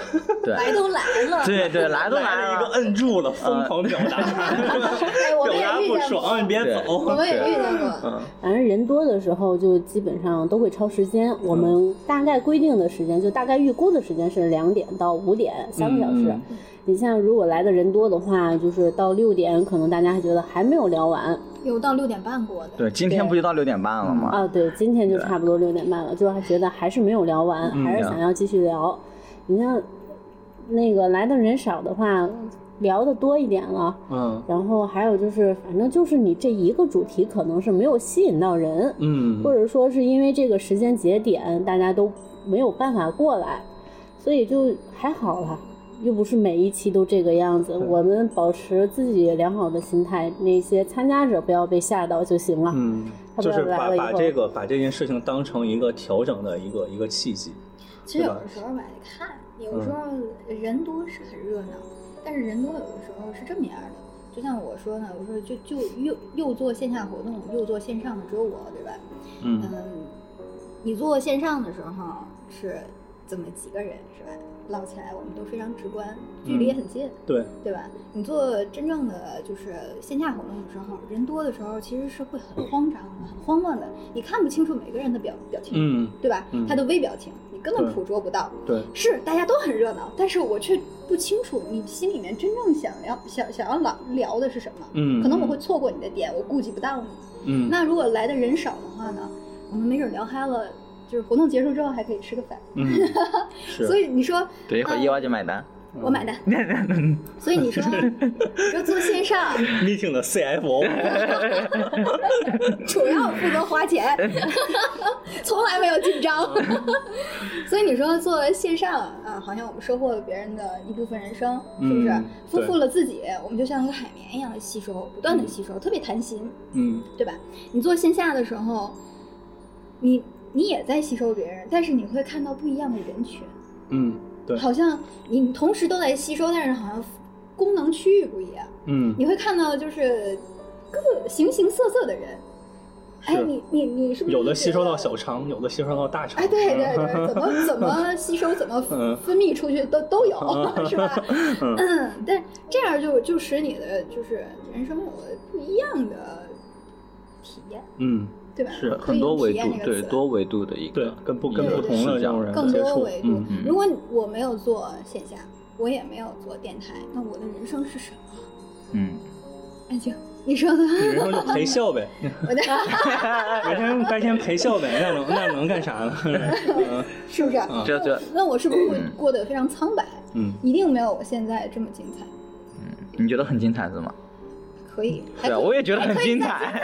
[SPEAKER 4] 对
[SPEAKER 2] 来都来了。
[SPEAKER 4] 对对，来都
[SPEAKER 3] 来
[SPEAKER 4] 来
[SPEAKER 3] 了嗯一
[SPEAKER 4] 了
[SPEAKER 3] 个，摁住了，疯狂表达，
[SPEAKER 2] 哎， 我
[SPEAKER 3] 表
[SPEAKER 2] 们
[SPEAKER 3] 达
[SPEAKER 2] 也遇
[SPEAKER 3] 不
[SPEAKER 2] 见
[SPEAKER 3] 爽，嗯你
[SPEAKER 2] 过，
[SPEAKER 3] 别嗯走。
[SPEAKER 2] 我们也遇见过。
[SPEAKER 5] 反正人多的时候，就基本上都会超时间。我
[SPEAKER 3] 嗯
[SPEAKER 5] 们大概规定的时间，就大概预估的时间是两点到五点，三个小时。
[SPEAKER 3] 嗯
[SPEAKER 5] 你像如果来的人多的话，就是到六点，可能大家还觉得还没有聊完
[SPEAKER 2] 有到六点半过的，
[SPEAKER 4] 对，今天不就到六点半了吗？
[SPEAKER 2] 嗯
[SPEAKER 5] 啊。对，今天就差不多六点半了，就是还觉得还是没有聊完，
[SPEAKER 3] 嗯
[SPEAKER 5] 还是想要继续聊。你像那个来的人少的话，聊的多一点了，
[SPEAKER 3] 嗯
[SPEAKER 5] 然后还有就是，反正就是你这一个主题可能是没有吸引到人，
[SPEAKER 3] 嗯
[SPEAKER 5] 或者说是因为这个时间节点大家都没有办法过来，所以就还好啦。又不是每一期都这个样子，我们保持自己良好的心态，那些参加者不要被吓到就行了。
[SPEAKER 3] 嗯，
[SPEAKER 5] 他
[SPEAKER 3] 就是
[SPEAKER 5] 不是来
[SPEAKER 3] 把
[SPEAKER 5] 了以
[SPEAKER 3] 把
[SPEAKER 5] 后
[SPEAKER 3] 这个把这件事情当成一个调整的一个一个契机。
[SPEAKER 2] 其实有的时候吧，得看，有
[SPEAKER 3] 嗯
[SPEAKER 2] 时候人多是很热闹，但是人多有的时候是这么样的。就像我说呢，我说就就又又做线下活动，又做线上的，只有我对吧？
[SPEAKER 4] 嗯
[SPEAKER 2] 嗯，你做线上的时候是这么几个人是吧？唠起来我们都非常直观，距离
[SPEAKER 3] 嗯
[SPEAKER 2] 也很近，
[SPEAKER 3] 对，
[SPEAKER 2] 对吧？你做真正的就是线下活动的时候，人多的时候其实是会很慌张的、很慌乱的，你看不清楚每个人的表表情，
[SPEAKER 3] 嗯，
[SPEAKER 2] 对吧？
[SPEAKER 3] 嗯
[SPEAKER 2] 他的微表情你根本
[SPEAKER 3] 对
[SPEAKER 2] 捕捉不到。
[SPEAKER 3] 对，
[SPEAKER 2] 是大家都很热闹，但是我却不清楚你心里面真正想要想想要聊聊的是什么。
[SPEAKER 3] 嗯，
[SPEAKER 2] 可能我会错过你的点，我顾及不到你。
[SPEAKER 3] 嗯，
[SPEAKER 2] 那如果来的人少的话呢，我们没准聊嗨了，就是活动结束之后还可以吃个饭。
[SPEAKER 3] 嗯，是，
[SPEAKER 2] 所以你说
[SPEAKER 4] 对，一会儿夜晚就买单。
[SPEAKER 3] 嗯
[SPEAKER 2] 我 买单，所以你说你说做线上
[SPEAKER 3] meeting 的 CFO，
[SPEAKER 2] 主要负责花 钱，从来没有紧张。
[SPEAKER 3] 嗯
[SPEAKER 2] 所以你说做线上啊，好像我们收获了别人的一部分人生，是不是
[SPEAKER 3] 嗯？
[SPEAKER 2] 丰富
[SPEAKER 3] 对
[SPEAKER 2] 了自己，我们就像一个海绵一样的吸收，不断的吸收，特别贪心。
[SPEAKER 3] 嗯，
[SPEAKER 2] 对吧？你做线下的时候，你你也在吸收别人，但是你会看到不一样的人群，
[SPEAKER 3] 嗯，对，
[SPEAKER 2] 好像你同时都在吸收，但是好像功能区域不一样，
[SPEAKER 3] 嗯，
[SPEAKER 2] 你会看到就是各形形色色的人。哎，
[SPEAKER 3] 是
[SPEAKER 2] 你你你是不是
[SPEAKER 3] 有的
[SPEAKER 2] 觉
[SPEAKER 3] 吸
[SPEAKER 2] 得
[SPEAKER 3] 收到小肠，有的吸收到大肠，
[SPEAKER 2] 哎，对 对对，怎么怎么吸收，怎么
[SPEAKER 3] 嗯
[SPEAKER 2] 分泌出去都都 有，是吧？
[SPEAKER 3] 嗯
[SPEAKER 2] 嗯，但这样就就使你的就是人生有了不一样的体验。
[SPEAKER 3] 嗯，
[SPEAKER 2] 对吧？
[SPEAKER 3] 是
[SPEAKER 2] 可以
[SPEAKER 4] 很多
[SPEAKER 2] 用
[SPEAKER 4] 维
[SPEAKER 2] 体验
[SPEAKER 4] 度
[SPEAKER 2] 这，个
[SPEAKER 4] 对，
[SPEAKER 2] 词
[SPEAKER 4] 多维度的一
[SPEAKER 3] 对
[SPEAKER 4] 个，，
[SPEAKER 3] 跟不
[SPEAKER 4] 一
[SPEAKER 3] 跟
[SPEAKER 4] 个
[SPEAKER 3] 不同的
[SPEAKER 4] 视
[SPEAKER 3] 这
[SPEAKER 4] 角
[SPEAKER 3] 种人
[SPEAKER 2] 更
[SPEAKER 3] 接
[SPEAKER 2] 多
[SPEAKER 3] 触
[SPEAKER 2] 维，度
[SPEAKER 3] 嗯。
[SPEAKER 4] 嗯
[SPEAKER 2] 如果我没有做线下，我也没有做电台，那我的人生是什么？
[SPEAKER 4] 嗯，
[SPEAKER 2] 安静，你说的，
[SPEAKER 3] 你人生就陪笑呗，
[SPEAKER 2] 我的
[SPEAKER 3] 白天白天陪笑呗，那能那能干啥 呢？嗯
[SPEAKER 2] 是不是？
[SPEAKER 4] 啊这这，嗯
[SPEAKER 2] 那我是不是会过得非常苍白？
[SPEAKER 3] 嗯，
[SPEAKER 2] 一定没有我现在这么精彩。
[SPEAKER 4] 你觉得很精彩是吗？
[SPEAKER 2] 可以，还
[SPEAKER 4] 对啊，
[SPEAKER 2] 可以
[SPEAKER 4] 我也觉得很精
[SPEAKER 2] 还可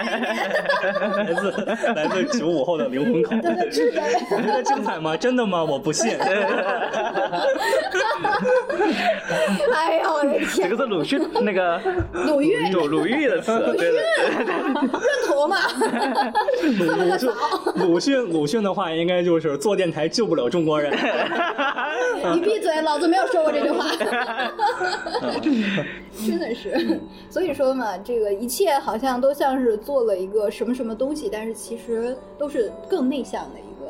[SPEAKER 2] 以
[SPEAKER 4] 彩。
[SPEAKER 2] 再精彩一点
[SPEAKER 3] 来自来自九五后的灵魂拷
[SPEAKER 2] 对
[SPEAKER 3] 问
[SPEAKER 2] 对，，质感。
[SPEAKER 3] 你觉得精彩吗？真的吗？我不信。
[SPEAKER 2] 哎呀，我的
[SPEAKER 4] 这
[SPEAKER 2] 天
[SPEAKER 4] 个，是鲁迅那个
[SPEAKER 2] 鲁豫
[SPEAKER 4] 鲁鲁豫的词，对对
[SPEAKER 2] 认同嘛？这么个早，
[SPEAKER 3] 鲁迅鲁迅的话应该就是做电台救不了中国 人。
[SPEAKER 2] 你闭嘴，老子没有说过这句话。真的是，所以说嘛，这个一切好像都像是做了一个什么什么东西，但是其实都是更内向的一个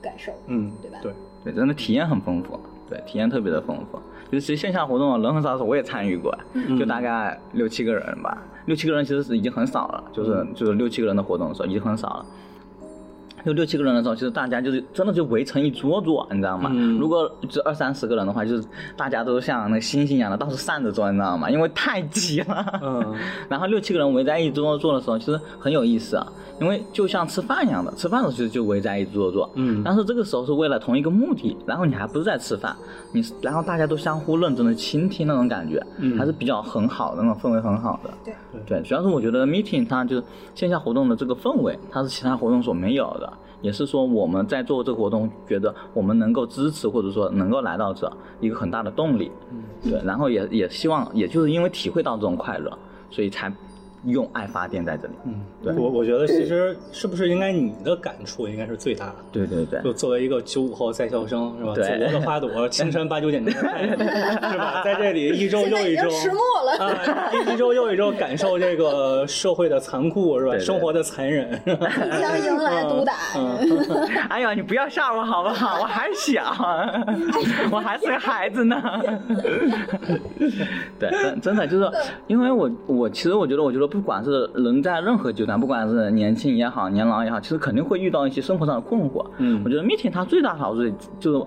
[SPEAKER 2] 感受，
[SPEAKER 3] 嗯，
[SPEAKER 2] 对吧
[SPEAKER 3] 对，
[SPEAKER 4] 对，真的体验很丰富，对，体验特别的丰富。就是其实线下活动啊人很少的时候，我也参与过，
[SPEAKER 3] 嗯
[SPEAKER 4] 就大概六七个人吧，六七个人其实是已经很少了，就是
[SPEAKER 3] 嗯
[SPEAKER 4] 就是六七个人的活动的时候已经很少了。就六七个人的时候，其实大家就是真的就围成一桌桌，你知道吗？
[SPEAKER 3] 嗯
[SPEAKER 4] 如果就二三十个人的话，就是大家都像那个星星一样的到处散着坐，你知道吗？因为太挤了。
[SPEAKER 3] 嗯
[SPEAKER 4] 然后六七个人围在一桌坐的时候，其实很有意思啊，因为就像吃饭一样的，吃饭的时候其实就围在一桌坐。
[SPEAKER 3] 嗯
[SPEAKER 4] 但是这个时候是为了同一个目的，然后你还不是在吃饭，你是然后大家都相互认真的倾听那种感觉，
[SPEAKER 3] 嗯
[SPEAKER 4] 还是比较很好的那种氛围，很好的。
[SPEAKER 2] 对
[SPEAKER 4] 对，主要是我觉得 meeting 它就是线下活动的这个氛围，它是其他活动所没有的，也是说我们在做这个活动，觉得我们能够支持或者说能够来到这一个很大的动力。对，然后也也希望，也就是因为体会到这种快乐，所以才用爱发电在这里。
[SPEAKER 3] 嗯，
[SPEAKER 4] 对
[SPEAKER 3] 我我觉得其实是不是应该你的感触应该是最大的。
[SPEAKER 4] 对对对
[SPEAKER 3] 就作为一个九五后在校生，是吧？祖
[SPEAKER 4] 对
[SPEAKER 3] 国的花朵，青山八九点钟的太阳， 是吧？在这里一周
[SPEAKER 2] 现
[SPEAKER 3] 又
[SPEAKER 2] 在已
[SPEAKER 3] 一周
[SPEAKER 2] 经，迟暮 了。
[SPEAKER 3] 啊，一一周又一周感受这个社会的残酷，是吧？
[SPEAKER 4] 对对
[SPEAKER 3] 生活的残忍，是吧？
[SPEAKER 2] 即将迎来毒打，
[SPEAKER 3] 嗯
[SPEAKER 4] 哎呀，你不要吓我好不好？我还 小，我还是个孩子呢。 对，真真的就是，因为我我其实我觉得，我觉得不管是人在任何阶段，不管是年轻也好，年老也好，其实肯定会遇到一些生活上的困惑。
[SPEAKER 3] 嗯
[SPEAKER 4] 我觉得 meeting 它最大的好处就是，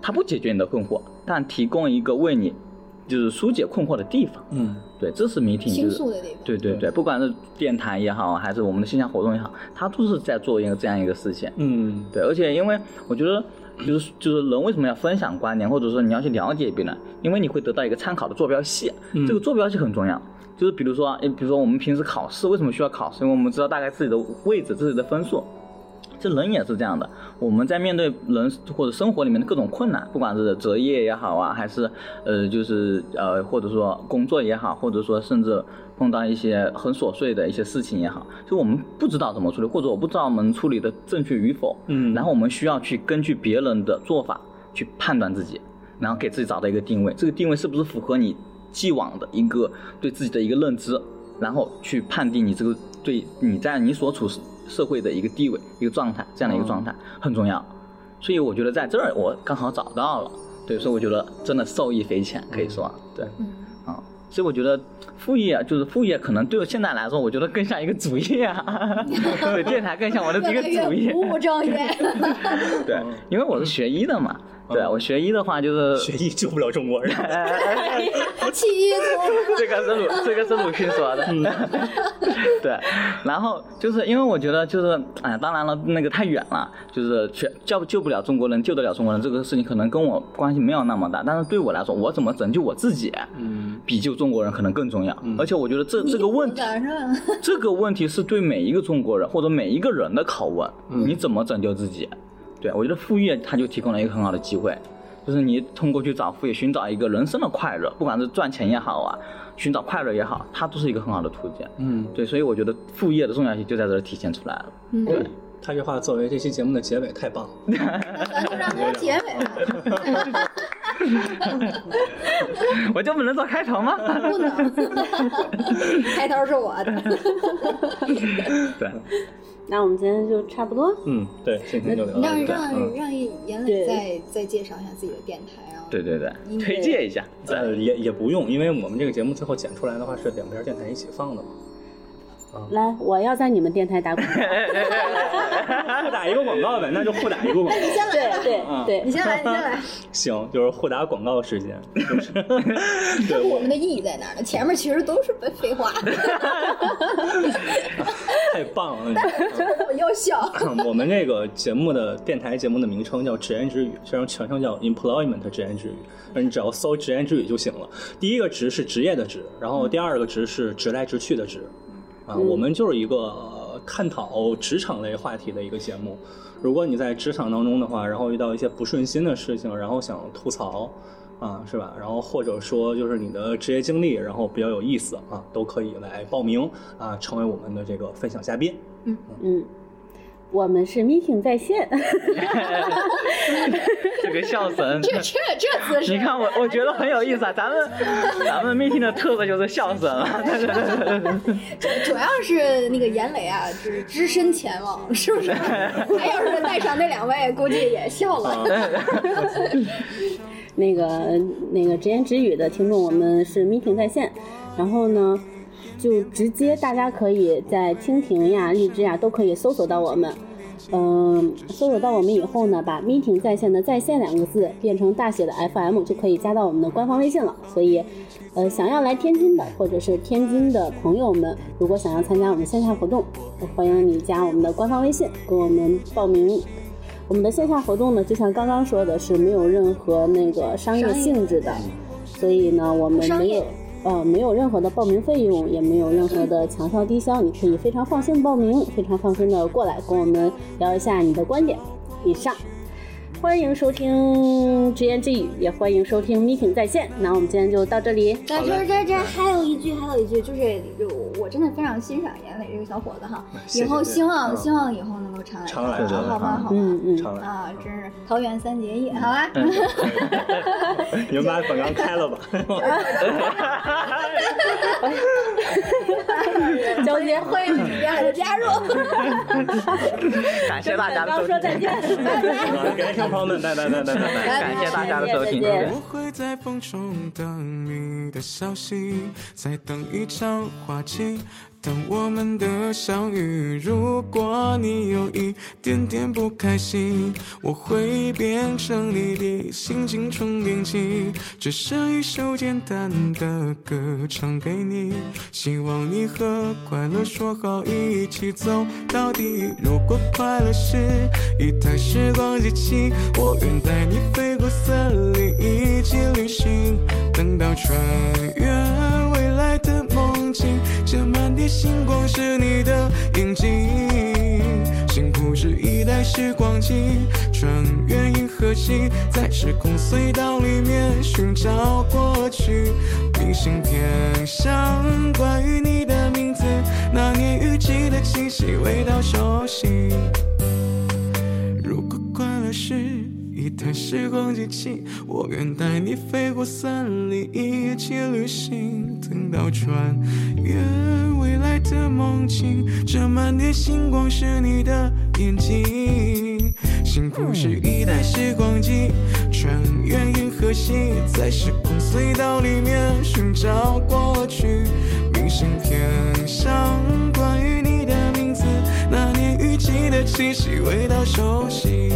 [SPEAKER 4] 它不解决你的困惑，但提供一个为你就是疏解困惑的地方。
[SPEAKER 3] 嗯
[SPEAKER 4] 对，这是 meeting
[SPEAKER 2] 倾
[SPEAKER 4] 就是
[SPEAKER 2] 诉的地方。
[SPEAKER 4] 对对对，不管是电台也好，还是我们的线下活动也好，它都是在做一个这样一个事情。
[SPEAKER 3] 嗯
[SPEAKER 4] 对，而且因为我觉得，就是就是人为什么要分享观点，或者说你要去了解别人，因为你会得到一个参考的坐标系，啊
[SPEAKER 3] 嗯
[SPEAKER 4] 这个坐标系很重要。就是比如说，诶比如说我们平时考试为什么需要考试？因为我们知道大概自己的位置、自己的分数。其实人也是这样的，我们在面对人或者生活里面的各种困难，不管是择业也好啊，还是呃就是呃或者说工作也好，或者说甚至碰到一些很琐碎的一些事情也好，就我们不知道怎么处理，或者我不知道我们处理的正确与否，
[SPEAKER 3] 嗯
[SPEAKER 4] 然后我们需要去根据别人的做法去判断自己，然后给自己找到一个定位，这个定位是不是符合你既往的一个对自己的一个认知，然后去判定你这个对你在你所处社会的一个地位、一个状态，这样的一个状态、很重要。所以我觉得在这儿我刚好找到了，对，所以我觉得真的受益匪浅，可以说，对，啊。所以我觉得副业就是副业，可能对我现在来说，我觉得更像一个主业啊，对，电台更像我的一
[SPEAKER 2] 越
[SPEAKER 4] 个
[SPEAKER 2] 来
[SPEAKER 4] 主业
[SPEAKER 2] 越。不务正业。
[SPEAKER 4] 对，因为我是学医的嘛，对我学医的话就是
[SPEAKER 3] 学医救不了中 国人。
[SPEAKER 2] 弃医从
[SPEAKER 4] 这个是鲁，这个是鲁迅说的。 对，然后就是因为我觉得就是，哎，当然了，那个太远了，就是全救救不了中国人，救得了中国人这个事情可能跟我关系没有那么大，但是对我来说，我怎么拯救我自己，
[SPEAKER 3] 嗯
[SPEAKER 4] 比救中国人可能更重要。而且我觉得这这个问题，
[SPEAKER 2] 赶上了，
[SPEAKER 4] 这个问题是对每一个中国人或者每一个人的拷问，
[SPEAKER 2] 嗯
[SPEAKER 4] 你怎么拯救自己？对我觉得副业它就提供了一个很好的机会，就是你通过去找副业寻找一个人生的快乐，不管是赚钱也好啊，寻找快乐也好，它都是一个很好的途径。
[SPEAKER 3] 嗯，
[SPEAKER 4] 对，所以我觉得副业的重要性就在这儿体现出来了。
[SPEAKER 3] 他这话作为这期节目的结尾太棒了。
[SPEAKER 2] 咱就让它结尾吧，
[SPEAKER 4] 我就不能做开头 吗？
[SPEAKER 2] 不能。开头是我的，
[SPEAKER 4] 对，
[SPEAKER 5] 那我们今天就差不多。
[SPEAKER 3] 嗯，对，今天就聊到
[SPEAKER 2] 让
[SPEAKER 3] 这儿。嗯
[SPEAKER 2] 让让严磊
[SPEAKER 5] 对
[SPEAKER 2] 再再介绍一下自己的电台啊。
[SPEAKER 4] 对对对，
[SPEAKER 2] 音乐
[SPEAKER 4] 推荐一下。
[SPEAKER 3] 呃，也也不用，因为我们这个节目最后剪出来的话是两边电台一起放的嘛。
[SPEAKER 5] 来，我要在你们电台打广告。
[SPEAKER 3] 互打一个广告呗，那就互打一个广告。
[SPEAKER 2] 你先来吧，
[SPEAKER 5] 对对
[SPEAKER 2] 你
[SPEAKER 5] 对，
[SPEAKER 2] 先来，你先来。
[SPEAKER 3] 行，就是互打广告时间。
[SPEAKER 2] 看我们的意义在哪儿呢？前面其实都是废话，
[SPEAKER 3] 太棒了！你
[SPEAKER 2] 我要笑。
[SPEAKER 3] 我们这个节目的电台节目的名称叫“直言直语”，实际上全称叫 “Employment 直言直语”。嗯，你只要搜“直言直语”就行了。第一个“直”是职业的“职”，然后第二个“直”是直来直去的“直”。啊，我们就是一个呃探讨职场类话题的一个节目。如果你在职场当中的话，然后遇到一些不顺心的事情，然后想吐槽，啊，是吧？然后或者说就是你的职业经历，然后比较有意思啊，都可以来报名啊，成为我们的这个分享嘉宾。
[SPEAKER 5] 嗯，我们是 meeting 在线。
[SPEAKER 4] 这个笑声，
[SPEAKER 2] 这这这姿势，
[SPEAKER 4] 你看我，我觉得很有意思啊。咱们咱们 meeting 的特色就是笑啊声 了。
[SPEAKER 2] 主要是那个严磊啊，就是只身前往，是不是？他要是带上那两位，估计也笑了。
[SPEAKER 5] 那个那个直言直语的听众，我们是 meeting 在线，然后呢，就直接大家可以在蜻蜓呀、荔枝呀都可以搜索到我们。嗯，搜索到我们以后呢，把 meeting 在线的“在线”两个字变成大写的 FM，就可以加到我们的官方微信了。所以，呃，想要来天津的或者是天津的朋友们，如果想要参加我们线下活动，欢迎你加我们的官方微信，跟我们报名我们的线下活动呢，就像刚刚说的是没有任何那个商业性质的，所以呢，我们
[SPEAKER 2] 商
[SPEAKER 5] 没
[SPEAKER 2] 业
[SPEAKER 5] 有呃没有任何的报名费用，也没有任何的
[SPEAKER 2] 嗯
[SPEAKER 5] 强销低销，你可以非常放心的报名，非常放心的过来跟我们聊一下你的观点。以上，欢迎收听直言之语，也欢迎收听 meeting 在线。那我们今天就到这里，
[SPEAKER 2] 但这这这还有一句，还有一句，就是我真的非常欣赏严磊这个小伙子哈。以后希望希望以后能够常来，
[SPEAKER 3] 常来
[SPEAKER 2] 好吧好吧好吧。
[SPEAKER 5] 嗯嗯，
[SPEAKER 3] 常来，
[SPEAKER 2] 啊，真是桃园三结义，好吧？
[SPEAKER 3] 你们把本刚开 了吧。
[SPEAKER 5] 交接
[SPEAKER 2] 欢迎严磊的加入，
[SPEAKER 4] 感谢大家的
[SPEAKER 5] 刚
[SPEAKER 4] 收
[SPEAKER 5] 说
[SPEAKER 4] 听。
[SPEAKER 5] 再见，拜拜。
[SPEAKER 3] 啊感谢朋友们，拜拜拜拜拜拜。
[SPEAKER 4] 感谢大家的收听。
[SPEAKER 5] 再见
[SPEAKER 1] 我会在风中等你的消息，再等一场花期，等我们的相遇。如果你有一点点不开心，我会变成你的心情充电器，只剩一首简单的歌唱给你。希望你和快乐说好，一起走到底。如果快乐是一台时光机器，我愿带你飞过森林，一起旅行，等到穿越未来的梦境，这满天星光是你的眼睛。幸福是一台时光机，穿越银河系，在时空隧道里面寻找过去。明信片上关于你的名字，那年雨季的气息，味道熟悉。如果快乐是一台时光机器，我愿带你飞过森林，一起旅行，等到穿越未来的梦境。这满天星光是你的眼睛，幸福是一台时光机，穿越银河系，在时空隧道里面寻找过去。明信片上关于你的名字，那年雨季的气息，味道熟悉。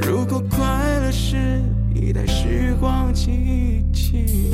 [SPEAKER 1] 如果快乐是一台时光机器。